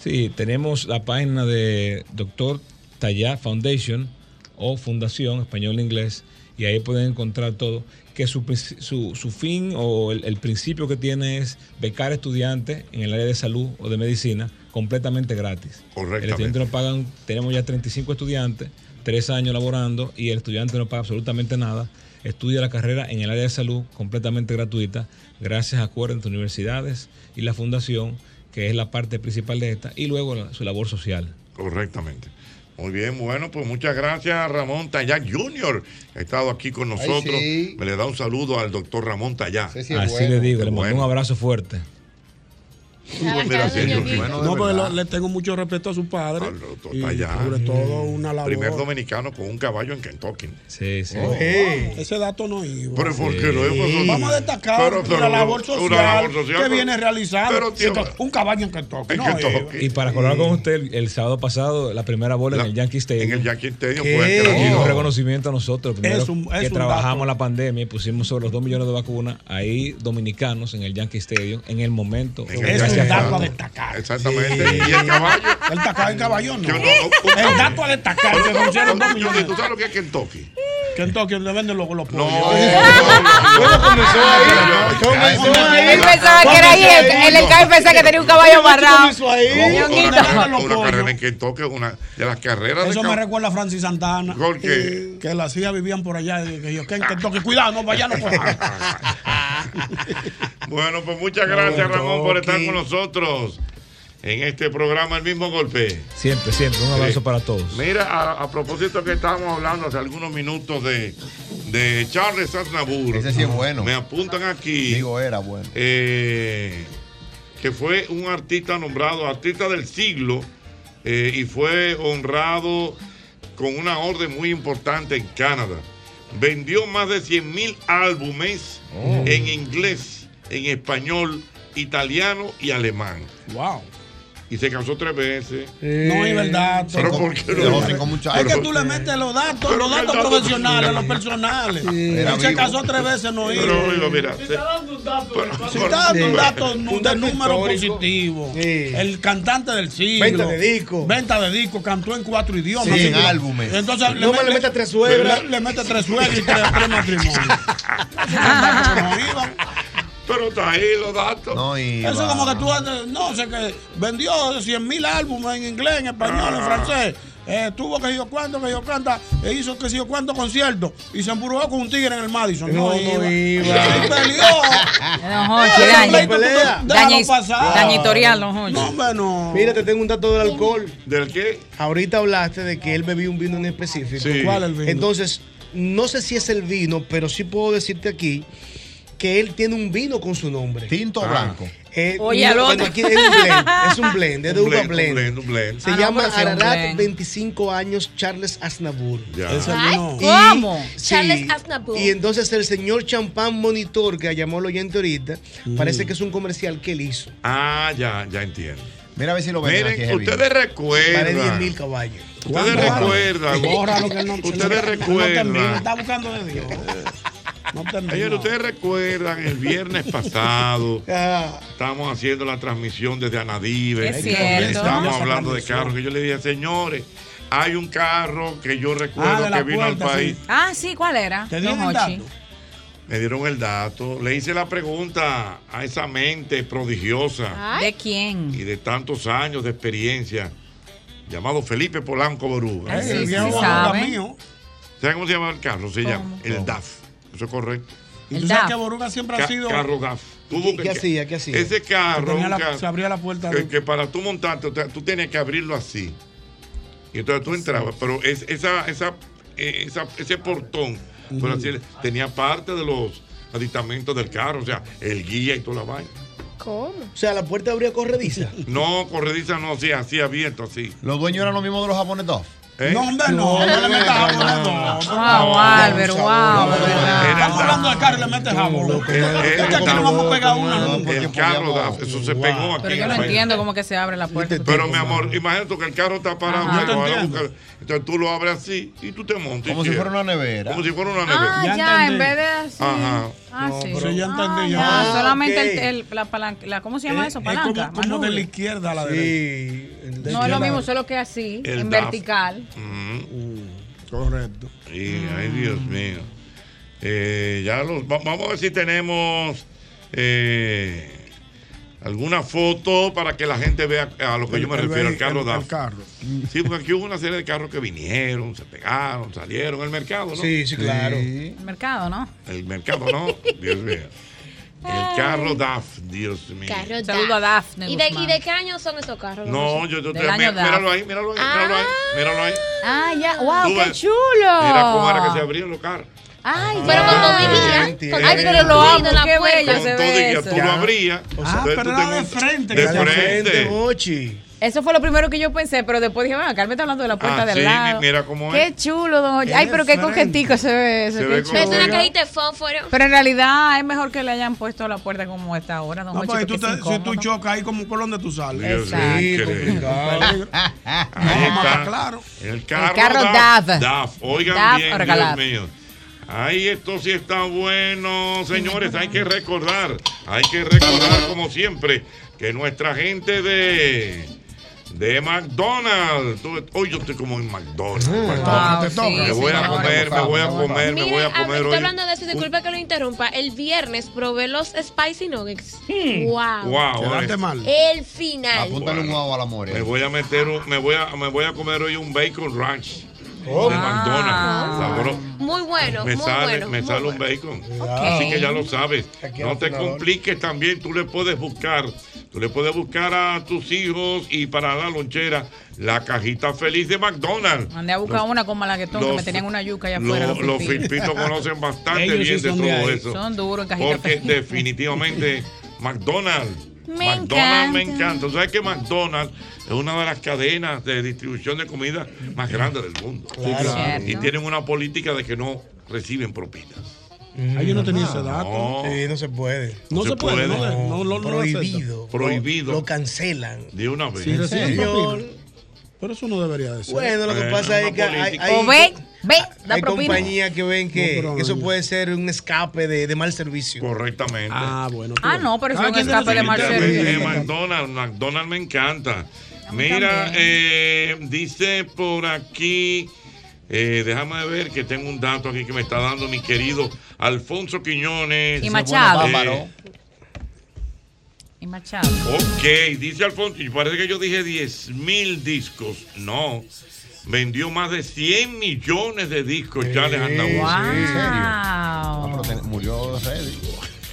Sí, tenemos la página de Doctor Tallá Foundation o Fundación Español e Inglés y ahí pueden encontrar todo. Que su, princ- su- su fin o el, el principio que tiene es becar estudiantes en el área de salud o de medicina completamente gratis. El
Correctamente.
estudiante no pagan, tenemos ya 35 estudiantes, tres años laborando y el estudiante no paga absolutamente nada. Estudia la carrera en el área de salud completamente gratuita, gracias a acuerdos entre universidades y la fundación, que es la parte principal de esta, y luego la- su labor social.
Correctamente. Muy bien, bueno, pues muchas gracias Ramón Tayac Jr. que Ha estado aquí con nosotros.
sí.
Me le da un saludo al doctor Ramón Tayac.
Así le digo, le mando un abrazo fuerte.
No, porque lo- le tengo mucho respeto a su padre. y sobre todo una labor.
Mm, Primer dominicano con un caballo en Kentucky.
Sí, sí.
Oh, Ese dato no iba.
Pero ¿por qué no iba? Eso-
Vamos a destacar
Pero- pero-
una, labor social
una labor social,
que
pero-
viene realizada.
pero, tío,
Esto- un caballo en Kentucky. no eh, iba.
Y para colaborar con usted, el, el sábado pasado, la primera bola en el Yankee Stadium. En el
Yankee Stadium
fue ¿Qué? el que la
Y
dio.
un reconocimiento a nosotros, primero
Es un- es
que
un
trabajamos la pandemia y pusimos sobre los 2 millones de vacunas ahí dominicanos en el Yankee Stadium en el momento.
Es
Gracias
un dato
Dios.
a destacar.
Exactamente.
Sí.
Y el caballo.
El taca- el caballo no.
Que no-
El dato a destacar. que
Pero,
pusieron
pero,
dos millones.
¿Tú sabes lo que es Kentucky?
Kentucky, donde venden los, los pollos.
Bueno, comenzó ahí.
Comenzó ahí.
Él pensaba que era ahí, él- él en cambio pensaba que tenía un caballo amarrado.
Comenzó ahí.
Una,
Ñonguito.
carrera- una carrera en Kentucky, una de las carreras
Eso
de
me
cab-
recuerda a Francis Santana. eh, Que las hijas vivían por allá. y Que yo, que en Kentucky, cuidado, no, para allá no cojan.
Bueno, pues muchas gracias, Ramón, por estar con nosotros en este programa El mismo golpe.
Siempre, siempre. Un abrazo para todos.
Mira, a, a propósito que estábamos hablando hace algunos minutos de, de Charles Aznavour. Ese sí es bueno. Me apuntan aquí. Digo, era bueno. que fue un artista nombrado artista del siglo eh, y fue honrado con una orden muy importante en Canadá. Vendió más de 100 mil álbumes
Oh.
en inglés, en español, italiano y alemán.
Wow.
Y se casó tres veces.
No iba el dato.
Pero ¿por qué no?
Es que
Pero- eh,
tú le metes los datos, los datos
dato-
profesionales, los personales.
Era
Él se
vivo.
casó tres veces, no iba.
Pero, oiga, mira, se-
Si está dando un dato nu- de número
histórico.
positivo, el cantante del siglo.
Venta de
disco. Venta de disco, cantó en cuatro idiomas.
Sí, en
Así que-
álbumes.
Entonces,
No me le mete tres suegras.
Le, le mete tres suegras y tres, tres matrimonios.
Pero está ahí los datos.
No, y
Eso
va.
como que tú, andas- no sé qué, vendió 100 mil álbumes en inglés, en español,
Ah.
en francés. Eh, tuvo que yo cuánto, que yo canta, e hizo que yo cuánto concierto y se emburó con un tigre en el Madison. No, iba. Y peleó.
Don Jochi,
Ese
daña.
pleito tú
Pelea.
no- déjalo
Daña-
pasar.
dañitorial, don Jochi.
No, hombre, no.
Mira, te tengo un dato del alcohol.
¿Del qué?
Ahorita hablaste de que él bebió un vino en específico.
Sí. ¿Cuál el vino?
Entonces, no sé si es el vino, pero sí puedo decirte aquí que él tiene un vino con su nombre.
Ah.
Tinto
blanco.
Eh,
Oye,
no,
al
bueno,
otro.
aquí es un blend, es un blend, es de
Un
uva
blend, un
blend.
blend, un blend.
Se
Ah, no,
llama
pero sí, un
Ararat
blend.
25 años Charles Aznavour.
Ya. Ese
Ay,
vino.
y-
¿Cómo?
sí,
Charles Aznavour.
Y entonces el señor Champán Monitor, que llamó el oyente ahorita,
Mm.
parece que es un comercial que él hizo.
Ah, ya, ya entiendo.
Mira a ver si lo
venden
Miren,
aquí, Heavy.
ustedes recuerdan.
Vale 10.000 caballos.
Ustedes
Bórralo.
recuerdan.
Bórralo, que no-
ustedes
no- no
recuerdan. Eh,
termina,
Está buscando de Dios. No termina.
Ayer, ustedes recuerdan el viernes pasado.
Ah,
Estamos haciendo la transmisión desde Anadive.
Es cierto.
Estamos hablando de carros. Que yo le dije, señores, hay un carro que yo
Ah,
recuerdo
de
que
la
vino al
puerta,
país.
sí. Ah, sí, ¿cuál era?
¿Te
Don
dieron el
Jochi.
Me dieron el dato. Le hice la pregunta a esa mente prodigiosa
¿De quién?
y de tantos años de experiencia, llamado Felipe Polanco Boruga.
Ay, el viejo Boruga mío.
¿Saben cómo se llama el carro? Se llama el DAF. Eso es correcto.
Y tú sabes que Boruga siempre ha
Ca-
sido.
Carro DAF.
¿Y qué hacía? ¿Qué hacía?
Ese carro.
Tenía
un
la-
ca-
se abría la puerta.
que, que para tú montarte, o sea, tú tenías que abrirlo así. Y entonces tú entrabas, pero es- esa, esa, eh, esa- ese portón por
Ujú.
así, tenía parte de los aditamentos del carro, o sea, el guía y toda la vaina.
¿Cómo? O sea, la puerta abría corrediza.
No, corrediza no, sí, así abierto, así.
Los dueños eran los mismos de los japones Duff.
¿Eh?
No, hombre, no. No, le metas jabón a dos. No,
Álvaro,
no,
wow,
no, no,
de
no.
verdad.
Estamos hablando de carro y le metes jabón.
Este
Es que aquí no vamos a pegar una. nunca.
El carro DAF, eso se pegó aquí.
Pero
en
yo
la
no
vaina.
entiendo cómo que se abre la puerta.
Pero mi amor, imagínate tú que el carro está parado.
Ajá.
que
Yo te
lo van a
entiendo.
buscar. Entonces tú lo abres así y tú te montas.
Como si fuera una nevera.
Como si fuera una nevera.
Ah, ya, en vez de así.
Ajá.
Ah, sí.
pero ya entendí,
Ah,
ya.
ya,
Ah,
solamente
ok. Eh,
el, el- la palanca, la- Ah, ¿cómo se llama eso?
Es
Palanca.
como, como de la izquierda a la
Sí,
derecha.
de
No es lo mismo, solo que así,
El
en
DAF.
vertical.
Correcto.
Y, Mm. ay, Dios mío. Eh, ya los, va- vamos a ver si tenemos eh, alguna foto para que la gente vea a lo que yo me
El- el
refiero,
ve-
al carro
el-
DAF.
el carro.
Sí, porque aquí hubo una serie de carros que vinieron, se pegaron, salieron. El mercado, ¿no?
Sí, sí, claro.
Sí.
El mercado, ¿no?
El mercado, ¿no? Dios mío.
Ah.
El carro DAF, Dios mío.
Carro
Saludo a Dafne
¿Y de,
Guzmán.
¿Y de qué año son esos carros?
No, yo, yo te,
Del año
mira-
DAF.
míralo ahí, míralo ahí, míralo ahí, míralo ahí.
Ah, ya.
Tú
¡Wow!
ves,
Ah.
Mira cómo era que se abrían los carros.
Ay, pero con todo y
Ah,
vida.
entiendo.
Ay,
pero lo amo,
la
qué
puerta.
bello se Con todo y ve que abrías, tú lo abrías.
Ah,
Entonces,
pero
tú te
era de
montas-
frente,
De
que era de
frente.
frente,
Eso fue lo primero que yo pensé, pero después dije, bueno, Carmen está hablando de la puerta
Ah,
del
sí,
lado.
mi- mira cómo
qué
es.
chulo, don Ochi. Ay,
Es
pero qué
frente.
coquetico se ve eso.
Se
qué
ve
chulo.
Es una cajita de fósforo.
Pero en realidad es mejor que le hayan puesto la puerta como está ahora, don
No,
Ochi,
pues,
porque
porque
tú
es
te- si tú chocas ahí como por donde tú sales.
Dios mío, increíble. Ahí está. El carro,
carro
DAF.
DAF.
DAF. Oigan
DAF
bien,
o
Dios
regalar.
mío. Ay, esto sí está bueno, señores. Hay que recordar, hay que recordar como siempre que nuestra gente de de McDonald's. Tú- Hoy yo estoy como en McDonald's. McDonald's.
te toca.
me voy a
Sí,
comer, me
señores,
voy a
por favor.
comer, me voy a
Mira,
comer
estoy
hoy.
hablando de eso, disculpa que lo interrumpa. El viernes probé los Spicy Nuggets.
Hmm.
Wow.
Wow,
Quedaste
eh.
mal.
El final.
Apúntale un guau a la more.
Me voy a meter un, me voy a, me voy a comer hoy un bacon ranch de McDonald's. Sabroso.
Muy bueno,
me
muy
sale,
bueno.
me
muy
sale
bueno.
un bacon. Así que ya lo sabes. No te compliques también, tú le puedes buscar, tú le puedes buscar a tus hijos y para la lonchera la cajita feliz de McDonald's.
Mandé a buscar
Los-
una con malaguetón que
los-
me tenían una yuca allá afuera.
Los, los filpitos conocen bastante
Ellos sí
bien de
son
todo
de ahí.
eso.
Son duros en cajita
Porque definitivamente McDonald's.
Me
McDonald's
encanta.
me encanta. ¿Tú ¿Sabes que McDonald's es una de las cadenas de distribución de comida más grandes del mundo?
Claro. Cierto.
Y tienen una política de que no reciben propinas.
Ahí yo no tenía ese dato.
No.
Sí, no se puede.
No se puede, no, no, no, no
prohibido.
acepta. Prohibido.
Lo, lo cancelan.
De una vez.
Sí, recién,
Señor. Pero eso no debería de ser.
Bueno, lo que
Eh,
pasa es
una
que hay,
política.
hay-
O ve,
ve,
da
hay
propina.
compañías que ven que
No, pero
eso
no.
puede ser un escape de, de mal servicio.
Correctamente.
Ah, bueno.
Ah, no, pero eso es un escape de mal
Definitivamente,
servicio.
McDonald's, McDonald's me encanta. Mira, eh, dice por aquí, eh, déjame ver que tengo un dato aquí que me está dando mi querido Alfonso Quiñones.
Y Machado.
Eh,
Y Machado.
ok, dice Alfonso, y parece que yo dije 10 mil discos. No, vendió más de 100 millones de discos Charles Andalucía.
Wow.
Murió Freddy.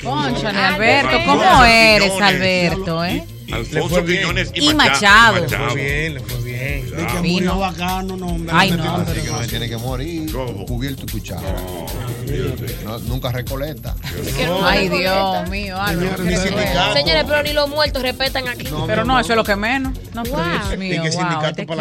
Conchale,
Ah,
Alberto,
no,
¿cómo
Alfonso
eres,
Quiñones.
Alfonso, eh?
Alfonso Quiñones y,
Y
Machado. Ah,
Machado.
Machado.
Fue bien, le fue bien.
De
que
Fino.
murió bacano, no. hombre,
Ay,
me
no,
metí-
pero
Que no se tiene que morir. Cubierto y cuchara. No, nunca recoleta.
Ay, Dios mío, Álvaro. ¿qué fue?
Señores, pero ni los muertos respetan aquí.
Pero no, eso es lo que menos. No,
Wow.
Dios mío, wow, este equipo.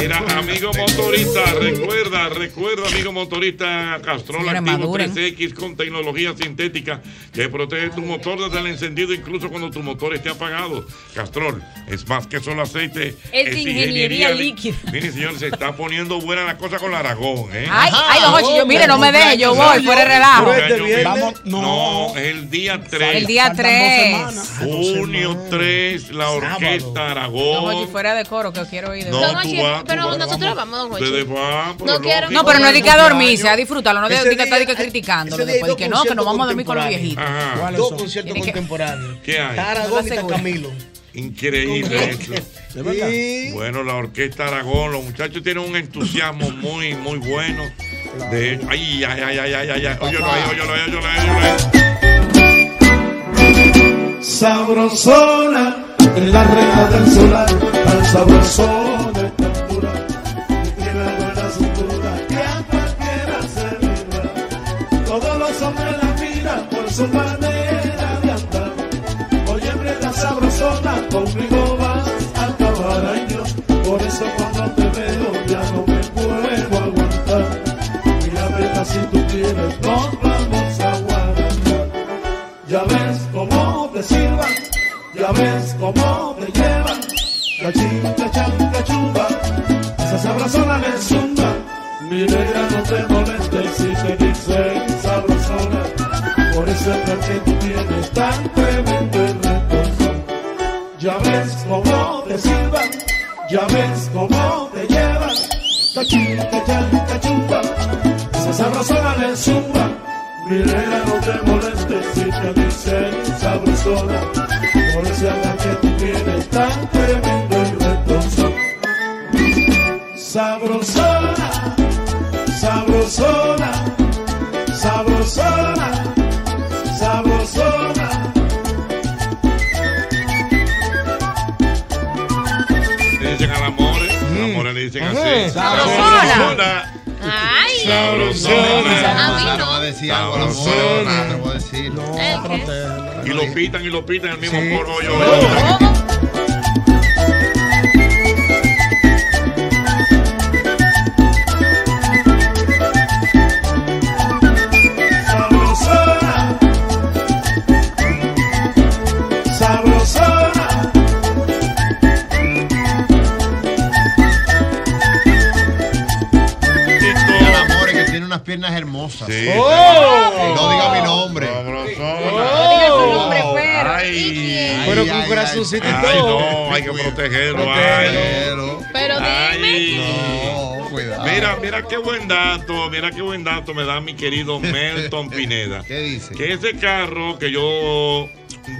Mira, amigo motorista, recuerda, recuerda, amigo motorista Castrol
Señores,
Activo
maduren.
3X con tecnología sintética que protege tu motor desde el encendido, incluso cuando tu motor esté apagado. Castrol es más que solo aceite.
Es ingeniería
lí-
líquida.
Miren, señores, se está poniendo buena la cosa con la Aragón, ¿eh?
Ay, ay, don Hochi, yo, mire, no me deje, yo voy, fuera de relajo.
Cumpleaños mío. no. es el día 3.
El día 3.
Junio 3, la Orquesta
Don Hochi,
Aragón.
fuera de coro, que quiero ir. de
No,
verdad.
tú vas, tú
pero
vas.
nosotros vamos, don Jochi.
Ustedes van, pero
No quiero-
sí,
No, pero no
van.
es de que a dormirse, a disfrutarlo, no es
Ese
de que está de
día-
que criticándolo
ese día hay
después, de
dos
que no, que nos
conciertos
vamos a dormir con los
contemporáneos.
viejitos.
Ajá.
Dos conciertos
Tiene que-
contemporáneos.
¿Qué hay?
Está Aragón y está
Segura.
Camilo.
Increíble esto.
¿De verdad?
Y- Bueno, la Orquesta Aragón, los muchachos tienen un entusiasmo muy, muy bueno. De hecho, ay, ay, ay, ay, ay, ay, ay. Óyelo ahí, óyelo ahí, óyelo ahí, óyelo ahí.
Sabrosona en la reja del solar, al sabrosona está pura, tiene buena cintura que a cualquiera se libra. Todos los hombres la miran por su manera de andar. Oye, prenda sabrosona, conmigo vas a acabar ay Dios. Por eso cuando te veo ya no me puedo aguantar. Mira, prenda si tú quieres, nos vamos a aguantar. Ya ves cómo te sirva, ya ves cómo te llevan. Cachín, cachán, cachuba, esa sabrosona le zumba. Mi negra no te moleste si te dicen sabrosona. Por eso es que tú tienes tan tremendo el retorno. Ya ves cómo te sirva, ya ves cómo te llevan. Cachín, cachán, cachuba, esa sabrosona le zumba. Mi negra no te moleste si te dicen sabrosona. Por ese alma que tú tienes tan tremendo y retozón. Sabrosona, sabrosona, sabrosona, sabrosona.
Le dicen al amor, ¿eh?
Mm.
al amor le dicen así.
Sabrosona.
Sabrosona.
Ay.
Sabrosona.
A mí no.
decir algo a la
Sabrosona.
mujer. Te voy a decir.
Y lo pitan y lo pitan en el mismo coro. Yo,
Sabrosona. Sabrosona.
Y al amor es que tiene unas piernas hermosas.
¡Oh!
No diga mi nombre.
Pero con corazoncito y todo.
hay que protegerlo. ay.
Pero
Ah,
dime.
No, Mira, mira qué buen dato, mira qué buen dato me da mi querido Melton Pineda. ¿Qué dice? Que ese carro que yo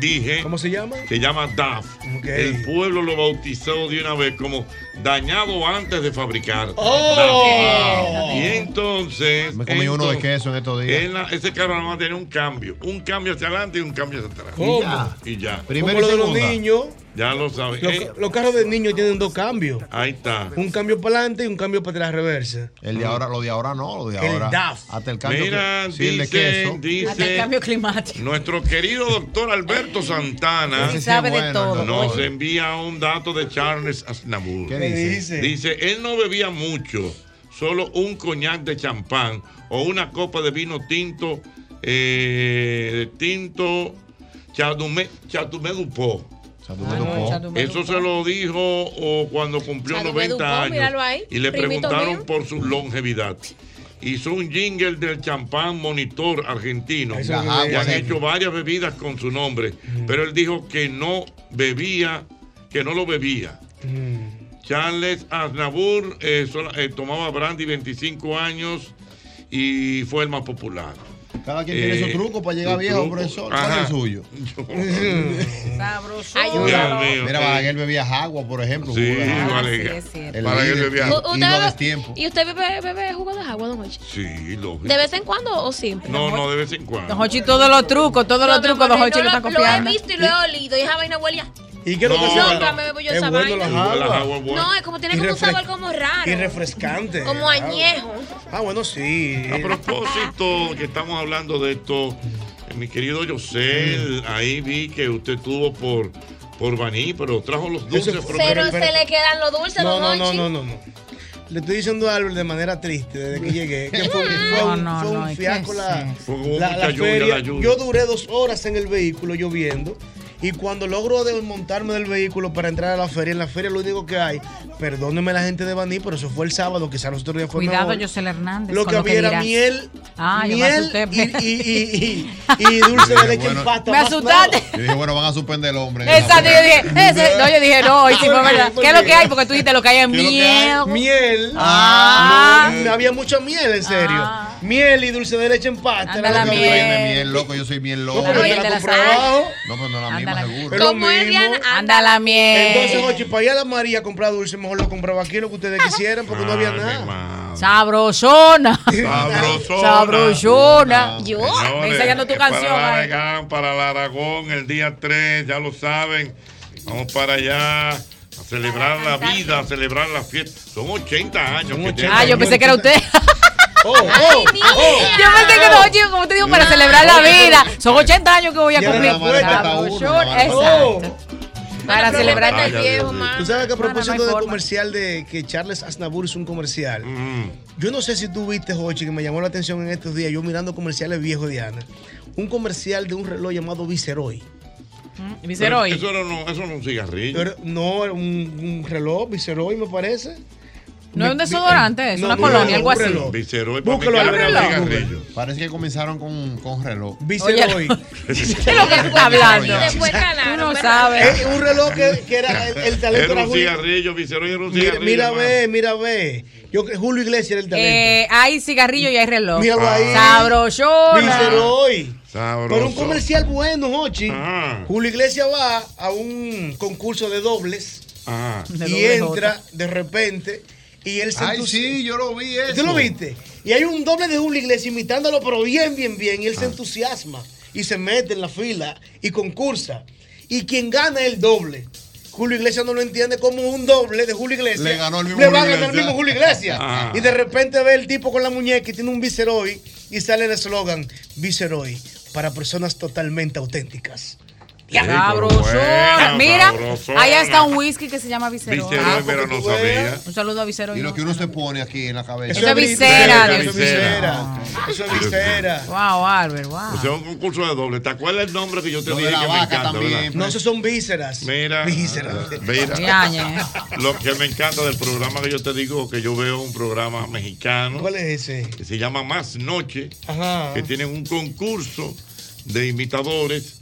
dije.
¿Cómo se llama?
Se llama DAF. El pueblo lo bautizó de una vez como dañado antes de fabricar.
¡Oh!
DAF. Y entonces.
Me comí uno de queso en estos días.
en la- ese carro nada más tenía un cambio. Un cambio hacia adelante y un cambio hacia atrás.
¿Cómo?
Y ya. Y ya.
Como lo de los niños.
Ya lo sabes.
Los,
Eh,
los carros de niños tienen dos cambios.
ahí está.
Un cambio para adelante y un cambio para la reversa.
El de ahora, lo de ahora no, lo de
El
ahora.
DAF.
Hasta el cambio.
Mira,
que- sí, el de
dice-
queso.
dice- Hasta el cambio
climático.
Nuestro querido doctor Alberto Santana
Ese sí Sabe es de bueno, todo. el doctor.
nos envía un dato de Charles Aznavour.
¿Qué dice?
Dice, él no bebía mucho, solo un coñac de champán o una copa de vino tinto, eh, de tinto Chardonnay Chardonnay Dupont. Oh, Eso se lo dijo o, cuando cumplió
Chardonnay
90
Dupont, míralo
años
ahí,
y le
primito
preguntaron
mío.
por su longevidad. Hizo un jingle del champán monitor argentino
Eso
y
es verdad.
han
Sí. Mm.
hecho varias bebidas con su nombre, pero él dijo que no bebía, que no lo bebía.
Mm.
Charles Aznavour eh, sola- eh, tomaba brandy 25 años y fue el más popular.
Cada quien tiene
Eh,
su truco para
su
llegar viejo,
truco.
profesor. ¿Cuál es
Ajá.
el suyo? Mm.
Ayúdalo.
Mira, Balaguer bebía agua, por ejemplo.
Sí,
jugo de agua.
Balaguer.
Sí, es cierto.
El
Balaguer
líder
bebía
y-
U-
y
usted
lo
be-
destiempo.
¿Y usted bebe, bebe jugo de agua, don Hochi?
Sí, lo
¿De vez en cuando o siempre?
No, no, de vez en cuando.
Don Hochi, todos los trucos, todos los trucos, Don Hochi
Yo
lo está
lo, lo he
copiando.
visto y lo he olido. Y esa vaina huele a...
¿Y qué es lo que
No,
se llama?
nunca me bebo yo
Es
esa
bueno
vaina.
las
Las
aguas.
aguas buenas. No, es como tiene
Y
como un
refres-
sabor como raro.
Y refrescante.
Como
Agua.
añejo.
Ah, bueno, sí.
A propósito, que estamos hablando de esto, eh, mi querido Yosel,
Mm.
ahí vi que usted tuvo por, por Baní, pero trajo los dulces.
fue-
pero-
Pero
espera.
se le quedan los dulces,
No,
don
no, no,
Hochi.
no, no, no. Le estoy diciendo a Albert de manera triste desde que llegué. Que fue, fue
No,
un,
no,
fue un
no, ¿y qué
fiasco la,
es
Fue como
la-
mucha
la
lluvia,
feria.
la lluvia.
Yo duré dos horas en el vehículo lloviendo. Y cuando logro desmontarme del vehículo para entrar a la feria, en la feria lo único que hay, perdónenme la gente de Baní, pero eso fue el sábado, quizá los otros días fue
Cuidado,
mejor.
Yosel Hernández.
Lo
con
que había era
dirás.
miel,
Ah, yo me
miel
asusté.
y, y- y- y- y dulce de leche en pasta.
Me
más nada.
asustaste.
Yo dije, bueno, van a suspender el hombre.
Exacto, yo dije, ese- no, yo dije, no, hoy sí fue verdad. ¿Qué es lo que hay? Porque tú dijiste lo que hay es
¿Qué es lo que hay?
miel.
Miel.
Ah.
No, había mucha miel, en serio. Miel y dulce de leche en pasta.
Anda
era
la
lo que
miel.
había.
miel, loco, yo soy miel loco.
No, pero yo la compré abajo.
No, pero no la misma, seguro.
¿Cómo es, Diana?
Anda la
Entonces,
miel.
oye, para ir a la María a comprar dulce, mejor lo compraba aquí, lo que ustedes quisieran, porque no había nada.
Sabrosona.
Sabrosona.
Sabrosona.
Yo. Señores,
Ensayando tu
para
canción.
la
ahí.
eh.
Aragán, para la Aragón, el día 3, ya lo saben. Vamos para allá a celebrar la vida, a celebrar la fiesta. Son 80 años. que tiene.
Ah, yo pensé que era usted.
Oh,
Ay,
Yo pensé que no, chico, como te digo, para celebrar la vida. Son 80 años que voy a
Ya
cumplir.
la madre está
Sabrosona.
una, la madre.
Exacto. Para celebrar el viejo, man.
Oh. Tú sabes que a propósito
Mana, no hay
del
forma.
comercial de que Charles Aznavour es un comercial. Yo no sé si tú viste, Jochi, que me llamó la atención en estos días, yo mirando comerciales viejos de Ana. Un comercial de un reloj llamado Viceroy.
Pero Eso era un- eso era un cigarrillo.
Pero no, era un, un reloj, Viceroy, me parece.
No es un
Vi-
desodorante, es
no,
una
un reloj,
colonia, algo
un
así.
reloj.
Viceroy, para
Búscalo,
mí que
Alberto,
era un
búscalo.
cigarrillo.
Parece que comenzaron con, con reloj.
Viceroy.
¿Qué es lo que tú estás hablando?
Y después
Tú
calaron,
no
¿verdad?
sabes.
Eh, un reloj que, que era el, el talento Este
Era
era
un
Julio-
cigarrillo, Viceroy era un
Mira,
cigarrillo.
mira,
hermano.
ve, mira, ve. Yo, que Julio Iglesias era el talento.
Eh, hay cigarrillo y hay reloj.
Míralo ahí.
Sabrosona.
Viceroy.
Sabroso.
Pero un comercial bueno, Jochi.
Ah.
Ajá.
Julio Iglesias va a un concurso de dobles
Ajá.
y entra de repente y él se
Ah. Ay,
entusi-
sí, yo lo vi eso.
¿Tú lo viste? Y hay un doble de Julio Iglesias imitándolo, pero bien, bien, bien. Y él
Ah.
se entusiasma y se mete en la fila y concursa. Y quien gana es el doble. Julio Iglesias no lo entiende como un doble de Julio Iglesias.
Le ganó el mismo
Le va a
Julio
ganar el
Iglesias.
mismo Julio Iglesias.
Ah.
Y de repente ve el tipo con la muñeca y tiene un viceroy y sale el eslogan Viceroy para personas totalmente auténticas.
Ya.
Sabrosona,
Mira,
sabrosona.
ahí está un whisky que se llama Viceroy.
Viceroy,
Ah,
pero
porque
no
tú veas.
sabía.
Un saludo a Viceroy.
Y lo que uno se pone aquí en la cabeza.
Eso es visera,
Eso es
Dios mío.
visera.
Eso es visera.
Wow, Albert, wow.
O sea, un concurso de doble. ¿Te acuerdas el nombre que yo te
Lo de
dije
la
que me
vaca
encanta,
también, pues.
verdad?
No, esos son vísceras.
Mira,
Vísceras. Ñaña,
mira, lo que me encanta del programa que yo te digo, que yo veo un programa mexicano
¿Cuál es ese?
que se llama Más Noche,
Ajá.
que tienen un concurso de imitadores,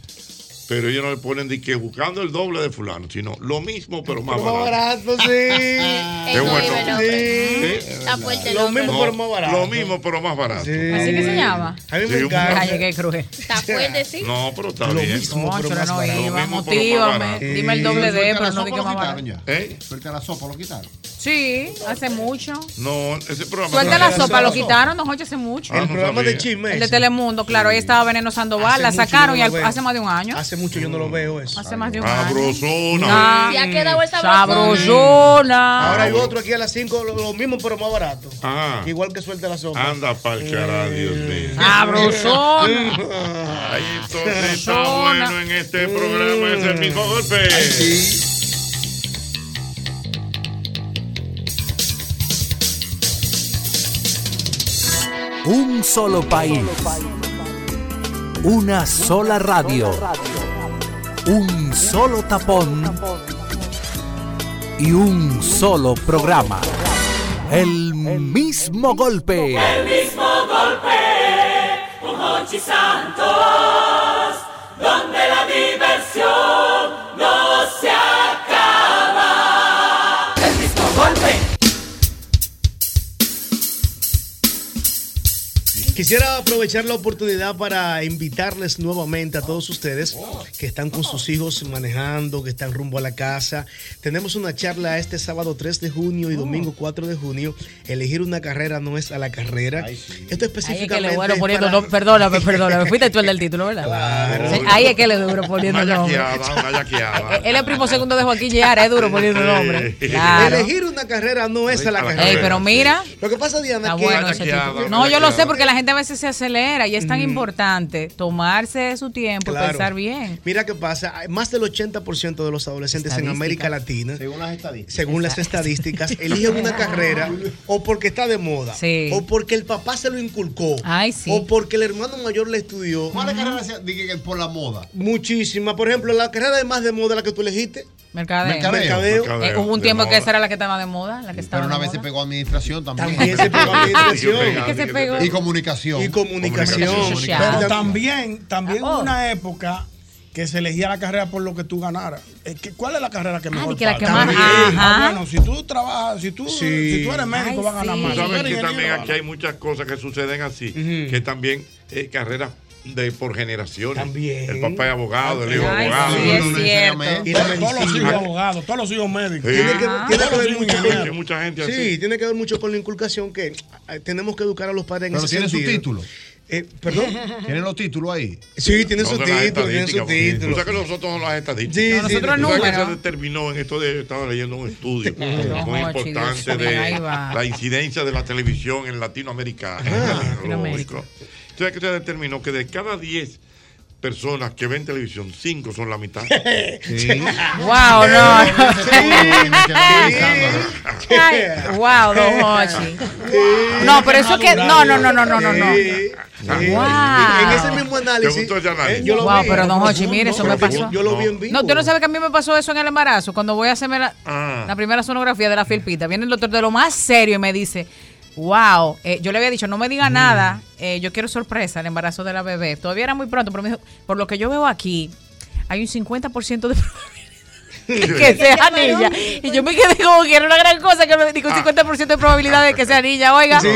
pero ellos no le ponen de que buscando el doble de fulano, sino lo mismo pero más
Más
barato.
barato, sí.
Qué bueno.
Sí.
La puerta del
Lo
hombre.
mismo, pero más barato.
Lo mismo pero más barato.
¿Así que se llama?
A mí
me Sí, un- encanta.
Ay, qué cruel.
Está fuerte, sí.
No, pero está bien.
No, pero
más
no
barato. Lo
iba.
mismo, pero más
Motívame.
barato.
Eh, Dime el doble D, pero no diga más barato.
¿Eh?
Suelta la sopa, lo quitaron.
Sí, hace mucho.
No, ese programa.
Suelta la sopa, lo quitaron, don Jorge, hace mucho.
Ah, El no programa sabía. de
chisme
El de Telemundo, claro, ahí estaba Veneno Sandoval,
Hace
la
mucho yo
sacaron
no
y
la
al-
veo.
hace más de un año.
Hace mucho yo no lo veo eso.
Hace más de un año.
Sabrosona.
Mm.
Se ha quedado el sabrosona.
Sabrosona.
Ahora hay otro aquí a las 5, lo, lo mismo pero más barato.
Ah,
Igual que suelta la sopa.
anda pa'l carajo, Dios mío.
eh, Sabrosona.
Ahí entonces está bueno en este
Mm.
programa, es el mismo golpe.
Un solo país. Una sola radio. Un solo tapón. Y un solo programa. El mismo golpe.
El mismo golpe con Hochi Santos, donde la diversión no se acaba. El mismo
Ah,
golpe.
Quisiera aprovechar la oportunidad para invitarles nuevamente a todos ustedes que están con sus hijos manejando, que están rumbo a la casa. Tenemos una charla este sábado 3 de junio y domingo 4 de junio. Elegir una carrera no es a la carrera. Esto
Ahí es
específicamente
que le bueno poniendo
para-
no, perdóname, perdóname. Fuiste tú el del título, ¿verdad? Sí, Ahí es que le duro poniendo
Una
nombre. Eh,
yaqueada, una yaqueada.
Él es primo segundo de Joaquín Yara, es duro poniendo nombre. Claro.
Elegir una carrera no es a la carrera.
Ey, pero mira.
Lo que pasa, Diana, es
Está
que-
bueno ese tipo. No, yo lo sé porque la gente a veces se acelera y es tan
Mm.
importante tomarse su tiempo y
Claro.
pensar bien.
Mira qué pasa, hay más del 80% de los adolescentes en
Estadística.
América Latina, según las estadísticas, eligen
Exacto.
una carrera o porque está de moda,
Sí.
o porque el papá se lo inculcó, o porque el hermano mayor le estudió. ¿Cuáles carreras por la moda? Muchísimas. Por ejemplo, la carrera de más de moda, la que tú elegiste.
Mercadeo.
Mercadeo.
Eh, hubo un tiempo que esa era la que estaba de moda, la que estaba
Pero una
de
vez se
moda.
pegó administración también.
También se pegó administración.
Es que se pegó.
Y comunicación.
Y comunicación.
Pero
Comunicación.
también, también hubo una época que se elegía la carrera por lo que tú ganaras. Es que, ¿Cuál es la carrera que mejor
de que la que
paga?
más-
También.
ajá.
Ah, bueno, si tú trabajas, si tú,
Sí.
si tú eres médico,
Ay,
vas a ganar
Tú
más.
sabes
Si
que
tú eres
también
ingeniero,
aquí hay muchas cosas que suceden así, que también eh, carreras de por generaciones.
También.
El papá es abogado, el hijo es
Ay,
abogado. Ah,
sí, es cierto.
Y
todos-
la
Todos los hijos
medicina.
abogados, todos los hijos médicos.
Tiene que, tiene que ver mucho
Hay mucha gente así.
Sí, tiene que ver mucho con la inculcación que ah, tenemos que educar a los padres en
Pero
ese
tiene su
sentido.
título.
Eh, ¿Perdón?
Tiene los títulos ahí.
Sí, tiene
No
su
de las
título, tiene su
estadísticas, porque
título.
Tú sabes que nosotros no las estadísticas.
Sí, sí,
Tú sabes
nosotros
que
número.
se determinó en esto de, yo estaba leyendo un estudio
Ajá.
muy
Ojo,
importante
Dios mío,
de
ahí va. Ah,
la incidencia de la televisión en Latinoamérica.
Latinoamérica.
Entonces que se determinó que de cada 10 personas que ven televisión, 5 son la mitad.
Wow, no.
Sí.
Ay, wow, don Hochi. No, pero eso que. No, no, no, no, no, no. Ah, no.
Ah,
Wow.
En ese mismo análisis. eh, yo lo
wow,
vi,
pero don Hochi,
profundo,
mire, eso me
profundo.
pasó.
Yo lo vi en vivo.
No, tú no sabes que a mí me pasó eso en el embarazo. Cuando voy a hacerme la,
Ah.
la primera sonografía de la filpita, viene el doctor de lo más serio y me dice, wow, eh, yo le había dicho, no me
Mm.
diga nada, eh, yo quiero sorpresa, el embarazo de la bebé. Todavía era muy pronto, pero me dijo, por lo que yo veo aquí, hay un 50% de probabilidad que sea niña. Y yo me quedé como que era una gran cosa, que me dijo un 50% de probabilidad de que sea niña, oiga,
Sí.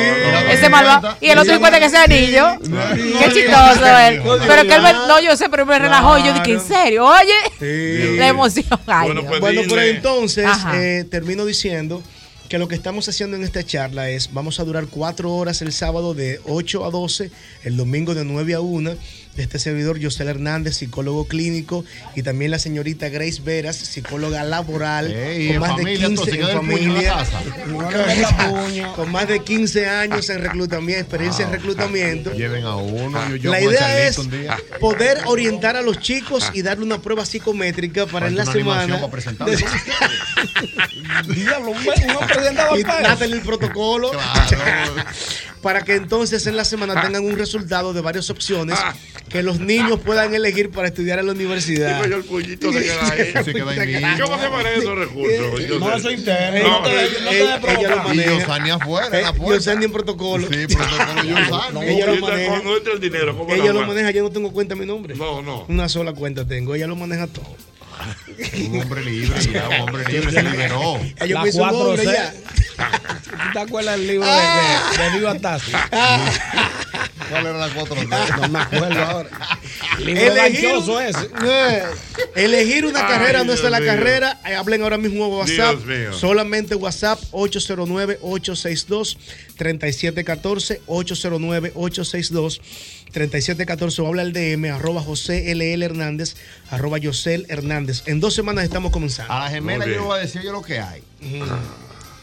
ese malvado. Y el otro 50% que sea anillo. Qué chistoso él. Pero que él me, no, yo sé, pero él me relajó. Y yo dije, ¿en serio? Oye, la emoción. Ay, Dios.
pues
Bueno, pero entonces
Ajá.
eh, termino diciendo que lo que estamos haciendo en esta charla es, vamos a durar cuatro horas el sábado de 8 a 12, el domingo de 9 a 1 de este servidor, José Hernández, psicólogo clínico, y también la señorita Grace Veras, psicóloga laboral,
Ey,
con
en
más
familia,
de 15
entonces,
en
que dé el puño en la
familia,
taza.
con- con- con más de 15 años en reclutamiento, experiencia
Ah,
en reclutamiento.
Lleven a uno. yo- yo
La
con
idea
Charlito
es
un día.
poder orientar a los chicos y darle una prueba psicométrica para en la
Falta una animación
semana.
para presentarlo.
Diablo,
uno presentaba
Y
para
dátele el protocolo. para que entonces en la
Ah.
semana tengan un resultado de varias opciones que los niños puedan elegir para estudiar en la universidad.
Digo yo, el pollito se queda ahí.
Se queda ahí mismo. eh,
¿Cómo se manejan esos recursos? Yo sé. No,
Ella- ella lo maneja.
Y Yosani afuera, en la
Eh,
puerta.
Yosani en protocolo.
Sí, protocolo
No,
Yosani.
ella lo
Ahorita
maneja.
cuando entra el dinero, ¿cómo la
Ella lo
guarda?
maneja, yo no tengo cuenta a mi nombre.
No, no.
Una sola cuenta tengo, ella lo maneja todo.
Un hombre libre, ya, un hombre libre se liberó.
Ella me hizo un hombre ya.
¿Tú te acuerdas del libro de, de, de Viva Tassi?
¿Cuál era la 4
No me acuerdo ahora. Libro
Elegir,
ganchoso
un-
ese.
Eh, elegir una
Ay,
carrera no
Dios
es la
mío.
carrera. Eh, Hablen ahora mismo a WhatsApp.
Dios mío.
Solamente WhatsApp 809-862-3714. 809-862-3714. O habla el DM arroba José LL Hernández, arroba Yosel Hernández. En dos semanas estamos comenzando.
A la gemela yo le voy a decir yo lo que hay.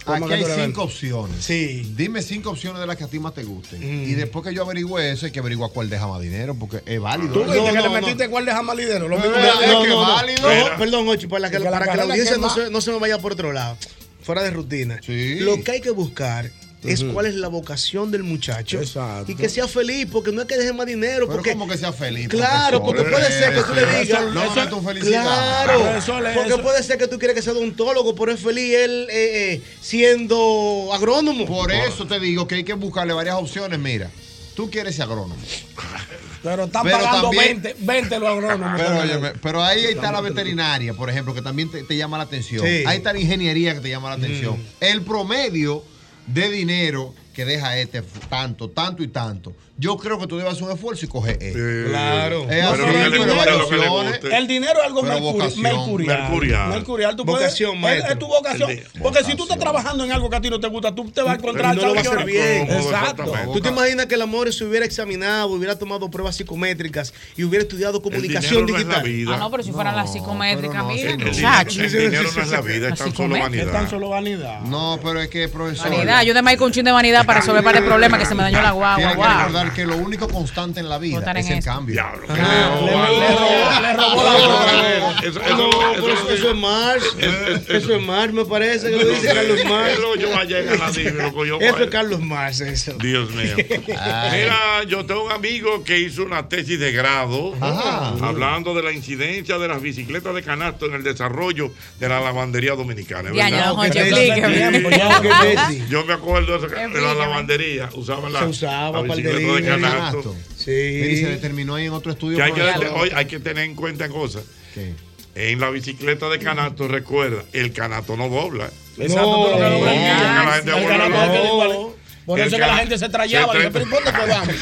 Vamos
Aquí
a
hay
cantar,
cinco opciones.
Sí.
Dime cinco opciones de las que a ti más te gusten.
Mm.
Y después que yo averigüe eso, hay que averiguar cuál deja más dinero, porque es válido.
Tú
No,
viste que
no,
le
no.
metiste cuál de jamalidero.
Eh,
Lo
No,
mismo
no,
que-
no,
es que
no, no.
válido.
Ojo, perdón, Ocho, para que,
Que la
para que la
carrera
audiencia
que
no
más-
se, no se me vaya por otro lado, fuera de rutina. Lo que hay que buscar es cuál es la vocación del muchacho y que sea feliz, porque no es que deje más dinero. porque que
sea feliz?
Claro, porque
profesor?
puede ser que tú le
Eso-
digas.
no, no es tu felicidad.
Claro,
Profesor, eso-
porque puede ser que tú quieres que sea odontólogo, pero es feliz él eh, eh, siendo agrónomo.
Por eso te digo que hay que buscarle varias opciones. Mira, tú quieres ser agrónomo.
Pero están
Pero
pagando
también-
20, 20 los agrónomos.
Pero, óyeme, pero ahí está la veterinaria, por ejemplo, que también te, te llama la atención.
Sí.
Ahí está la ingeniería que te llama la atención.
Mm.
El promedio de dinero que deja este f- tanto, tanto y tanto. Yo creo que tú debes hacer un esfuerzo y coger este.
Claro.
Es así,
Pero lo que le
pero
gusta,
varias
lo que le
opciones.
gusta. El dinero es algo
Pero
mercuri-
vocación.
mercurial.
Mercurial.
Mercurial, tú
Vocación,
puedes, es-
maestro.
es, tu vocación.
El de-
Porque si tú estás trabajando en algo que a ti no te gusta, tú te vas a encontrar.
no lo va a
chaviñón.
hacer bien.
Exacto.
¿Tú te imaginas que el amor se hubiera examinado, hubiera tomado pruebas psicométricas y hubiera estudiado comunicación
dinero no
digital?
es la
Ah,
vida. Ah, no, pero
si fueran las psicométricas, mira,
El, dinero-
muchacho.
el dinero no es la vida, es
Así
tan solo
comer.
vanidad.
Es tan solo vanidad.
No, pero es que, profesor.
Vanidad, ayúdame ahí con un chin de vanidad para resolver varios problemas que se me dañó la guagua.
Tienes que
guau.
recordar que lo único constante en la vida
Votar
es
en
el
esto.
cambio.
Ah, le- le- le robó- le robó la bola. Eso- eso-
No,
eso-
pero eso, eso es Marx. Eso es Marx, me parece que lo dice Carlos Marx.
Eso yo allá en Aladín, loco, yo-
Eso es Carlos Marx, eso.
Dios mío. Mira, yo tengo un amigo que hizo una tesis de grado
Ajá.
hablando de la incidencia de las bicicletas de canasto en el desarrollo de la lavandería dominicana.
Ya,
¿verdad?
ya, don Jorge, explíqueme.
Sí.
Tiempo, ya, ¿qué tesis?
Yo me acuerdo de, eso, de la lavandería. Usaban la,
Se usaba
la
para el
bicicleta de
delivery.
canasto.
Sí.
Y se determinó ahí en otro estudio.
Que hay, que,
profesor.
oye, hay que tener en cuenta cosas. En la bicicleta de canasto, recuerda, el canasto no dobla.
Exacto, tú lo que
No,
doblas.
que la gente
El
vuelve
canasto
loca.
es que igual, ¿eh? Por
El
eso es que la
cana-
gente se trayaba.
se
y yo,
trae-
¿Pero ¿Dónde podamos?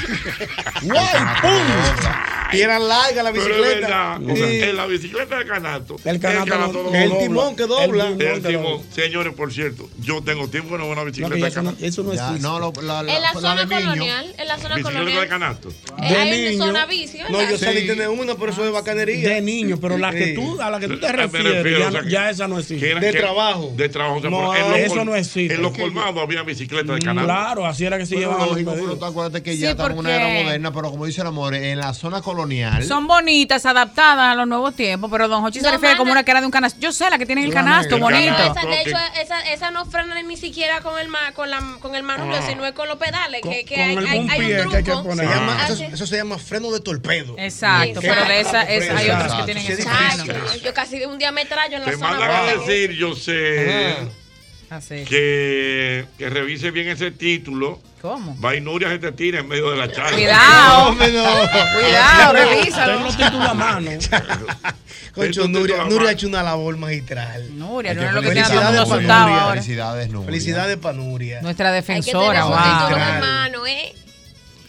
¡Guay! ¡Pum!
Y era larga la
Pero es
bicicleta.
verdad, o sea,
Sí.
en la bicicleta de canasto.
El canasto no-
no
el timón que dobla.
El
El timón que
timón.
dobla.
Señores, por cierto, yo tengo tiempo en una bicicleta
ya
de
eso no-
canasto.
eso no Ya, existe. no, lo-
la-
En la zona colonial, en la zona
Bicicleta de
colonial.
canasto.
Eh, hay una zona bici, ¿verdad?
No, yo salí tiene una, pero eso es bacanería. Ah,
De niño, pero la que tú, a la que tú te
Me
refieres,
refiero,
ya,
o sea, que-
ya esa no existe.
Que era- que- De trabajo. o sea,
No,
por- en los
eso
col-
no existe.
En los colmados había bicicleta de canasto.
Claro, así era que se
Pero
llevaban los
lógico,
pedidos.
pero tú acuérdate que
Sí,
ya estamos en una
porque-
era moderna, pero como dice el amor, en la zona colonial.
Son bonitas, adaptadas a los nuevos tiempos, pero don Hochi se refiere como una que era de un canasto. Yo sé la que tiene el
Claro,
canasto,
el
bonito.
canasto.
Esa, de hecho, esa, esa no frena ni siquiera con el, ma- con la, con el manubrio,
Ah.
sino es con los pedales. que, que
Con
hay,
el-
hay-
un
hay
pie
un
que hay que
truco.
poner. Se
Ah.
llama-
Hace-
eso, eso se llama freno de torpedo.
Exacto, pero de esa- es- hay otros
Ah,
que tienen
ese
Ay, yo- yo casi un día me traigo en la
Te
zona.
mandan a decir, yo sé,
Así.
que, que revise bien ese título.
¿Cómo?
Va y Nuria se te tira en medio de la charla.
Cuidado.
hombre, no.
Cuidado, revísalo.
Ten los títulos a mano.
Concho,
Ten los títulos a
Nuria,
mano.
Nuria ha hecho una labor magistral.
Nuria,
Hay
Nuria
que
lo que tiene a todo el
felicitar
mundo
a Nuria,
asustado ahora.
Felicidades, Nuria.
Felicidades para Nuria.
Nuestra
Hay
defensora,
que
wow.
tener su título en mano, ¿eh?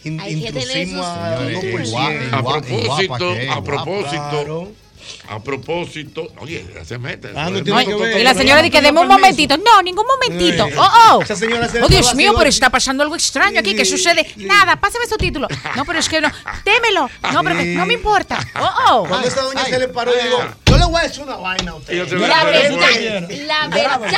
In-
Hay que tener
intrusismo
pues,
a
esos
Señores,
1%.
A propósito, a propósito, A propósito, oye, ya se mete.
no
Todo,
tiene que
todo,
ver.
todo,
Y la
todo,
señora
todo.
dice, deme un momentito. No, ningún momentito. Oh, oh.
Esa señora se
Oh, Dios
desabastó
mío, pero
hoy.
está pasando algo extraño aquí. ¿Qué sucede? Nada, pásame su título. No, pero es que no. Témelo. No, pero que- no me importa. Oh, oh.
Cuando esa doña se le paró, yo digo, yo le voy a decir una vaina a usted.
Ella se
La verdad,
la verdad.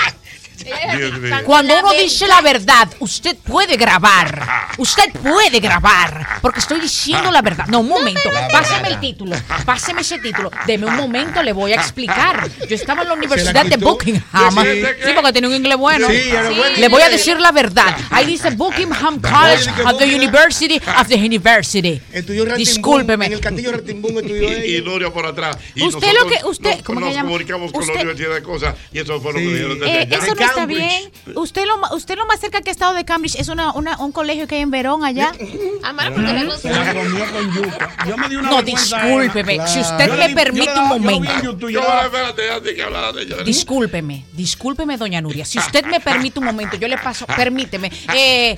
Dios mío.
Cuando uno dice la verdad, usted puede grabar. Usted puede grabar. Porque estoy diciendo la verdad. No, un momento. Páseme el título. Páseme ese título. Deme un momento, le voy a explicar. Yo estaba en la Universidad de
quitó?
Buckingham.
Sí, sí,
Sí, porque tenía un inglés bueno.
Sí, era Sí. bueno.
Le voy a decir la verdad. Ahí dice Buckingham College of the University of the University.
Estudió Ratimbun,
Discúlpeme.
En el castillo Ratimbun estudió ella.
Y, y Nuria por atrás. Y
Usted
nosotros
lo que- usted-
nos,
¿cómo que
nos
llama?
comunicamos con la
Usted-
Universidad de Cosas y eso fue lo que
Sí.
dijeron desde
Eh,
allá.
eso no está bien. Usted lo, ma- usted lo más cerca que ha estado de Cambridge es una, una- un colegio que hay en Verón allá. Ah,
Amar porque le
Se la comió con yuca. Yo me di una
No,
vergüenza,
discúlpeme,
Eva.
si usted
Yo
me
le di- yo
permite
la-
un
yo la vi en
momento.
YouTube, yo
Yo,
la-
espérate, antes que hablar de ella.
Discúlpeme, discúlpeme, doña Nuria. Si usted me permite un momento, yo le paso, permíteme. Eh,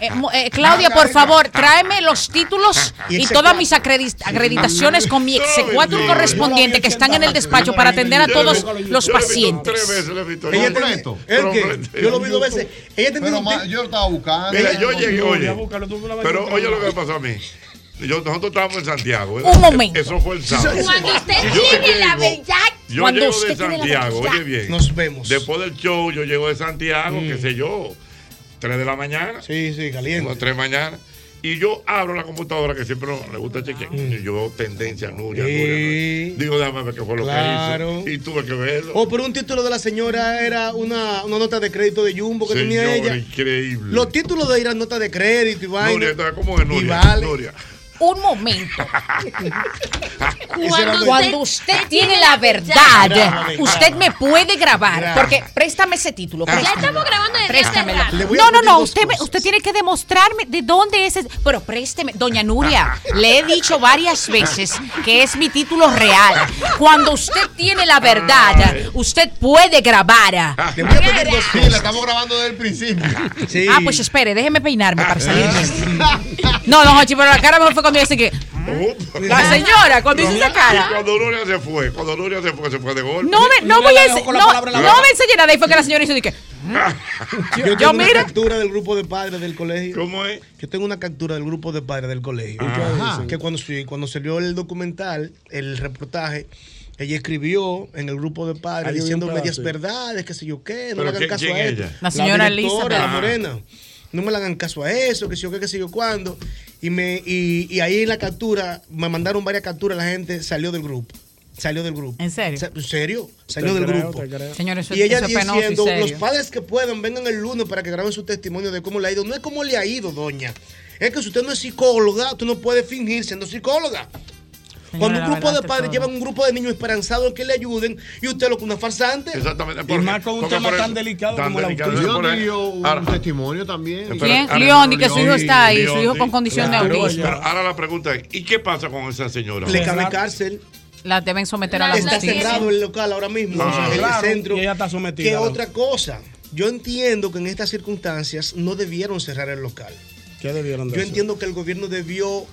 eh, mo- eh, Claudia, por favor, tráeme los títulos y todas mis acredi- acreditaciones con mi execuatur correspondiente que están en el despacho para atender a todos los
Tres
pacientes.
veces le he visto.
Ella
Completo,
tenía- ¿El qué?
completo.
Yo lo vi dos veces. Ella tenía
Pero
un
ma-
ti-
yo lo estaba buscando.
Mira, yo llegué, oye.
búscalo, tú me la vas a
Pero
encontrar.
oye lo que me pasó a mí. Yo- nosotros estábamos en Santiago. ¿eh?
Un momento.
Eso fue el sábado.
Cuando usted
Yo
tiene la
llego-
verdad.
Yo
Cuando
llego
usted
de
tiene la
Santiago,
verdad.
oye bien.
Nos vemos. Mm.
Después del show, yo llego de Santiago, qué sé yo, 3 de la mañana,
Sí, sí,
o
caliente.
3 de la mañana, y yo abro la computadora que siempre no- le gusta chequear. Y Yo veo tendencia Nuria, Nuria,
Mm. Sí.
Nuria. Digo, déjame ver qué fue lo
Claro.
que hizo. Y tuve que verlo.
O por Oh, un título de la señora era una, una nota de crédito de Jumbo que tenía
Señor,
ella.
increíble.
Los títulos de ir a nota de crédito y vaina.
Nuria, entonces, ¿cómo es
Y
Nuria?
vale.
Nuria.
Un momento.
Cuando
Cuando usted tiene la verdad,
Grábame,
usted me puede grabar.
Grábame.
Porque préstame ese título.
Ya
préstame.
estamos grabando desde hace
Préstamelo.
rato.
Le voy a
No, no,
poner
no.
dos
Usted, me-
cosas.
usted tiene que demostrarme de dónde es. ese-
Pero présteme, doña Nuria, le he dicho varias veces que es mi título real. Cuando usted tiene la verdad, usted puede grabar.
Le voy a poner Ah. dos
Sí, la estamos grabando desde el principio.
Sí.
Ah, pues espere, déjeme peinarme para salir bien. No, no, Jochi, pero la cara mejor fue cuando yo sé que.
Oh.
La señora, cuando hizo esa
Y
cara.
cuando Nuria se fue, cuando Nuria se fue, se fue de golpe.
No me, no voy a ense-
con la
no,
palabra en la
no
boca.
me enseñe nada. Y fue que la señora hizo de que.
Yo,
Yo
tengo una
mira.
captura del grupo de padres del colegio.
¿Cómo es?
Yo tengo una captura del grupo de padres del colegio.
Ajá.
Que cuando, sí, cuando salió el documental, el reportaje, ella escribió en el grupo de padres
Ahí
diciendo
siempre
medias
hace.
verdades, qué sé yo qué, no
¿Pero
le hagan
quién-
caso
quién
a esto.
ella?
La señora
directora,
Elizabeth.
La morena. No me le hagan caso a eso, qué sé yo qué, qué sé yo cuándo. Y, me, y, y ahí en la captura, me mandaron varias capturas, la gente salió del grupo. Salió del grupo.
¿En serio?
Sa- ¿En serio?
Te
Salió del
creo,
grupo.
te creo.
Señores, eso,
Y ella
eso es penoso y
diciendo, los
serio.
padres que puedan, vengan el lunes para que graben su testimonio de cómo le ha ido. No es cómo le ha ido, doña. Es que si usted no es psicóloga, tú no puedes fingir siendo psicóloga. Cuando
la
un grupo
verdad es
de padres
todo.
llevan un grupo de niños esperanzados que le ayuden y usted lo que una farsante.
Exactamente.
Y más con un
porque
tema
por
tan delicado como el
es
autismo.
por
Yo
eso.
dio un
Ahora-
testimonio también.
espera,
¿Quién?
ahora-
Leondi, que su hijo está ahí, su hijo
Leondi.
con condición de
Claro,
autismo. Pues
Pero ahora la pregunta es, ¿y qué pasa con esa señora?
Le cabe
Cerrar-
cárcel.
La deben someter a la
Está
justicia.
cerrado el local ahora mismo.
Ah.
el
Cerraron
centro.
y ella está sometida
¿Qué
a lo-
otra cosa? Yo entiendo que en estas circunstancias no debieron cerrar el local.
¿Qué debieron de
Yo
hacer?
entiendo que el gobierno debió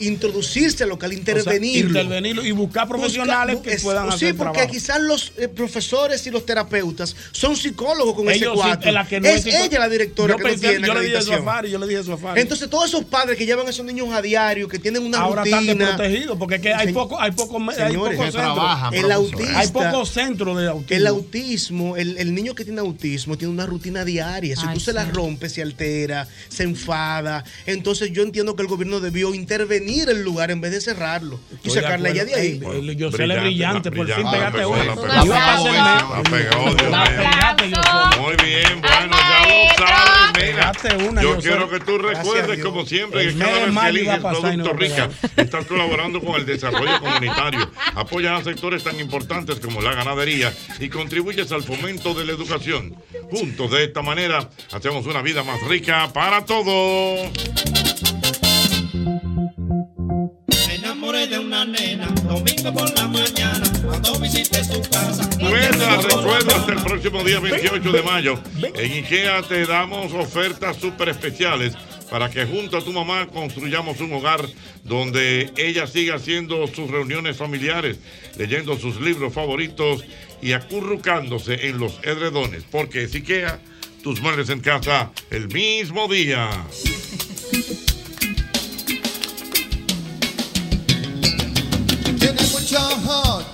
introducirse al local,
O sea,
intervenirlo.
intervenirlo y buscar profesionales
Busca-
que
es-
puedan
sí,
hacer
porque
trabajo.
quizás los eh, profesores y los terapeutas son psicólogos con ese
Ellos sí,
cuatro.
en la que no
es
psico-
ella la directora
yo
que
pensé-
no tiene
yo le dije eso a
acreditación.
Fari, yo le dije eso a Fari.
Entonces, todos esos padres que llevan a esos niños a diario, que tienen una
ahora
rutina.
están desprotegidos porque es que hay poco, hay poco, hay poco
Señores,
que
centro.
trabajan,
el
profesores.
autista-
Hay pocos centros de autismo.
El autismo, el, el niño que tiene autismo tiene una rutina diaria. Si
Ay,
tú se la
sí.
rompes, se altera, se enfada. Entonces yo entiendo que el gobierno debió intervenir el lugar en vez de cerrarlo y
Estoy de
sacarla ya de
acuerdo.
ahí.
Ey, ey, Yosel es brillante, por fin
brillante,
pegaste
la
una.
pegó, la
No
pegó.
va a hacer
La
nada.
pegó, Dios
Un
mío.
Fíjate, yo soy.
aplauso.
Muy bien, bueno,
Ay,
ya lo sabes. Mira,
Pegaste una,
yo
Yosel.
quiero que tú
Gracias a
recuerdes,
Dios.
como siempre,
El
que
mes de
cada vez que
mayo iba a
eliges
pasar y no
Producto
va a pegar.
Rica, estás colaborando con el desarrollo comunitario, apoyas a sectores tan importantes como la ganadería y contribuyes al fomento de la educación. Juntos, de esta manera, hacemos una vida más rica para todos. Recuerda, recuerda hasta el próximo día 28 de mayo. En IKEA te damos ofertas súper especiales para que junto a tu mamá construyamos un hogar donde ella siga haciendo sus reuniones familiares, leyendo sus libros favoritos y acurrucándose en los edredones, porque Siquea, tus muebles en casa el mismo día.
Tiene mucho hot,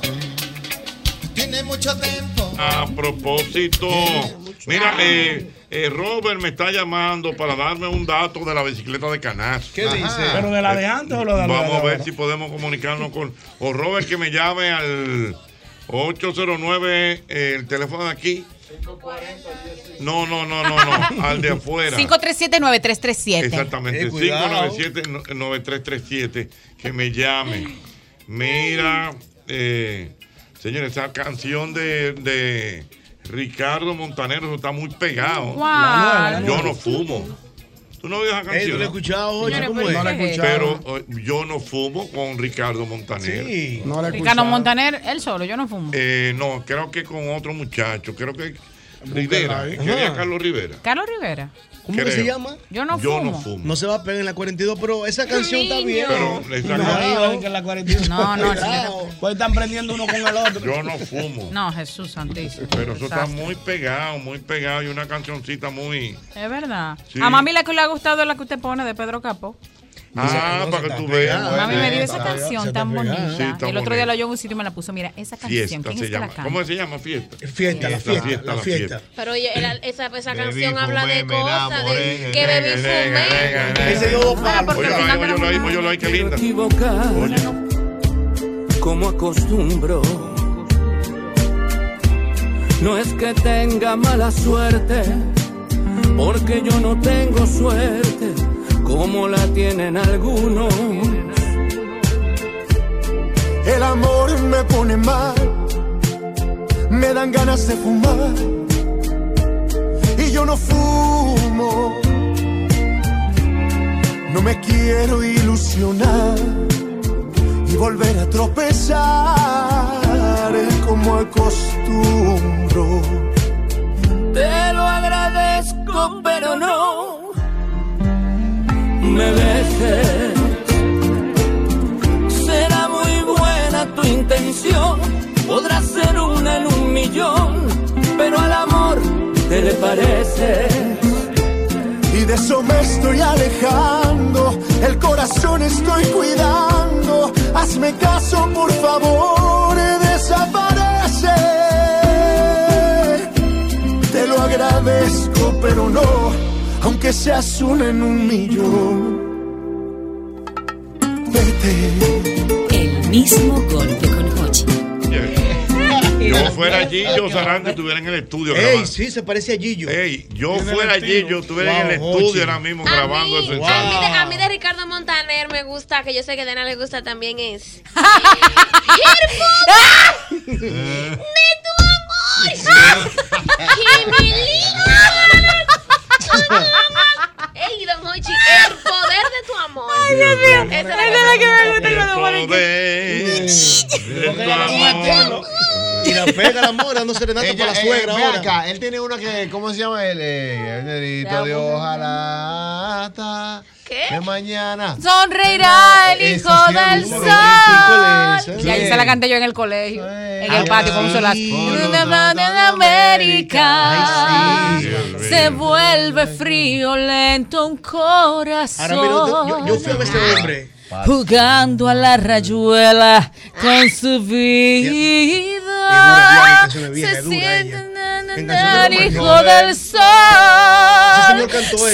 tiene mucho tempo.
A propósito, mira, eh, eh, Robert me está llamando para darme un dato de la bicicleta de Canas.
¿Qué dice? ¿Pero de la de antes o la de la de
Vamos a ver
ahora?
si podemos comunicarnos con. O Robert que me llame al 809, eh, el teléfono de aquí. No, no, no, no, no. al de afuera.
5379337.
Exactamente, 597-9337, que me llame. Mira, eh, señores, esa canción de, de Ricardo Montanero eso está muy pegado.
¿Cuál?
Yo no fumo. ¿Tú no ves esa
Ey,
canción?
no lo he escuchado, oye,
Señores,
¿cómo
pero
es?
¿qué es esto?
Pero eh, yo no fumo con Ricardo Montanero.
Sí,
no
Ricardo Montaner, él solo, yo no fumo.
Eh, no, creo que con otro muchacho, creo que Rivera,
ahí.
quería
¿eh? Ajá.
Carlos Rivera.
Carlos Rivera.
¿Cómo que
Creo.
se llama?
Yo no
Yo no
fumo.
fumo.
No se va a pegar en la 42, pero esa canción está bien.
Pero le saca-
No, que en la 42.
No, no,
Cuidado, Pues están prendiendo uno con el otro.
Yo no fumo.
No, Jesús Santísimo.
Pero eso está
Desastre.
muy pegado, muy pegado y una cancioncita muy...
Es verdad.
Sí.
A mami la que le ha gustado es la que usted pone de Pedro Capó.
Ah, para que tú veas.
mami me
Ah,
dio esa canción tan bonita.
Sí, está
el otro día
bonita.
la oyó en un sitio y me la puso. Mira, esa canción,
Fiesta
¿quién
se
es que la
llama.
canta?
¿Cómo se llama? Fiesta.
Fiesta, la fiesta, la fiesta.
Pero oye, era- esa, esa
Bebí,
canción habla de
fumé, me
cosas, de
eh,
enamoré,
que
nega,
bebí
nega,
fumé.
nega, nega. Óyelo ahí, óyelo ahí, óyelo ahí, qué linda.
como acostumbro. No es que tenga mala suerte, porque yo no tengo suerte como la tienen algunos.
El amor me pone mal, me dan ganas de fumar y yo no fumo. No me quiero ilusionar y volver a tropezar como acostumbro.
Te lo agradezco, pero no me beses. Será muy buena tu intención, podrá ser una en un millón, pero al amor te le parece.
y de eso me estoy alejando. El corazón estoy cuidando. Hazme caso, por favor, desaparece. Te lo agradezco, pero no, aunque seas uno en un millón. Vete. El mismo golpe con Hochi.
Yo fuera allí, yo Sarante estuviera en el estudio.
Ey,
grabando.
sí, se parece a Gillo.
Ey, Yo fuera allí, yo estuviera en el estudio ahora mismo grabando eso.
A mí, de, a mí de Ricardo Montaner me gusta, que yo sé que a Dana le gusta también es. ¡Girpo! ¡De tu amor! ¡Que me liga! Con tu amor. ¡Ey, Don Hochi! ¡El poder de tu amor! ¡Ay, Dios mío! Esa es la que me gusta cuando
Y la pega el amor, dando serenata
Ella,
para la
eh,
suegra
ve
ahora.
acá, él tiene una que, ¿cómo se llama él? Eh, el dedito de hojalata. ¿Qué? De mañana.
Sonreirá el hijo
Esa sí es
del
muy
sol.
bonita. ¿Cuál es
Y
esa? eh.
ahí se la canté yo en el colegio, en el patio con un solazo.
de América se vuelve frío lento un corazón.
Ahora mira, yo, yo fui a ver este hombre.
jugando a la rayuela con su vida. Se siente el hijo del sol.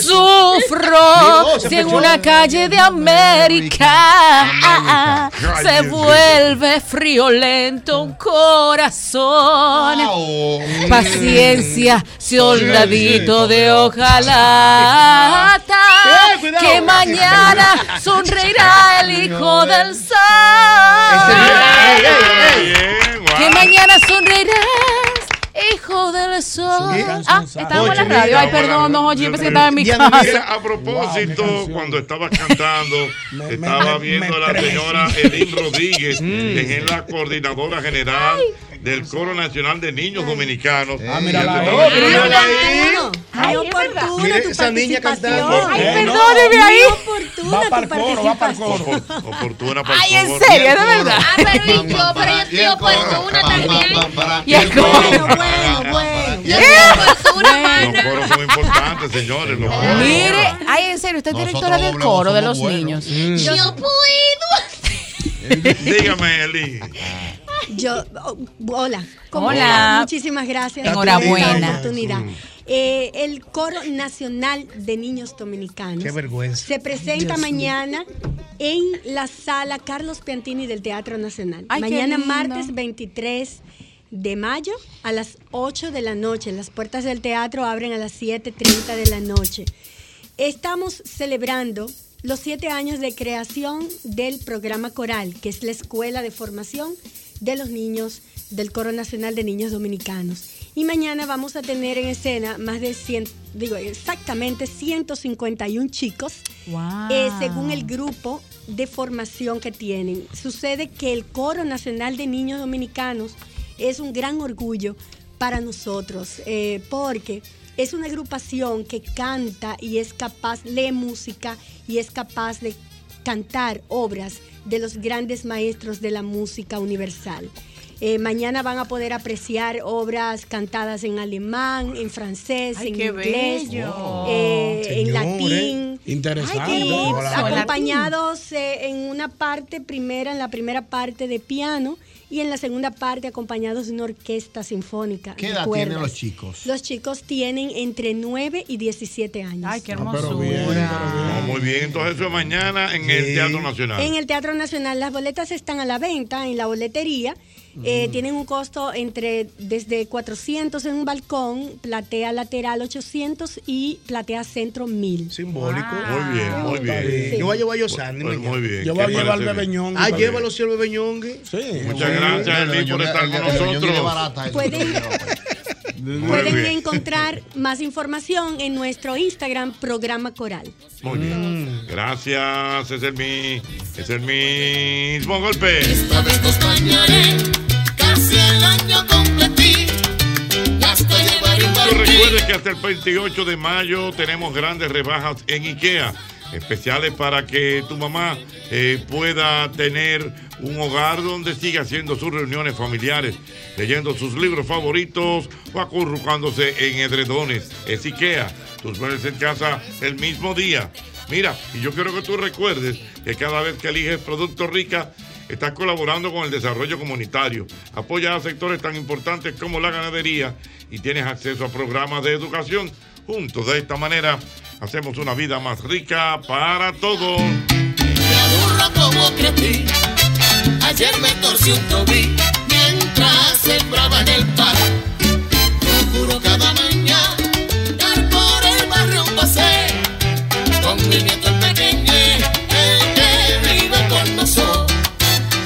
Sufro
Dios, se
si en
escuchó.
una calle de América Ah, se vuelve friolento un corazón.
Oh,
Mm.
Paciencia, si soldadito de ojalá
Eh,
Eh,
que mañana sonreirá el hijo del sol. Que mañana sonreirás, hijo del sol.
Ah, estábamos en la radio. Ay, perdón, no, Jochi, yo pensé que estaba en mi
Mira,
casa.
a propósito, cuando estabas cantando, estaba viendo a la señora Elin
Mm.
Rodríguez, que es la coordinadora general del Coro Nacional de Niños Dominicanos. Ah,
mira la
otra.
Ay, Mira esa niña cantando.
Ay,
perdóneme ahí.
Va para el coro, va para el coro.
Oportuna para
Ay, en serio, de verdad.
Ah, pero y yo, pero yo estoy oportuna también.
Y el coro.
Yo estoy oportuna,
Los
pana.
coros son importantes, señores. Los
Este
coros.
Mire, ay, en serio, usted es directora del coro de los niños.
Mm.
Mm.
Yo puedo.
Dígame, Eli.
Yo, oh, hola. ¿Cómo
Hola.
están? Muchísimas gracias.
Enhorabuena.
por esta oportunidad.
Mm.
Eh, el Coro Nacional de Niños Dominicanos.
Qué vergüenza.
Se presenta
Dios mío.
mañana en la sala Carlos Piantini del Teatro Nacional.
Ay, qué
mañana
lindo.
martes 23 de mayo a las 8 de la noche. Las puertas del teatro abren a las 7.30 de la noche. Estamos celebrando los siete años de creación del programa Coral, que es la escuela de formación de los niños del Coro Nacional de Niños Dominicanos. Y mañana vamos a tener en escena más de 100, digo, exactamente 151 chicos,
Wow.
eh, según el grupo de formación que tienen. Sucede que el Coro Nacional de Niños Dominicanos es un gran orgullo para nosotros, eh, porque es una agrupación que canta y es capaz, lee música y es capaz de cantar obras de los grandes maestros de la música universal. Eh, mañana van a poder apreciar obras cantadas en alemán, en francés,
Ay,
en
qué
inglés,
bello.
eh, en
Señores,
latín.
interesante.
Ay, qué-
Hola.
acompañados eh, en una parte primera, en la primera parte de piano y en la segunda parte acompañados de una orquesta sinfónica.
¿Qué
de
edad
cuerdas.
tienen los chicos?
Los chicos tienen entre 9 y 17 años. Ay,
Ah,
qué
No, muy bien, entonces eso es mañana en el Teatro Nacional.
En el Teatro Nacional las boletas están a la venta en la boletería.
Mm.
Eh, tienen un costo entre desde 400 en un balcón, platea lateral 800 y platea centro 1000.
Simbólico.
Muy bien, muy bien.
Yo voy a llevar a Yosani.
Pues muy bien.
Yo voy
¿qué
a llevar al
parece
bebé
bien?
ñongue. Ah, llévalo si el bebé ñongue.
Sí.
Muchas gracias, Eli, por
este
estar con nosotros.
Pueden,
Muy
pueden
bien.
encontrar más información en nuestro Instagram, Programa Coral.
Muy
Mm.
bien. Gracias, es el, mi, es el mismo golpe.
Acompañaré casi el año completito. Ya estoy en
Recuerde que hasta el 28 de mayo tenemos grandes rebajas en IKEA, especiales para que tu mamá eh, pueda tener un hogar donde siga haciendo sus reuniones familiares, leyendo sus libros favoritos o acurrucándose en edredones. Es IKEA, tus muebles en casa el mismo día. Mira, y yo quiero que tú recuerdes que cada vez que eliges Producto Rica, estás colaborando con el desarrollo comunitario, apoyas a sectores tan importantes como la ganadería y tienes acceso a programas de educación. Juntos, de esta manera, hacemos una vida más rica para todos.
burro como crecí. Ayer me torcí un tobillo mientras sembraba en el parque. Procuro cada mañana dar por el barrio un paseo con mi nieto el pequeño, el que vive con nosotros.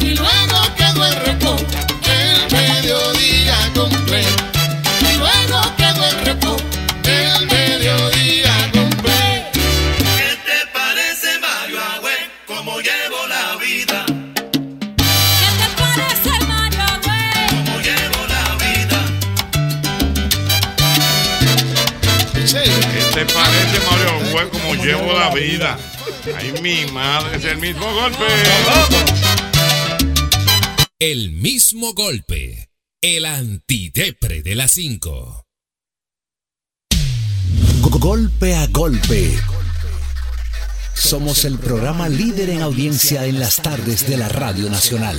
Y luego quedó el reposo el mediodía completo. Y luego quedó el reposo el mediodía completo. ¿Qué te parece Mario Agüe? ¿Cómo llevo la vida? ¿Qué te parece Mario Agüe? ¿Cómo llevo la vida?
¿Qué te parece, Mario? Fue como llevo la vida. Ay, mi madre, es el mismo golpe.
El mismo golpe. El antidepre de las 5.
Go- Golpe a golpe. Somos el programa líder en audiencia en las tardes de la Radio Nacional.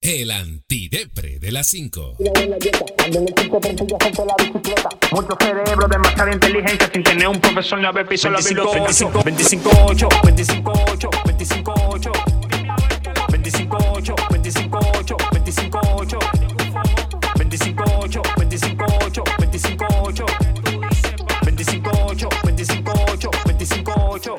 El antidepre de las 5.
Mucho cerebro, demasiada inteligencia sin tener un profesor ni haber pisado la
25, 25, 25, 8, 25, 8, 25, 8, 25, 8, 25, 8, 25, 8, 25, 8, 25, 8, 25, 8, 25, 8, 25, 8, 25, 8,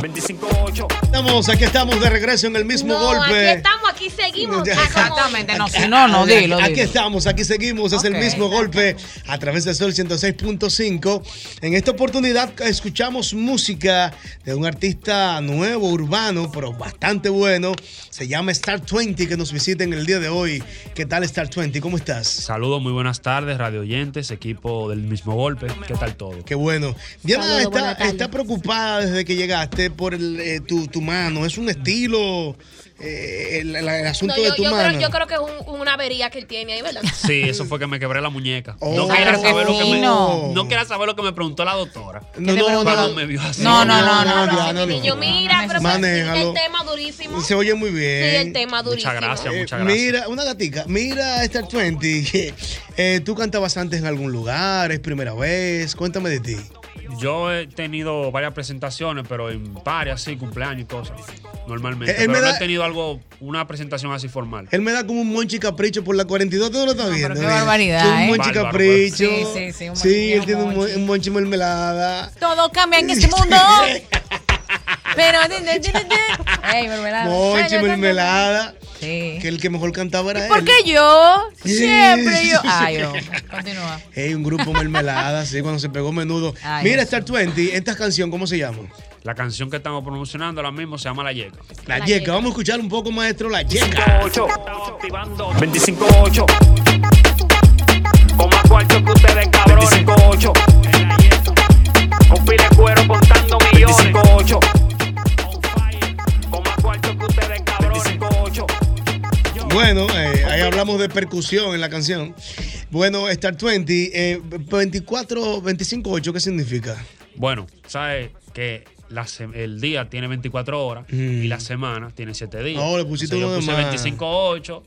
25, 8.
Estamos, aquí estamos de regreso en el mismo
Aquí
golpe.
estamos, aquí seguimos. Ah,
Ya.
Exactamente,
Aquí-
dilo,
Aquí
dilo.
estamos, aquí seguimos, es el
Ok.
mismo golpe a través de Sol 106.5. En esta oportunidad escuchamos música de un artista nuevo, urbano, pero bastante bueno. Se llama Star 20, que nos visita en el día de hoy. ¿Qué tal Star 20? ¿Cómo estás?
Saludos, muy buenas tardes, radio oyentes, equipo del mismo golpe. ¿Qué tal todo?
Qué bueno. Diana está, está preocupada desde que llegaste por el, eh, tu, tu mano. ¿Es un estilo, eh, el, el- el asunto
No, yo,
de tu
yo
mano?
creo, yo creo que es un- una avería que él tiene ahí, ¿verdad?
Sí, eso fue que me quebré la muñeca.
Oh.
no, quería
Pero qué
saber lo que me,
fino.
no quería saber lo que me preguntó la doctora.
No, no, no,
Cuando
no.
me vio así.
No, no, no, no, no, no, no.
Niño, mira, pero pues,
Manéjalo.
el tema durísimo.
Se oye muy bien.
Sí, el tema durísimo.
gracias, muchas
Eh,
gracias.
Mira, una gatica, mira Star 20. que, eh, ¿Tú cantabas antes en algún lugar? ¿Es primera vez? Cuéntame de ti.
Yo he tenido varias presentaciones, pero en varias, sí, cumpleaños y cosas, normalmente.
Eh, Él me
pero no
da-
he tenido algo, una presentación así formal.
Él me da como un monchi capricho por la 42, tú no lo estás viendo.
qué
mira?
barbaridad,
Un
¿eh?
monchi
Bárbaro,
capricho.
pues.
Sí,
Sí, sí, sí, un
él tiene un, mon- un monchi mermelada.
Todo cambia en este mundo. Pero. Ey, mermelada.
Monchi mermelada.
Sí.
Que el que mejor cantaba era
¿Por
él.
qué yo?
Sí.
Siempre yo. Ay, yo. Continúa.
Ey, un grupo mermelada, sí, cuando se pegó menudo.
Ay,
Mira,
eso.
Star 20, esta canción, ¿cómo se llama?
La canción que estamos promocionando ahora mismo se llama La Yeca.
La, yeca. Vamos a escuchar un poco, maestro, la yeca.
25 8
Con más cuarto que ustedes, cabrones. 25 8. Con pile cuero contando millones. 25 8. Con más cuarto que ustedes, cabrones. 25 8.
Bueno, eh, ahí hablamos de percusión en la canción. Bueno, Star 20, eh, 24, 25, 8, ¿qué significa?
Bueno, sabes que la se- el día tiene 24 horas
Mm.
y la semana tiene 7 días.
Oh, le pusiste
Entonces, yo
uno de
puse
más.
25 8.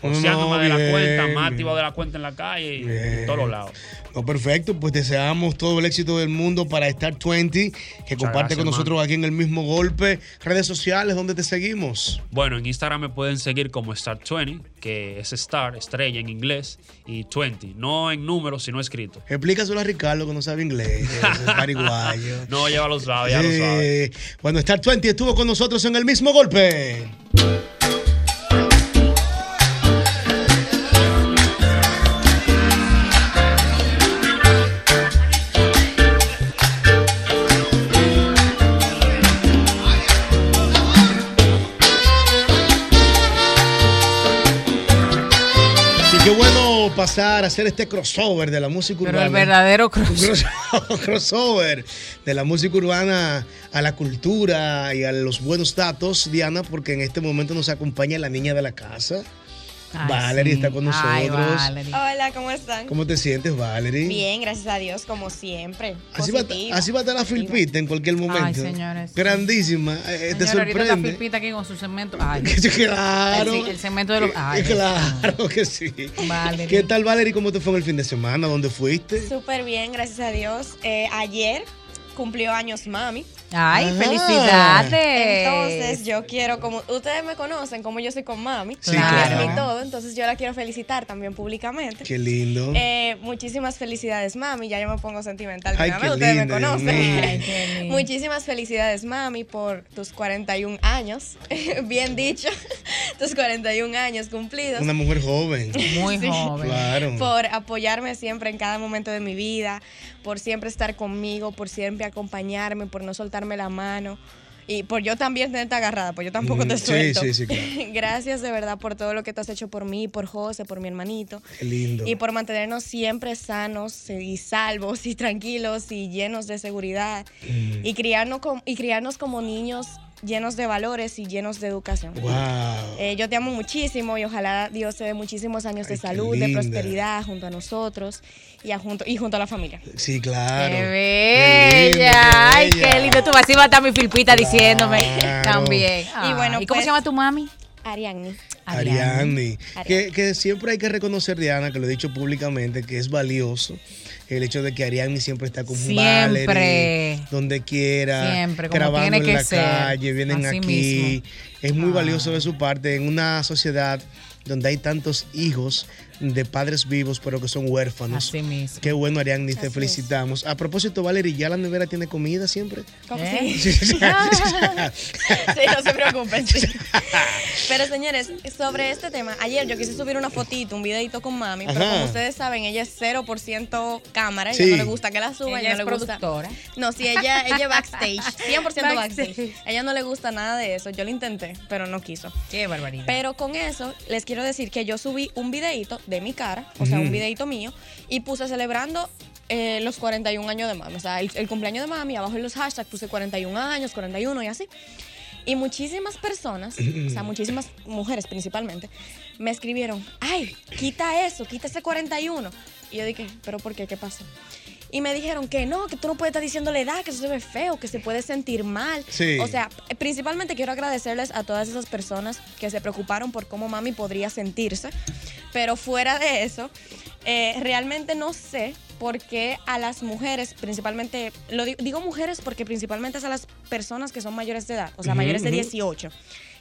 No,
Joseándome de la
bien,
cuenta, más
bien.
activado de la cuenta en la calle y en todos los lados.
No, perfecto, pues deseamos todo el éxito del mundo para Star 20, que comparte
gracias,
con nosotros aquí en el mismo golpe. Redes sociales, ¿dónde te seguimos?
Bueno, en Instagram me pueden seguir como Star20, que es Star, estrella en inglés, y 20, no en números, sino escrito.
Explícaselo a Ricardo que no sabe inglés, es paraguayo.
No, ya lo sabe, Ah, ya lo sabe.
Eh, Bueno, Star 20 estuvo con nosotros en el mismo golpe. Y qué bueno pasar a hacer este crossover de la música
Pero
urbana.
el verdadero
crossover. crossover de la música urbana a la cultura y a los buenos datos, Diana, porque en este momento nos acompaña la niña de la casa.
Ay,
Valerie
sí.
está con nosotros.
Ay, Valerie. Hola, ¿cómo están?
¿Cómo te sientes, Valerie?
Bien, gracias a Dios, como siempre.
Así va, a-
Positiva.
así va a estar la filpita en cualquier momento.
señores, sí.
Grandísima. eh,
Señora,
te
Ahorita está
sorprende.
Filpita aquí con su cemento. Ay.
claro.
El, el cemento de los. Ay,
claro que sí.
Valerie.
¿Qué tal, Valerie? ¿Cómo te fue en el fin de semana? ¿Dónde fuiste?
Súper bien, gracias a Dios. Eh, ayer cumplió años mami.
Ay,
Ah.
Ajá.
felicidades.
Entonces yo quiero, como ustedes me conocen, como yo soy con mami,
Sí,
ella es
claro.
mi todo, entonces yo la quiero felicitar también públicamente.
Qué lindo.
Eh, muchísimas felicidades, mami. Ya yo me pongo sentimental.
Ay,
finalmente,
qué
ustedes
lindo,
me
Dios mío.
conocen.
Ay,
muchísimas felicidades, mami, por tus 41 años. Bien dicho, tus 41 años cumplidos.
Una mujer joven.
Muy Sí. joven.
Claro.
Por apoyarme siempre en cada momento de mi vida, por siempre estar conmigo, por siempre acompañarme, por no soltarme la mano. Y por yo también tenerte agarrada, pues yo tampoco
Mm,
te
sí,
suelto.
sí, sí, claro.
Gracias de verdad por todo lo que tú has hecho por mí, por José, por mi hermanito.
Qué lindo.
Y por mantenernos siempre sanos eh, y salvos y tranquilos y llenos de seguridad.
Mm.
Y, criarnos com- y criarnos como niños llenos de valores y llenos de educación.
Wow.
Eh, yo te amo muchísimo y ojalá Dios te dé muchísimos años de salud, de
linda.
prosperidad junto a nosotros y, a junto, y junto a la familia.
Sí, claro.
Qué
Qué
lindo,
bella. Ay,
qué
qué lindo. Tú vas a estar mi filpita diciéndome
Claro.
también.
Y bueno,
¿Y cómo
pues-
se llama tu mami?
Ariadne.
Ariadne. Que, que siempre hay que reconocer, Diana, que lo he dicho públicamente, que es valioso el hecho de que Ariadne siempre está con
Siempre.
Valerie, donde quiera,
Siempre, como
grabando
tiene
en
que
la
ser.
calle, vienen
Así
aquí.
mismo. Ah.
Es muy valioso de su parte en una sociedad donde hay tantos hijos de padres vivos, pero que son huérfanos.
Así mismo.
Qué bueno, Ariadne, te
Así es.
felicitamos. A propósito, Valerie, ¿ya la nevera tiene comida siempre?
¿Cómo Ah.
¿Eh?
sí?
Sí, sí, sí.
Sí, no se preocupen. sí. Pero señores, sobre este tema, ayer yo quise subir una fotito, un videito con mami, pero
Ajá.
como ustedes saben, ella es 0% cámara,
Sí.
ella no le gusta que la suba,
Ella
no
es
le gusta.
productora.
No, sí, ella ella backstage, 100% backstage.
Backstage.
A ella no le gusta nada de eso, yo lo intenté, pero no quiso.
Qué barbaridad.
Pero con eso les quiero decir que yo subí un videito de mi cara, o sea,
Ujú.
un videito mío, y puse celebrando eh, los 41 años de mami, o sea, el, el cumpleaños de mami, abajo en los hashtags puse 41 años, 41 y así. Y muchísimas personas, o sea, muchísimas mujeres principalmente, me escribieron, ay, quita eso, quita ese 41. Y yo dije, pero ¿por qué? ¿Qué pasó? Y me dijeron que no, que tú no puedes estar diciendo la edad, que eso se ve feo, que se puede sentir mal.
Sí.
O sea, principalmente quiero agradecerles a todas esas personas que se preocuparon por cómo mami podría sentirse. Pero fuera de eso, eh, realmente no sé por qué a las mujeres, principalmente, lo di- digo mujeres porque principalmente es a las personas que son mayores de edad, o sea,
Ujú,
mayores de
ujú.
18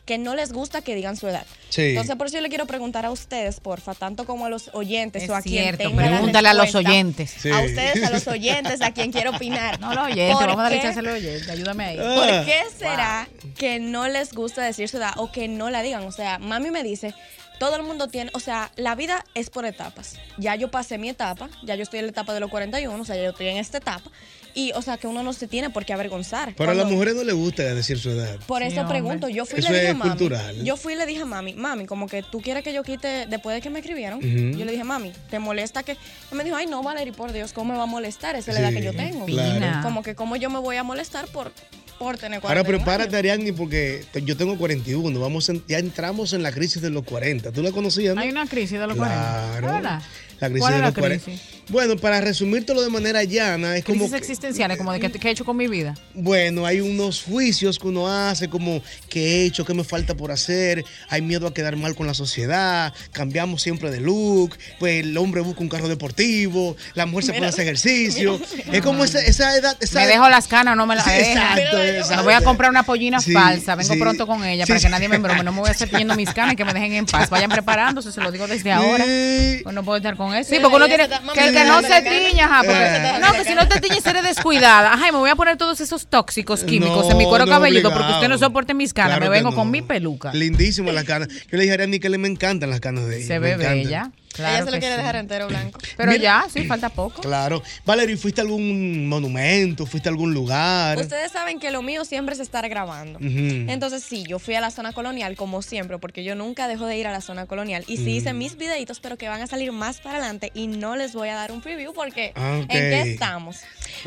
que no les gusta que digan su edad.
Sí.
Entonces, por eso yo le quiero preguntar a ustedes, porfa, tanto como a los oyentes
Es
o a quien
cierto,
tenga la
pregúntale a los
respuesta,
oyentes. Sí.
A ustedes, a los oyentes, a quien quiero opinar.
No, los oyentes,
¿Por
vamos a darle
qué-
chance a los oyentes, ayúdame ahí. Ah.
¿Por
Ah,
qué será que no les gusta decir su edad o que no la digan? O sea, mami me dice, todo el mundo tiene, o sea, la vida es por etapas. Ya yo pasé mi etapa, ya yo estoy en la etapa de los 41, o sea, ya yo estoy en esta etapa. Y, o sea, que uno no se tiene por qué avergonzar.
Pero a las
Cuando-
mujeres no les gusta decir su edad.
por eso pregunto, yo fui y
Eso
le dije
es
a mami.
cultural.
Yo fui y le dije a mami, mami, como que tú quieres que yo quite, después de que me escribieron,
Ujú.
yo le dije, mami, ¿te molesta que? Y me dijo, ay no, Valerie, por Dios, ¿cómo me va a molestar? Esa es la edad
Sí,
que yo tengo.
claro.
Como que cómo yo me voy a molestar por, por tener
Ahora
41 años.
prepárate, Ariadne, porque t- yo tengo 41. Vamos en- ya entramos en la crisis de los 40. ¿Tú la conocías? no?
Hay una crisis de los
Claro.
40.
La crisis
¿Cuál
de
es la
los 40.
crisis?
Bueno, para resumírtelo de manera llana, es como.
Crisis existenciales, como de que, que he hecho con mi vida.
Bueno, hay unos juicios que uno hace, como qué he hecho, qué me falta por hacer, hay miedo a quedar mal con la sociedad, cambiamos siempre de look, pues el hombre busca un carro deportivo, la mujer se
Mira,
pone a hacer ejercicio.
mira.
Es como esa, esa edad. Esa
Me dejo las canas, no me las
Sí,
dejan.
exacto,
Me
exacto.
voy a comprar una pollina
Sí,
falsa. Vengo
sí,
pronto con ella
sí,
para
sí.
que nadie me embrome. No me voy a estar pidiendo mis canas y que me dejen en paz. Vayan preparándose, se lo digo desde ahora. Pues no puedo estar con eso. Sí, porque uno tiene que el que no se tiña, ajá,
Eh.
porque- no, que si no te tiñes eres descuidada. Ajá, y me voy a poner todos esos tóxicos químicos en mi
No,
cuero
no,
cabelludo
obligado.
porque usted no soporte mis canas.
Claro
me
que
vengo
no.
con mi peluca.
Lindísima las canas. Yo le dije a Ariadne que le me encantan las canas de ella.
Se
me
ve
encantan.
bella. Claro
Ella se lo
que
quiere
sí.
dejar entero blanco.
Pero
Mira-
ya, sí, falta poco.
Claro. Valerie, ¿fuiste a algún monumento? ¿Fuiste a algún lugar?
Ustedes saben que lo mío siempre es estar grabando.
Ujú.
Entonces, sí, yo fui a la zona colonial como siempre, porque yo nunca dejo de ir a la zona colonial. Y sí
Mm.
hice mis videitos, pero que van a salir más para adelante y no les voy a dar un preview porque
Ah, ok.
en qué estamos.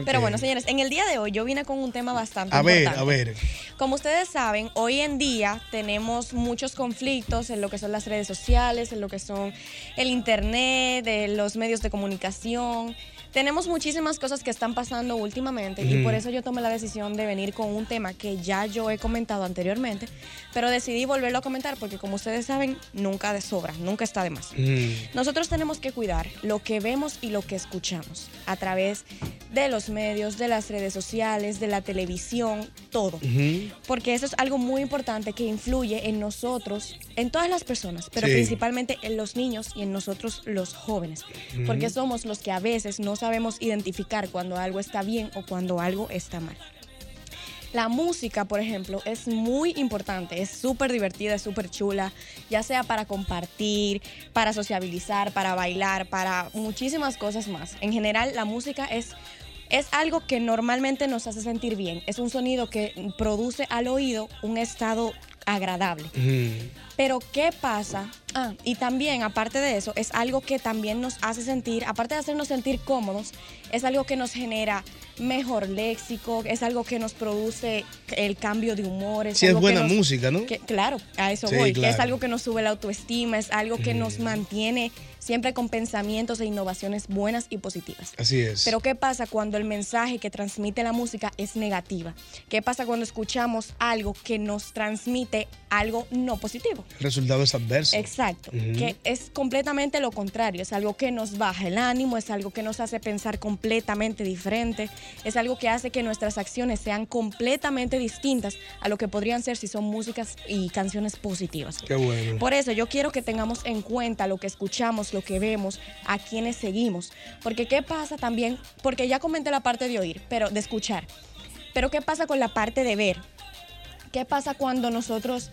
Pero
Ok.
bueno, señores, en el día de hoy yo vine con un tema bastante
A ver,
importante.
a ver.
Como ustedes saben, hoy en día tenemos muchos conflictos en lo que son las redes sociales, en lo que son el internet, de los medios de comunicación. Tenemos muchísimas cosas que están pasando últimamente y
Mm.
por eso yo tomé la decisión de venir con un tema que ya yo he comentado anteriormente, pero decidí volverlo a comentar porque como ustedes saben, nunca de sobra, nunca está de más. Nosotros tenemos que cuidar lo que vemos y lo que escuchamos a través de los medios, de las redes sociales, de la televisión, todo. Porque eso es algo muy importante que influye en nosotros, en todas las personas, pero
Sí.
principalmente en los niños y en nosotros los jóvenes.
Ujú.
Porque somos los que a veces no sabemos identificar cuando algo está bien o cuando algo está mal. La música, por ejemplo, es muy importante, es súper divertida, es súper chula, ya sea para compartir, para sociabilizar, para bailar, para muchísimas cosas más. En general, la música es, es algo que normalmente nos hace sentir bien, es un sonido que produce al oído un estado agradable. Pero ¿qué pasa? Ah, y también, aparte de eso, es algo que también nos hace sentir, aparte de hacernos sentir cómodos, es algo que nos genera mejor léxico, es algo que nos produce el cambio de humor.
Sí, es
algo que
buena
nos-
música, ¿no?
que- claro, a eso
Sí,
voy, que es
claro. Mm.
algo que nos sube la autoestima, es algo que nos mantiene siempre con pensamientos e innovaciones buenas y positivas.
Así es.
Pero ¿qué pasa cuando el mensaje que transmite la música es negativa? ¿Qué pasa cuando escuchamos algo que nos transmite algo no positivo?
El resultado es adverso.
Exacto,
Ujú.
que es completamente lo contrario, es algo que nos baja el ánimo, es algo que nos hace pensar completamente diferente, es algo que hace que nuestras acciones sean completamente distintas a lo que podrían ser si son músicas y canciones positivas.
Qué bueno.
Por eso yo quiero que tengamos en cuenta lo que escuchamos, lo que vemos, a quienes seguimos, porque qué pasa también, porque ya comenté la parte de oír, pero de escuchar. Pero ¿qué pasa con la parte de ver? ¿Qué pasa cuando nosotros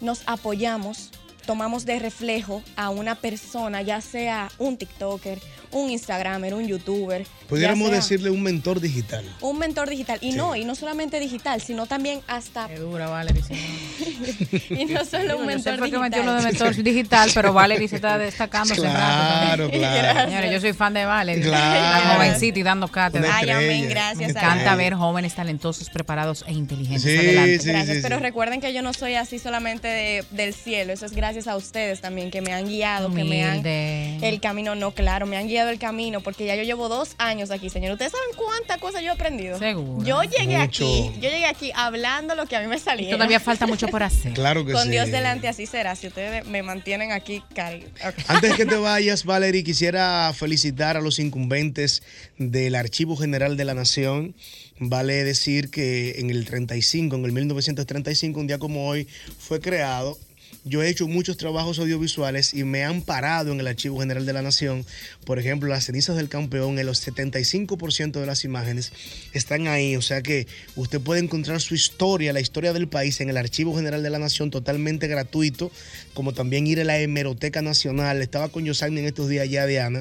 nos apoyamos, tomamos de reflejo a una persona, ya sea un TikToker, un Instagramer, un YouTuber? ya
Pudiéramos
sea
decirle un mentor digital.
Un mentor digital. Y
Sí.
no, y no solamente digital, sino también hasta.
dura, Valerie.
y no solo un
Digo, yo sé
mentor
por qué
digital.
metió lo de mentor digital, pero Valerie se está destacando. hace rato
Claro,
también.
claro.
Señores, yo soy fan de Valerie.
Claro.
La jovencita y dando cátedra.
Una Ay, amén, estrella. gracias,
Me encanta
amén.
ver jóvenes talentosos, preparados e inteligentes.
Sí,
Adelante.
sí, Gracias, sí,
Pero recuerden que yo no soy así solamente de- del cielo, eso es gracias a ustedes también que me han guiado, que me han
Humilde.
el camino, no claro, me han guiado el camino porque ya yo llevo dos años aquí, señor. Ustedes saben cuántas cosas yo he aprendido.
Seguro.
Yo llegué
Mucho.
aquí, yo llegué aquí hablando lo que a mí me salía.
Todavía falta mucho por hacer.
Claro que
Con
sí.
Dios delante así será, si ustedes me mantienen aquí, Cari. ok.
Antes que te vayas, Valerie, quisiera felicitar a los incumbentes del Archivo General de la Nación. Vale decir que en el 35, en el 1935, un día como hoy, fue creado. Yo he hecho muchos trabajos audiovisuales y me han parado en el Archivo General de la Nación. Por ejemplo, las cenizas del campeón, en los 75% de las imágenes están ahí. O sea que usted puede encontrar su historia, la historia del país, en el Archivo General de la Nación totalmente gratuito, como también ir a la Hemeroteca Nacional. Estaba con Yosain en estos días ya, Diana.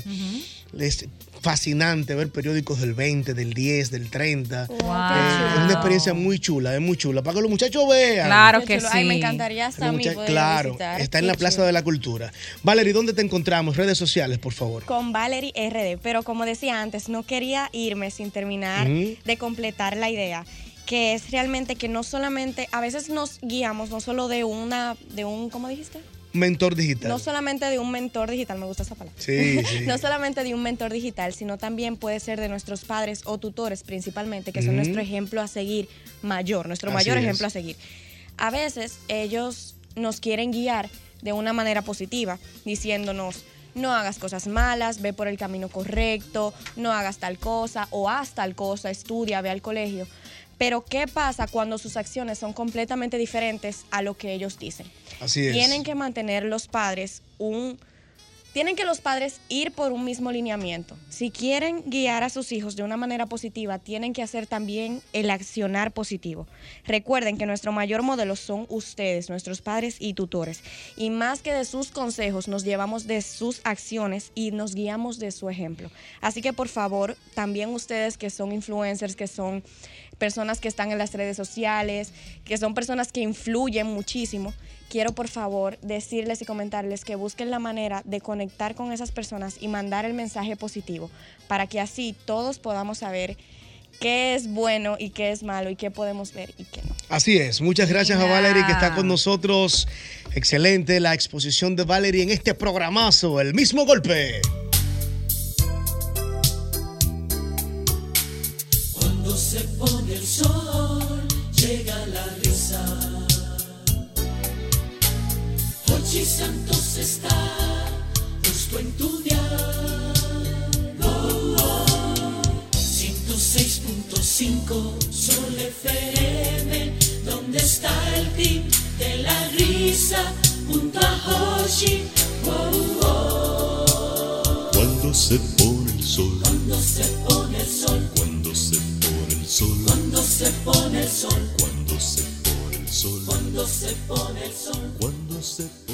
Es fascinante ver periódicos del 20, del 10, del 30. Eh, es una experiencia muy chula, es muy chula. Para que los muchachos vean.
Claro que Qué chulo. Ay, me sí. encantaría hasta a mí
Mucha-
poder
Claro,
visitar.
está en
Qué
la Plaza
chulo.
de la Cultura. Valerie, ¿dónde te encontramos? Redes sociales, por favor.
Con Valerie RD, pero como decía antes, no quería irme sin terminar
Ujú.
de completar la idea, que es realmente que no solamente, a veces nos guiamos no solo de una, de un, ¿cómo dijiste?
Mentor digital.
No solamente de un mentor digital, me gusta esa palabra.
Sí, sí.
no solamente de un mentor digital, sino también puede ser de nuestros padres o tutores principalmente, que son
Ujú.
nuestro ejemplo a seguir mayor, nuestro
Así
mayor
es.
ejemplo a seguir. A veces ellos nos quieren guiar de una manera positiva, diciéndonos, no hagas cosas malas, ve por el camino correcto, no hagas tal cosa o haz tal cosa, estudia, ve al colegio. Pero ¿qué pasa cuando sus acciones son completamente diferentes a lo que ellos dicen?
Así es.
Tienen que mantener los padres un... Tienen que los padres ir por un mismo lineamiento. Si quieren guiar a sus hijos de una manera positiva, tienen que hacer también el accionar positivo. Recuerden que nuestro mayor modelo son ustedes, nuestros padres y tutores. Y más que de sus consejos, nos llevamos de sus acciones y nos guiamos de su ejemplo. Así que por favor, también ustedes que son influencers, que son personas que están en las redes sociales, que son personas que influyen muchísimo, quiero por favor decirles y comentarles que busquen la manera de conectar con esas personas y mandar el mensaje positivo para que así todos podamos saber qué es bueno y qué es malo y qué podemos ver y qué no.
Así es. Muchas gracias a Valerie que está con nosotros. Excelente la exposición de Valerie en este programazo, el mismo golpe.
Cuando se pone el sol, llega la risa. Hochi Santos está justo en tu día. Oh, oh. 106.5 Sol FM, donde está el fin de la risa junto a Hochi. Oh, oh.
Cuando se pone el sol,
Cuando se pone el sol,
cuando se pone el sol,
cuando se pone el sol,
cuando se pone el sol,
cuando se pone el sol.
cuando se pone el sol.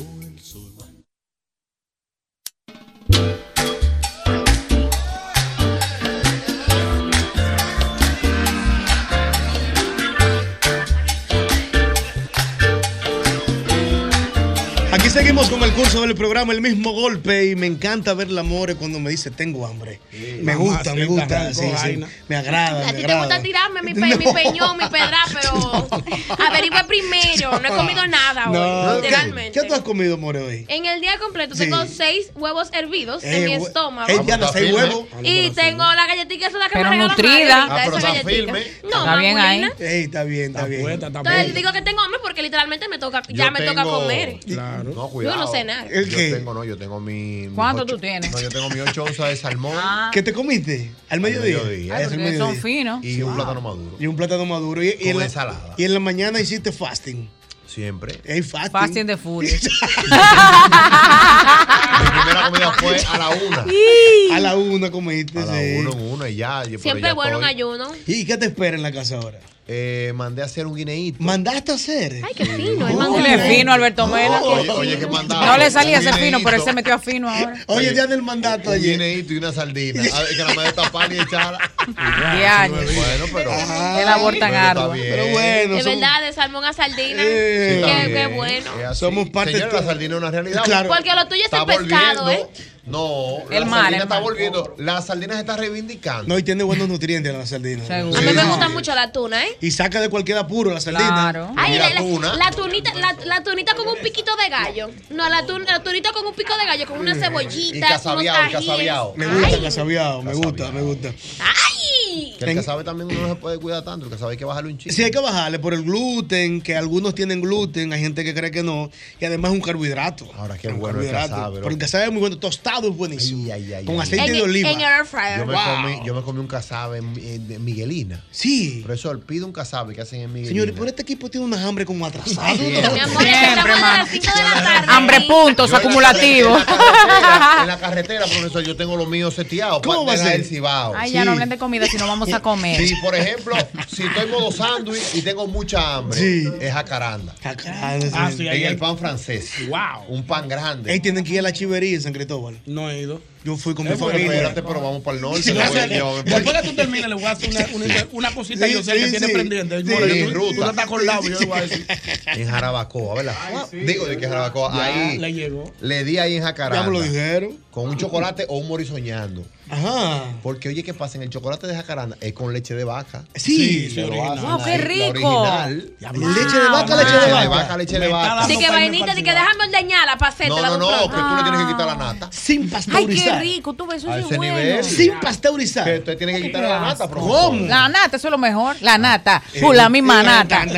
Aquí seguimos Seguimos con el curso del programa El mismo golpe y me encanta ver la More cuando me dice tengo hambre. me
mamá,
gusta, me
sí,
gusta,
también,
sí,
con
sí.
vaina.
me agrada.
A
me
ti te
agrada.
gusta tirarme mi, pe- mi
No.
peñón, mi pedra, pero averigüe primero. No he comido nada hoy,
No, ¿qué-
literalmente.
¿Qué tú has comido, More, hoy?
En el día completo
Sí.
tengo seis huevos hervidos en
Eh,
mi
hue-
estómago.
Eh, ya no, seis huevos.
Y tengo la galletita esa de la que
Pero
me regaló
nutrida.
Margarita,
Ah, pero
esa
está
galletita.
firme.
No, está bien
Ey, está bien, está bien.
Entonces digo que tengo hambre porque literalmente me toca, ya me toca comer.
Claro. No,
Yo
cuidado.
no sé nada.
Yo tengo, no, yo tengo mi. mis
¿Cuánto
ocho-
tú tienes?
No, yo tengo mi 8 onzas de salmón.
Ah.
¿Qué te comiste? ¿Al mediodía?
mediodía.
Ah,
Ay,
al
porque son
mediodía.
finos. Y un plátano maduro.
Y un plátano maduro. Y, y
Con
en la,
ensalada.
Y en la mañana hiciste fasting.
Siempre.
Ey, fasting.
Fasting de furia.
Mi primera comida fue a la una.
A la una comiste.
A la una, en una y ya. yo- pero
Siempre
ya
es bueno un
estoy.
ayuno.
¿Y qué te espera en la casa ahora?
Eh, mandé a hacer un guineíto.
¿Mandaste a hacer?
Ay, qué fino.
No, Él es fino, Alberto Mena.
Oh, Oye, oye, qué mandado.
No le salía
Un
ese fino, pero él
guineíto.
se metió a fino ahora.
Oye, día del mandato
Un
ayer.
guineíto y una sardina. A ver, que la madre tapar y echar.
Ya,
Bueno, pero.
Él abortan
Pero está
algo.
bien.
Pero bueno,
de
somos-
verdad, de salmón a sardina.
Eh,
qué,
está
qué
bien.
bueno.
Es así. Somos parte Señora, la sardina es una realidad.
Porque lo tuyo es
Está
el pescado,
volviendo.
¿eh?
No,
El
la
mar,
sardina
el
está
mar.
volviendo. La sardina se está reivindicando.
No, y tiene buenos nutrientes la sardina.
A mí me gusta mucho la tuna, ¿eh?
Y saca de cualquier apuro la sardina.
Claro. Ay, la, la-
tuna.
la tunita, la, la tunita con un piquito de gallo. No, la, tun- la tunita con un pico de gallo, con una cebollita.
Y
casabiao,
unos ajíes.
casabiao.
Me gusta el casabiao, me gusta, me gusta.
¡Ay!
Que el casabe también uno no se puede cuidar tanto. El casabe hay que bajarle un
Sí,
chiste.
hay que bajarle por el gluten, que algunos tienen gluten, hay gente que cree que no, y además es un carbohidrato. Ahora
qué bueno el casabe, bro.
Pero el casabe es muy bueno, tostado es buenísimo. con aceite
En,
de oliva.
en el air fryer.
Yo me,
Wow.
comí, yo me comí un casabe en, en- en Miguelina.
Sí.
Profesor, pide un casabe que hacen en Miguelina.
Señores, por este equipo tiene una hambre como atrasado.
Sí.
¿no?
Mi amor,
Siempre, mano.
tarde.
Hambre puntos
Yo en la
acumulativos.
carretera- En la carretera, profesor, yo tengo los míos seteados.
¿Cómo va a
Bandera
ser?
del Cibao.
Ay, ya no hablen de comida, si no vamos a comer.
Sí, por ejemplo, si estoy en modo sándwich y tengo mucha hambre, es jacaranda.
Jacaranda.
Ah,
sí.
sí, ahí en el pan francés. Wow. Un pan grande.
Ey, tienen que ir a la chivería en San Cristóbal. No he ido. Yo fui con mi
Eh, bueno,
familia.
espérate, pero vamos para el norte.
Sí,
le voy a
gracias.
llevar-
Después que tú termines, le voy a hacer una, una, una cosita
Sí,
yo sé que
sí,
tiene
sí.
pendiente.
Sí,
Bueno,
sí,
tú-
ruta.
Tú no estás colado, yo le voy a decir.
En Jarabacoa, ¿verdad? Digo, de que Jarabacoa.
Ya,
ahí.
le llegó.
Le di ahí en Jacaranda.
Ya me lo dijeron.
Con un chocolate o un morisoñando.
Ajá.
Porque, oye, ¿qué pasa? En el chocolate de Jacaranda es con leche de vaca.
Sí.
se lo hacen
Wow, qué
ahí,
rico.
La original.
Diablo. Leche de vaca, leche de vaca.
leche de
Me está
vaca.
Así que vainita, de que déjame ordeñarla para hacerte
No, no, no, que tú le tienes que quitar la nata.
Sin pasteurizar.
rico, tú ves eso
A
sí
ese
es bueno.
nivel.
Sin pasteurizar.
Que usted tiene que quitar la Ah, eh, nata, profe.
La nata, eso es lo mejor. La nata. Uh, la misma nata.
La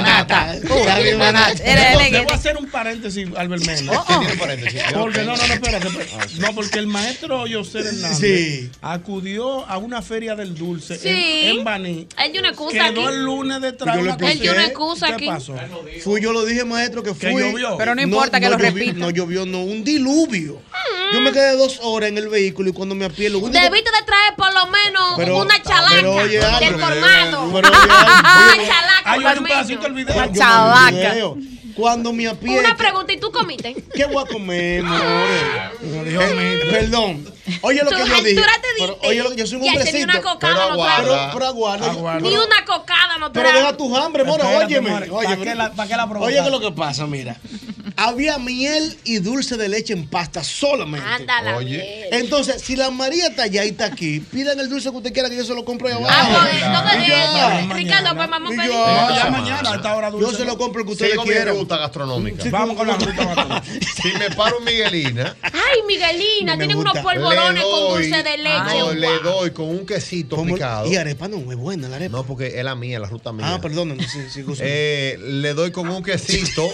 nata.
La misma nata.
Debo, debo hacer un paréntesis, Albert Mena.
oh,
¿Qué tiene paréntesis?
Porque no, no, no, espérate. espérate. No, porque el maestro José Hernández
Sí.
acudió a una feria del dulce
Sí.
Eh, en, en Baní.
Él dio una excusa aquí.
Quedó el lunes de
Yo le
trauma.
puse- Él dio una
excusa aquí.
¿Qué pasó?
Fui, yo lo dije, maestro, que fui.
Que llovió.
Pero no importa que lo
llovió,
repita.
No llovió, no, un diluvio. Yo me quedé dos horas en el vehículo y cuando me apié, lo único que-
Debiste de traer por lo menos
Pero-
una chalanca
pero oye,
del
Ah,
Álvaro,
colmado.
pero oye, Álvaro.
una chalaca,
Ay,
por
yo vi
lo
un
menos.
Yo me video. Cuando me apié,
Una pregunta, ¿y tú comiste?
¿qué voy a comer,
Ah,
more? Eh, Perdón. Oye lo
Tu
que yo dije.
altura te
Pero
diste.
Oye lo que yo soy un
Y ahí tenía
hombrecito.
una cocada, Pero no trago. aguarda.
Pero- pero aguarda.
Aguarda.
Ni una cocada no
Pero
trajo.
deja tus hambre, more.
Espérate,
Óyeme.
more, ¿pa'
óyeme.
qué la- pa' qué la provocaste?
Oye, ¿qué es lo que pasa? Mira. Había miel y dulce de leche en pasta solamente.
Anda la Oye. miel.
Entonces, si la María está allá y está aquí, pidan el dulce que usted quiera que yo se lo compro allá abajo.
Ah, pues, entonces,
Y ya.
eh, Ricardo, pues vamos a
Y
pedir.
ya.
No, ya mañana, a esta hora dulce.
Yo se lo compro el que usted
Sigo mi
quiera.
ruta gastronómica.
Sí,
Vamos con la
Si me paro en Miguelina,
Ay, Miguelina, tienen unos polvorones
Le
con
doy- Ah,
dulce de leche.
No, le
Guau.
doy con un quesito picado.
Y arepa no es buena, la arepa.
No, porque es la mía, la ruta mía.
Ah, perdón. Sí, sí, sí.
Eh, le doy con un quesito,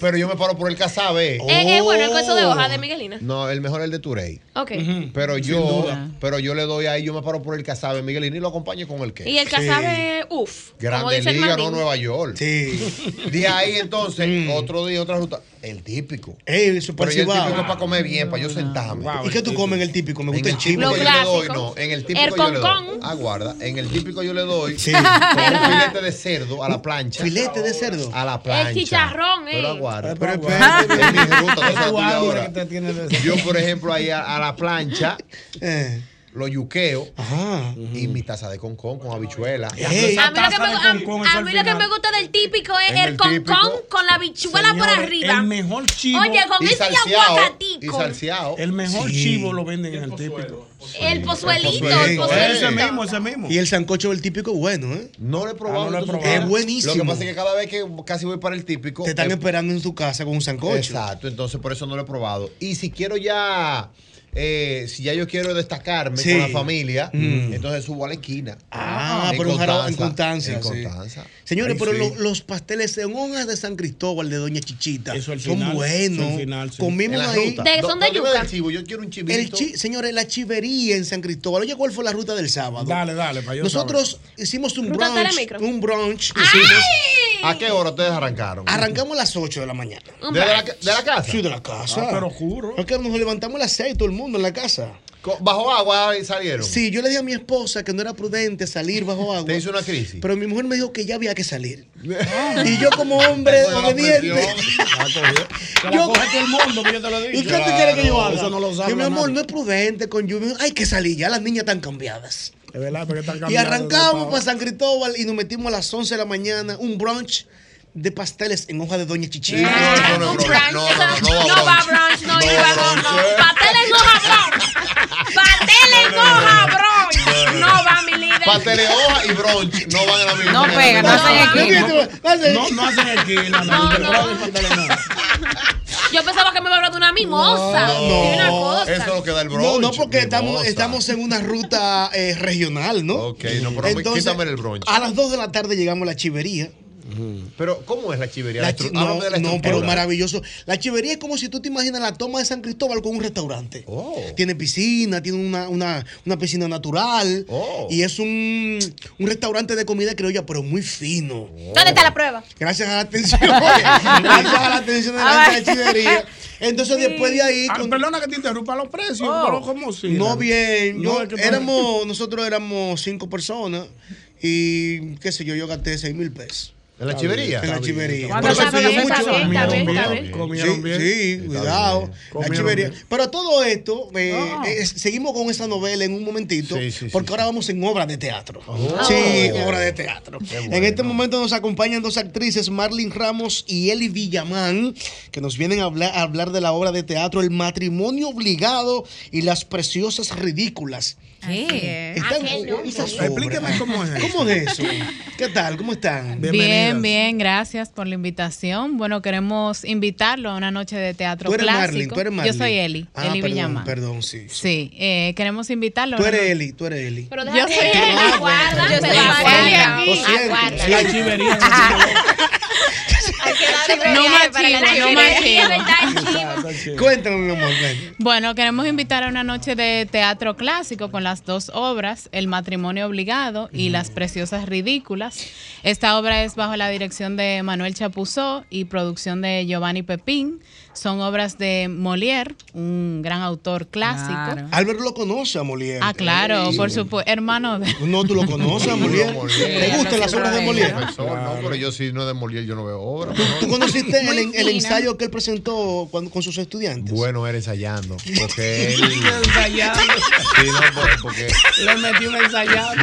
pero yo me paro por el casabe. Oh.
Eh, eh, bueno, el queso de hoja de Miguelina.
No, el mejor es el de Turey.
Ok.
Pero yo,
duda.
pero yo le doy ahí, yo me paro por el casabe, Miguelín, y lo acompaño con el queso.
Y el casabe, uff. Como
Grande
dice el
Liga, no
mandín.
Nueva York.
Sí. Mm.
De ahí entonces, otro día, otra ruta. El típico.
Ey, eso
Pero yo el
parece
típico es
va.
para comer bien, para yo sentarme.
¿Y qué tú comes en el típico? Me gusta el
típico
chivo.
yo le doy,
eh,
no, en el típico
El
yo le doy.
concón.
Aguarda, en el típico yo le doy
Sí.
con un filete de cerdo a la plancha.
Filete de cerdo.
A la plancha. Ah,
El chicharrón, eh.
Pero aguarda.
Pero
Es mi ruta, no sé la tuya
Guau,
ahora.
que te tiene de-
Eh.
Yo, por ejemplo, ahí a, a la plancha, lo yuqueo y mi taza de concón con habichuela.
a mí lo que, me, a- a mí lo que me gusta del típico es
Es
el,
el típico.
concón con la bichuela
Señores,
por arriba.
el
mejor chivo.
Oye, con
Y
ese y
salseado,
aguacatico.
y salseado.
El mejor chivo lo venden en el típico.
El pozuelito,
Eh,
el pozuelito.
ese mismo.
Y el sancocho del típico bueno, ¿eh?
Ah, No lo he
probado.
Entonces,
Es buenísimo.
Lo que pasa es que cada vez que casi voy para el típico.
Te están
eh,
esperando en tu casa con un sancocho.
Exacto, entonces por eso no lo he probado. Y si quiero ya, eh, si ya yo quiero destacarme
Sí.
con la familia,
Mm.
entonces subo a la esquina.
Ah,
En
pero un jarabo en
Constanza,
Constanza. sí.
en Constanza.
Señores,
Ahí
pero
sí.
lo- los pasteles en hojas de San Cristóbal de Doña Chichita son
final,
buenos.
al final, sí.
Comimos
En la
ahí.
ruta. Do- ¿dónde va el chivo? Yo quiero un chivito.
El chi- señores, la chivería en San Cristóbal. Oye, ¿cuál fue la ruta del sábado?
Dale, dale, para yo
Nosotros hicimos un
Ruta
brunch.
Telemicro.
Un brunch. hicimos.
¿A qué hora ustedes arrancaron?
Arrancamos a las 8 de la mañana.
¿De la, de la casa?
Sí, de la casa.
Ah, pero
juro. Es que nos levantamos a las 6 todo el mundo en la casa.
¿Bajo agua y salieron?
Sí, yo le dije a mi esposa que no era prudente salir bajo agua. Te hizo
una crisis. Ah.
Pero mi mujer me dijo que ya había que salir. y yo como hombre obediente.
Yo coge todo el mundo, que yo te lo digo.
¿Y qué te quiere que yo haga?
Eso no lo sabe.
Yo, mi amor, no es prudente con lluvia. Hay que salir, ya las niñas están cambiadas.
Es verdad, porque están
Y pues,
cambiando.
arrancamos para San Cristóbal y nos metimos a las 11 de la mañana, un brunch de pasteles en hoja de Doña Chichita.
Ah, un brunch, eso- No va brunch, eh. no iba no, no. Patel en hoja brunch. Patel en hoja brunch. No va mi líder.
Pastel de hoja y brunch no van a la misma.
No, no hacen esquina.
No,
No,
no. Yo pensaba que me iba a hablar de una mimosa. de una cosa.
eso es lo que da el brunch.
No, no, porque
mimosa.
estamos, estamos en una ruta eh, regional, ¿no?
Ok, no, pero
Entonces,
quítame el brunch.
A las 2 de la tarde llegamos a la chivería.
Pero, ¿cómo es la chivería?
La
La
chi-
ah,
estru-
no,
háblame de la
no,
estructura.
pero maravilloso. La chivería es como si tú te imaginas la toma de San Cristóbal con un restaurante.
Oh.
Tiene piscina, tiene una, una, una piscina natural.
Oh.
Y es un, un restaurante de comida criolla, pero muy fino.
Oh. ¿Dónde está la prueba?
Gracias a la atención. gracias a la atención de la
Ah,
gente de chivería. Entonces,
Sí.
después de ahí.
Ah, perdona que te interrumpa los precios, pero ¿cómo si?
No, bien.
Oh. No,
yo-
es que-
éramos, nosotros éramos cinco personas y qué sé yo, yo gasté seis mil pesos.
¿En la chivería?
En la
Está bien,
chivería.
está bien.
Pero
Está
se
bien,
pidió
está bien, está bien, está
mucho.
bien.
Sí,
Comieron bien.
Sí,
Está
cuidado.
bien.
La
Comieron
chivería.
bien.
Pero todo esto, eh,
Ah.
eh, seguimos con esta novela en un momentito, porque ahora vamos en obra de teatro.
Oh.
Sí,
Oh.
obra de teatro. En este momento nos acompañan dos actrices, Marlene Ramos y Eli Villamán, que nos vienen a hablar, a hablar de la obra de teatro El matrimonio obligado y las preciosas ridículas.
¿Qué?
Están-
Aquel no.
esas
Explíqueme
obras.
cómo es
¿Cómo es eso? ¿Qué tal? ¿Cómo están?
Bien, bien, gracias por la invitación. Bueno, queremos invitarlo a una noche de teatro
Tú eres
clásico.
Marlin, tú eres
Yo
Marlin.
soy Eli,
Ah,
Eli
perdón,
Villamán.
Perdón, sí.
Sí, eh, queremos invitarlo. a
Tú
una
eres
noche-
Eli, tú eres Eli. Ah,
Pero
Yo soy Eli.
Aguarda,
Yo soy
pero
Eli
aguarda.
aquí.
Aguarda.
La chivería.
Hay que darle
No
real
más
para que
chivo,
la
no
gente
más
vea,
chivo.
¿verdad?
Cuéntame, mi amor. ven.
Bueno, queremos invitar a una noche de teatro clásico con las dos obras, El matrimonio obligado y Las preciosas ridículas. Esta obra es bajo la dirección de Manuel Chapuzó y producción de Giovanni Pepín. Son obras de Molière, un gran autor clásico.
Albert lo conoce a Molière.
Ah, claro,
Sí.
por supuesto, hermano de...
No, tú lo conoces a Molière. ¿Te gustan las obras de Molière?
Profesor, No, pero yo si no es de Molière, yo no veo obras.
¿Tú conociste el, el
fina.
ensayo que él presentó cuando- con sus estudiantes?
Bueno, era ensayando. Porque él.
Ensayado.
Sí, no, por- porque.
Le metí un ensayado.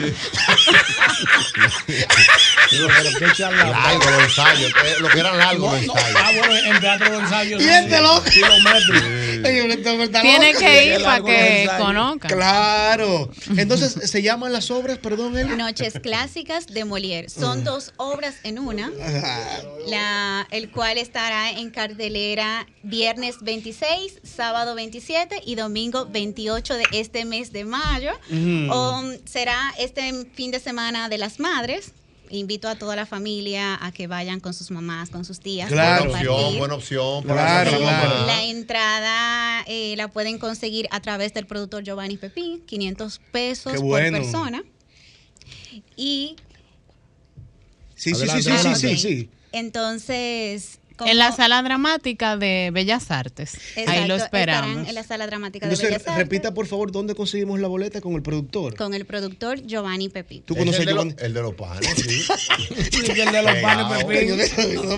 Largo los ensayos. eh, Lo que eran largos los
No,
ensayos.
ah, bueno, en teatro de ensayo.
Y
sí,
este loco.
kilómetros.
este
Tiene que ir para que conozca.
Claro. Entonces, ¿se llaman las obras, perdón, Eli?
Noches clásicas de Molière. Son dos obras en una,
Ajá.
la, el cual estará en cartelera viernes 26, sábado 27 y domingo 28 de este mes de mayo.
Mm.
Um, será este fin de semana de las madres. Invito a toda la familia a que vayan con sus mamás, con sus tías.
Buena
a
opción,
compartir.
buena opción.
Claro, claro.
La entrada eh, la pueden conseguir a través del productor Giovanni Pepín, 500 pesos
Qué bueno.
por persona. Y
Sí, sí, sí,
Adelante,
sí, sí,
adelante.
sí, sí.
entonces... como-
En la sala dramática de Bellas Artes.
Eh,
Ahí lo
Exacto,
esperamos.
Estarán en la sala dramática de
Entonces,
Bellas Artes
repita, por favor, ¿dónde conseguimos la boleta con el productor?
con el productor Giovanni Pepín.
¿Tú conoces a Giovanni?
El de los panes, sí.
el de los panes,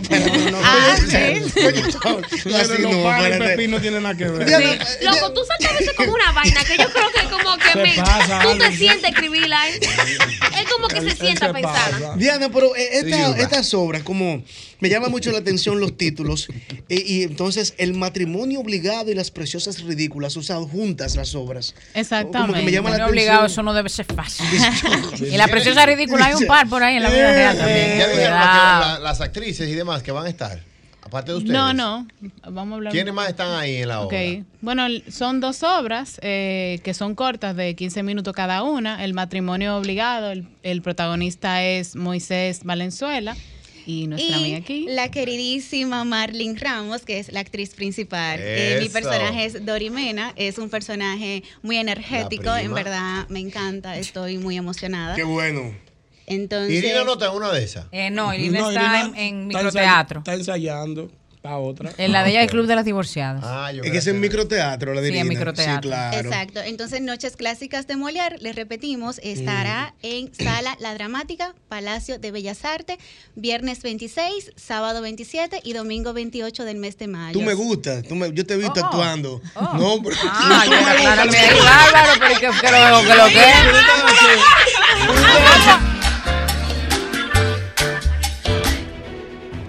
Ah,
Pero los panes y pepino tienen nada que ver. eh.
Loco, tú saltaste eso como una vaina que yo creo que como que Clemente,
¿Qué pasa,
tú te
Alex?
sientes a escribirla, ¿eh? Es como que se sienta a pensarla.
Diana, pero eh, esta-
Ayuda.
estas obras, como me llama mucho la atención los títulos, eh, y entonces el matrimonio obligado y las preciosas ridículas, usadas juntas las obras.
Exactamente.
Como que me llama la
No es obligado,
atención.
eso no debe ser fácil. y la preciosa ridícula, hay un par por ahí en la vida real también.
Ya dijeron
Cuidado.
la- la- las actrices y demás que van a estar. Aparte de ustedes.
No, no. Vamos a hablar.
¿Quiénes más están ahí en la
Ok.
obra?
Bueno, l- son dos obras eh, que son cortas, de 15 minutos cada una. El matrimonio obligado, el, el protagonista es Moisés Valenzuela y nuestra
y
amiga aquí.
la queridísima Marlene Ramos, que es la actriz principal. Eh, mi
Eso.
personaje es Dorimena, es un personaje muy energético,
La
en
prima.
verdad me encanta, estoy muy emocionada.
Qué bueno.
Entonces,
Irina no está en una de esas.
Eh, no, Irina
No,
está
Irina
en, en
está
microteatro.
Está ensayando para otra.
En la de ella, el Club de las Divorciadas.
Ah,
Es que es en microteatro, la
Sí, en
divina.
microteatro.
claro.
Exacto. Entonces, Noches Clásicas de Molière, les repetimos, estará
Mm.
en Sala La Dramática, Palacio de Bellas Artes, viernes 26, sábado 27 y domingo 28 del mes de mayo.
Tú me gustas, tú me- yo te he visto actuando. No, pero.
Ah,
tú
ya,
me
claro,
gustas.
mira,
Bárbaro, pero que, que lo que lo que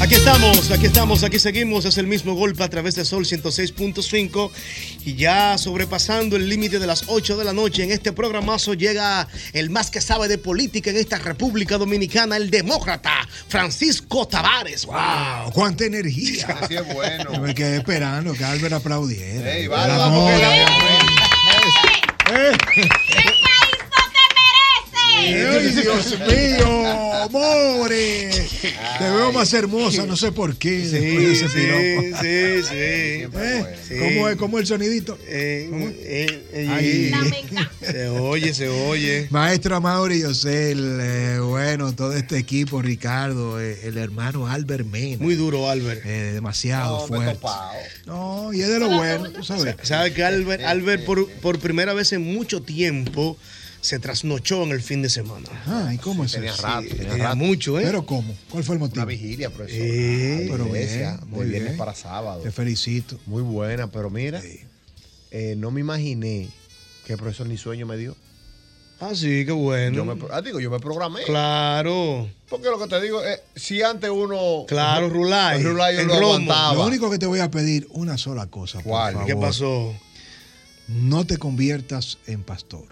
Aquí estamos, aquí estamos, aquí seguimos. Es el mismo golpe a través de Sol 106.5. Y ya sobrepasando el límite de las 8 de la noche, en este programazo llega el más que sabe de política en esta República Dominicana, el demócrata Francisco Tavares. ¡Wow!
Wow, cuánta energía.
Así es bueno.
Yo me quedé esperando que Albert aplaudiera.
Ey,
El
vale,
amor.
vamos, que la-
¡Ay, Dios mío! ¡More! Te veo más hermosa, no sé por qué. después de ese piropo.
sí, sí.
Eh, ¿Cómo es? ¿Cómo es el sonidito? Ahí.
Eh, Se oye, se oye.
Maestro Amaury y Yosel, eh, bueno, todo este equipo, Ricardo, eh, el hermano Albert Mena. Eh, Muy
duro, Albert.
demasiado
No, me
fuerte. No, y es de lo bueno, tú sabes.
Sabe que
Eh,
Albert, Albert por, por primera vez en mucho tiempo se trasnochó en el fin de semana.
Ah, ¿y cómo es
Tenía
eso?
rato, tenía tenía rato. mucho, ¿eh?
¿Pero cómo? ¿Cuál fue el motivo? Una
vigilia, profesor.
Eh, pero
iglesia,
bien,
de
muy
viernes
bien.
para sábado.
Te felicito.
Muy buena, pero mira, eh, no me imaginé que el profesor ni sueño me dio.
Ah, sí, qué bueno.
Yo me, pro- ah, digo, yo me programé.
Claro.
Porque lo que te digo es, si antes uno.
Claro, Rulay.
El Rulay
El
lo
romo.
aguantaba.
Lo único que te voy a pedir, una sola cosa. por
¿Cuál?
favor.
¿Qué pasó?
No te conviertas en pastor.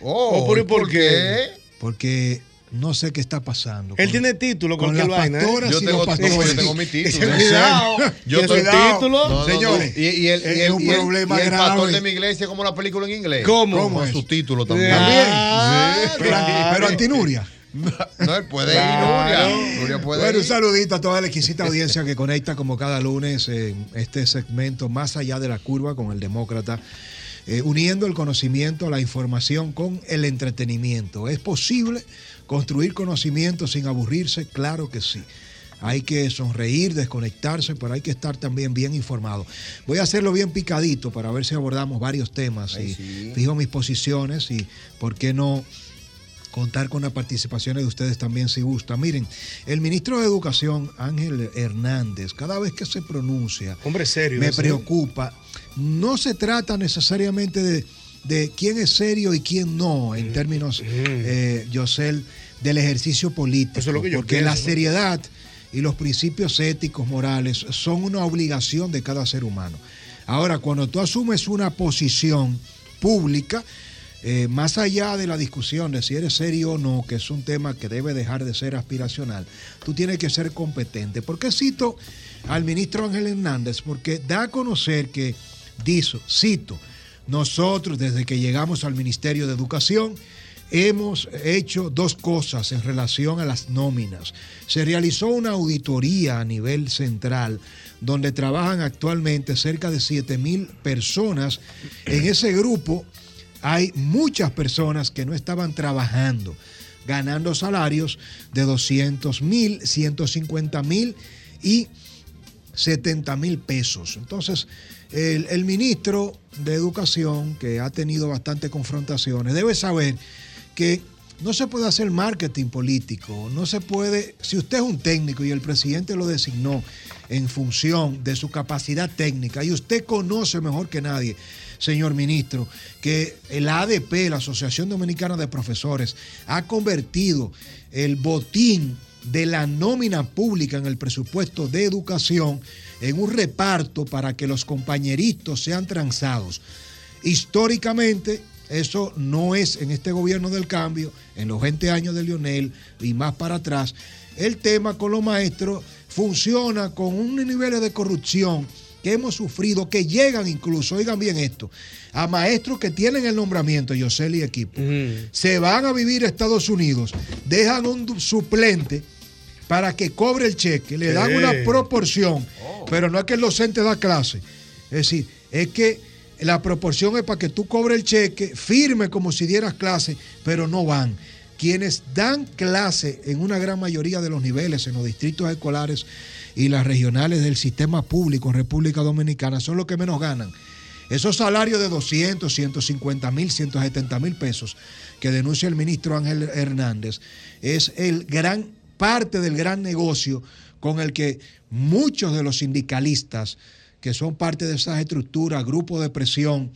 Oh, pero ¿y por ¿por qué? qué?
Porque no sé qué está pasando.
Él tiene título,
con
cualquier
las
vaina. ¿eh?
pastoras y los pastores.
Sí.
Ese-
Cuidado.
Yo
Ese
estoy- No,
título.
no, no.
Señores,
Y, y el, y
Es
el-
un
y el-
problema
y el
grave.
pastor de mi iglesia, como la película en inglés.
¿Cómo? ¿Cómo
Con
es?
su título también.
También.
Sí.
Pero, pero antinuria.
No, él puede ir, Nuria. Nuria puede
Bueno, un
ir.
saludito a toda la exquisita audiencia que conecta como cada lunes en este segmento Más allá de la curva con el demócrata. eh, uniendo el conocimiento, la información con el entretenimiento. ¿Es posible construir conocimiento sin aburrirse? Claro que sí. Hay que sonreír, desconectarse, pero hay que estar también bien informado. Voy a hacerlo bien picadito para ver si abordamos varios temas y fijo mis posiciones y por qué no contar con las participaciones de ustedes también si gusta. Miren, el ministro de Educación, Ángel Hernández, cada vez que se pronuncia,
Hombre serio.
me
ese.
preocupa. No se trata necesariamente de, de quién es serio y quién no,
Mm,
en términos, eh, Yosel, del ejercicio político.
Eso es lo que yo
porque la
pienso.
seriedad y los principios éticos, morales, son una obligación de cada ser humano. Ahora, cuando tú asumes una posición pública, eh, más allá de la discusión de si eres serio o no, que es un tema que debe dejar de ser aspiracional, tú tienes que ser competente. ¿Por qué cito al ministro Ángel Hernández? Porque da a conocer que, dice, cito, nosotros desde que llegamos al Ministerio de Educación hemos hecho dos cosas en relación a las nóminas. Se realizó una auditoría a nivel central donde trabajan actualmente cerca de 7 mil personas. En ese grupo hay muchas personas que no estaban trabajando, ganando salarios de 200 mil, 150 mil y 70 mil pesos. Entonces, el, el ministro de Educación, que ha tenido bastantes confrontaciones, debe saber que no se puede hacer marketing político, no se puede, si usted es un técnico y el presidente lo designó en función de su capacidad técnica y usted conoce mejor que nadie, señor ministro, que el ADP, la Asociación Dominicana de Profesores, ha convertido el botín de la nómina pública en el presupuesto de educación en un reparto para que los compañeritos sean transados. Históricamente, eso no es en este gobierno del cambio, en los 20 años de Lionel y más para atrás. El tema con los maestros funciona con unos niveles de corrupción que hemos sufrido, que llegan incluso, oigan bien esto, a maestros que tienen el nombramiento, Yosel y equipo, se van a vivir a Estados Unidos, dejan un suplente para que cobre el cheque, le dan
Sí.
una proporción, pero no es que el docente da clase, es decir, es que la proporción es para que tú cobres el cheque, firme como si dieras clase, pero no van. Quienes dan clase en una gran mayoría de los niveles, en los distritos escolares, y las regionales del sistema público en República Dominicana son los que menos ganan. Esos salarios de 200, 150 mil, 170 mil pesos que denuncia el ministro Ángel Hernández es el gran parte del gran negocio con el que muchos de los sindicalistas que son parte de esas estructuras, grupos de presión,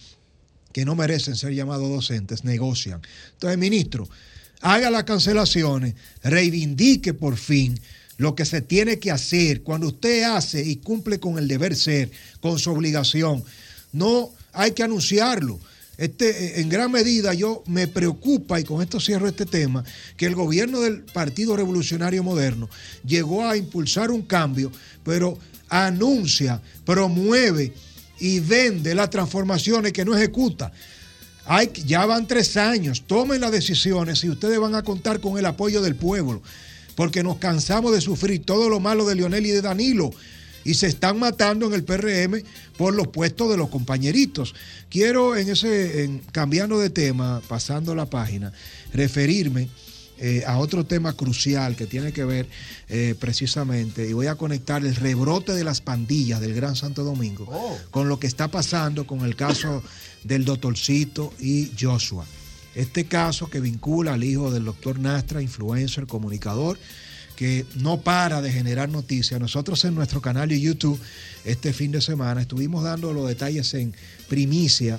que no merecen ser llamados docentes, negocian. Entonces, ministro, haga las cancelaciones, reivindique por fin lo que se tiene que hacer. Cuando usted hace y cumple con el deber ser, con su obligación, no hay que anunciarlo. Este, eh, en gran medida yo me preocupa, y con esto cierro este tema, que el gobierno del Partido Revolucionario Moderno llegó a impulsar un cambio, pero anuncia, promueve y vende las transformaciones que no ejecuta. Hay, ya van tres años, tomen las decisiones y ustedes van a contar con el apoyo del pueblo, porque nos cansamos de sufrir todo lo malo de Lionel y de Danilo y se están matando en el PRM por los puestos de los compañeritos. Quiero en ese, en- cambiando de tema, pasando la página, referirme eh, a otro tema crucial que tiene que ver eh, precisamente, y voy a conectar el rebrote de las pandillas del Gran Santo Domingo con lo que está pasando con el caso del doctorcito y Joshua. Este caso que vincula al hijo del doctor Nastra, influencer, comunicador, que no para de generar noticias. Nosotros en nuestro canal de YouTube este fin de semana estuvimos dando los detalles en primicia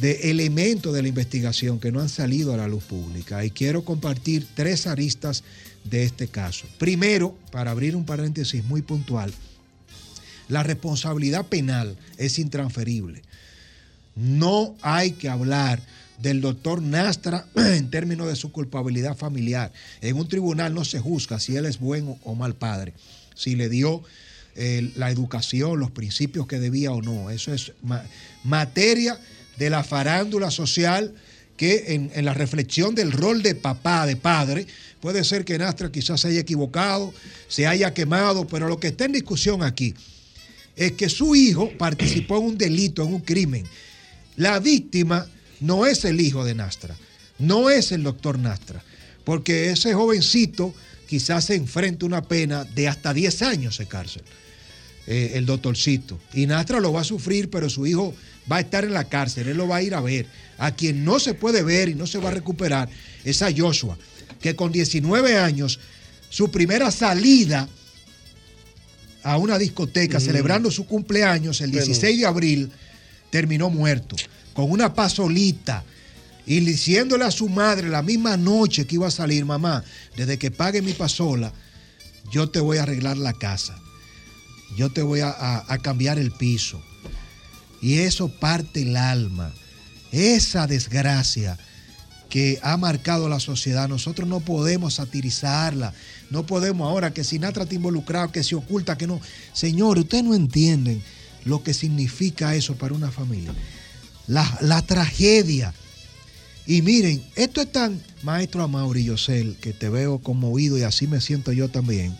de elementos de la investigación que no han salido a la luz pública. Y quiero compartir tres aristas de este caso. Primero, para abrir un paréntesis muy puntual, la responsabilidad penal es intransferible. No hay que hablar del doctor Nastra en términos de su culpabilidad familiar. En un tribunal no se juzga si él es buen o mal padre, si le dio eh, la educación, los principios que debía o no. Eso es ma- materia de la farándula social que en, en la reflexión del rol de papá, de padre, puede ser que Nastra quizás se haya equivocado, se haya quemado, pero lo que está en discusión aquí es que su hijo participó en un delito, en un crimen. La víctima no es el hijo de Nastra, no es el doctor Nastra, porque ese jovencito quizás se enfrenta a una pena de hasta 10 años de cárcel, eh, el doctorcito. Y Nastra lo va a sufrir, pero su hijo va a estar en la cárcel, él lo va a ir a ver. A quien no se puede ver y no se va a recuperar es a Joshua, que con 19 años, su primera salida a una discoteca
Mm.
celebrando su cumpleaños el
Pero-
16 de abril, terminó muerto, con una pasolita. Y diciéndole a su madre la misma noche que iba a salir, mamá, desde que pague mi pasola, yo te voy a arreglar la casa, yo te voy a, a- a cambiar el piso. Y eso parte el alma. Esa desgracia que ha marcado la sociedad, nosotros no podemos satirizarla, no podemos ahora que Sinatra está involucrado, que se oculta, que no. Señores, ustedes no entienden lo que significa eso para una familia. La, la tragedia Y miren, esto es tan, maestro Amaury Yosel, que te veo conmovido y así me siento yo también.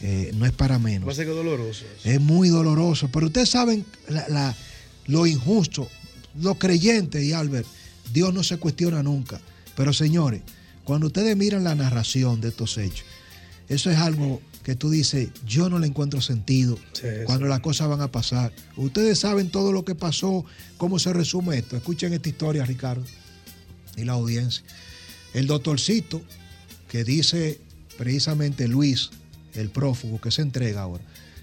eh, no es para menos.
Va a ser que doloroso.
Es muy doloroso. Pero ustedes saben la- la- lo injusto. Los creyentes y Albert, Dios no se cuestiona nunca. Pero señores, cuando ustedes miran la narración de estos hechos, eso es algo que tú dices, yo no le encuentro sentido cuando las cosas van a pasar. Ustedes saben todo lo que pasó, cómo se resume esto. Escuchen esta historia, Ricardo, y la audiencia. El doctorcito que dice precisamente Luis, el prófugo que se entrega ahora,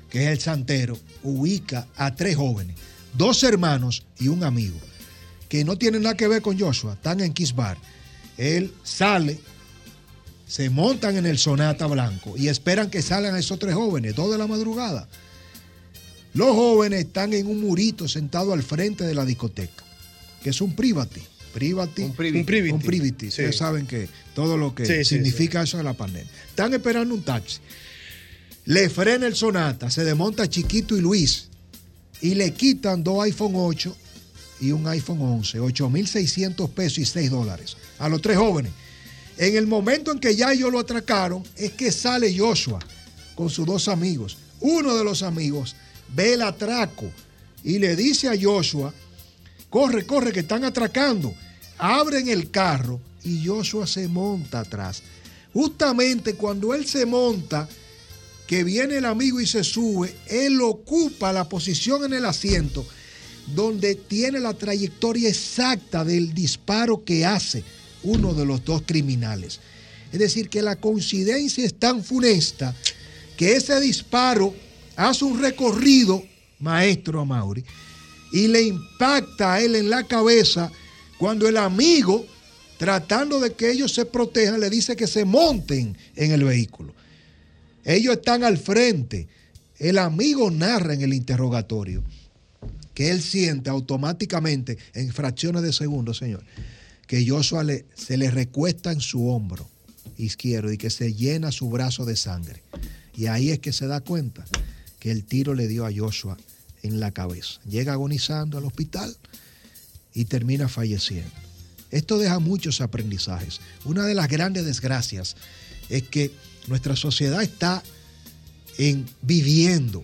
que es el santero, ubica a tres jóvenes, dos hermanos y un amigo, que no tienen nada que ver con Joshua, están en Kisbar. Él sale, se montan en el Sonata Blanco y esperan que salgan esos tres jóvenes, dos de la madrugada. Los jóvenes están en un murito sentado al frente de la discoteca, que es un private. Private, un privity. Un privity. Ustedes saben que todo lo que
Sí, sí,
significa eso de la pandemia. Están esperando un taxi. Le frena el Sonata, se desmonta Chiquito y Luis y le quitan dos iPhone 8 y un iPhone 11, 8.600 pesos y 6 dólares a los tres jóvenes. En el momento en que ya ellos lo atracaron, es que sale Joshua con sus dos amigos. Uno de los amigos ve el atraco y le dice a Joshua, corre, corre, que están atracando. Abren el carro y Joshua se monta atrás. Justamente cuando él se monta, que viene el amigo y se sube, él ocupa la posición en el asiento donde tiene la trayectoria exacta del disparo que hace uno de los dos criminales. Es decir, que la coincidencia es tan funesta que ese disparo hace un recorrido, maestro Amauri, y le impacta a él en la cabeza cuando el amigo, tratando de que ellos se protejan, le dice que se monten en el vehículo. Ellos están al frente. El amigo narra en el interrogatorio que él siente automáticamente en fracciones de segundo, señor, que Joshua le- se le recuesta en su hombro izquierdo y que se llena su brazo de sangre. Y ahí es que se da cuenta que el tiro le dio a Joshua en la cabeza. Llega agonizando al hospital y termina falleciendo. Esto deja muchos aprendizajes. Una de las grandes desgracias es que nuestra sociedad está en viviendo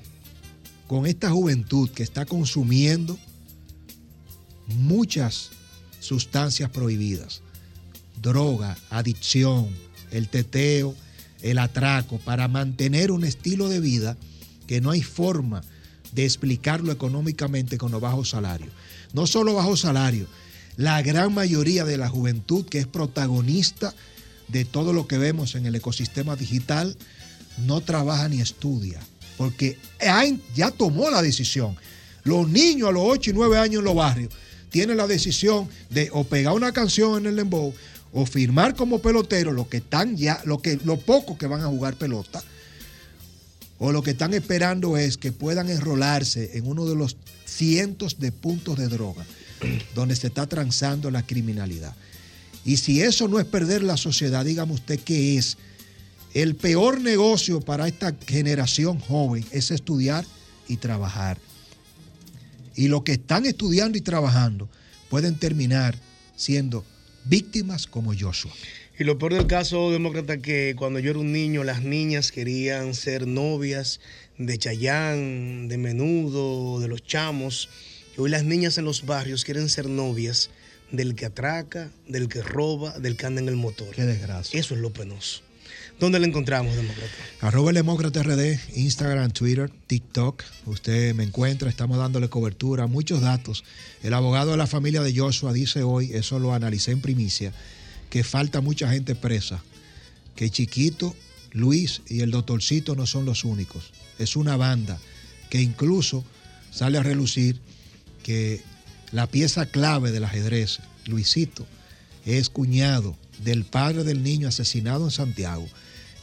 con esta juventud que está consumiendo muchas sustancias prohibidas, droga, adicción, el teteo, el atraco, para mantener un estilo de vida que no hay forma de explicarlo económicamente con los bajos salarios. No solo bajos salarios, la gran mayoría de la juventud que es protagonista de todo lo que vemos en el ecosistema digital no trabaja ni estudia, porque ha- ya tomó la decisión. Los niños a los 8 y 9 años en los barrios tienen la decisión de o pegar una canción en el dembow o firmar como pelotero los que están ya, lo que, los pocos que van a jugar pelota, o lo que están esperando es que puedan enrolarse en uno de los cientos de puntos de droga donde se está transando la criminalidad. Y si eso no es perder la sociedad, dígame usted qué es. El peor negocio para esta generación joven es estudiar y trabajar. Y los que están estudiando y trabajando pueden terminar siendo víctimas como Joshua.
Y lo peor del caso, demócrata, que cuando yo era un niño, las niñas querían ser novias de Chayán, de Menudo, de los chamos. Y hoy las niñas en los barrios quieren ser novias del que atraca, del que roba, del que anda en el motor.
Qué desgracia.
Eso es lo penoso. ¿Dónde la encontramos, demócrata?
Arroba el Demócrata RD, Instagram, Twitter, TikTok. Usted me encuentra, estamos dándole cobertura, muchos datos. El abogado de la familia de Joshua dice hoy, eso lo analicé en primicia, que falta mucha gente presa, que Chiquito, Luis y el doctorcito no son los únicos. Es una banda que incluso sale a relucir que la pieza clave del ajedrez, Luisito, es cuñado del padre del niño asesinado en Santiago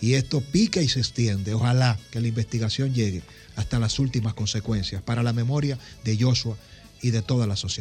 y esto pica y se extiende. Ojalá que la investigación llegue hasta las últimas consecuencias para la memoria de Joshua y de toda la sociedad.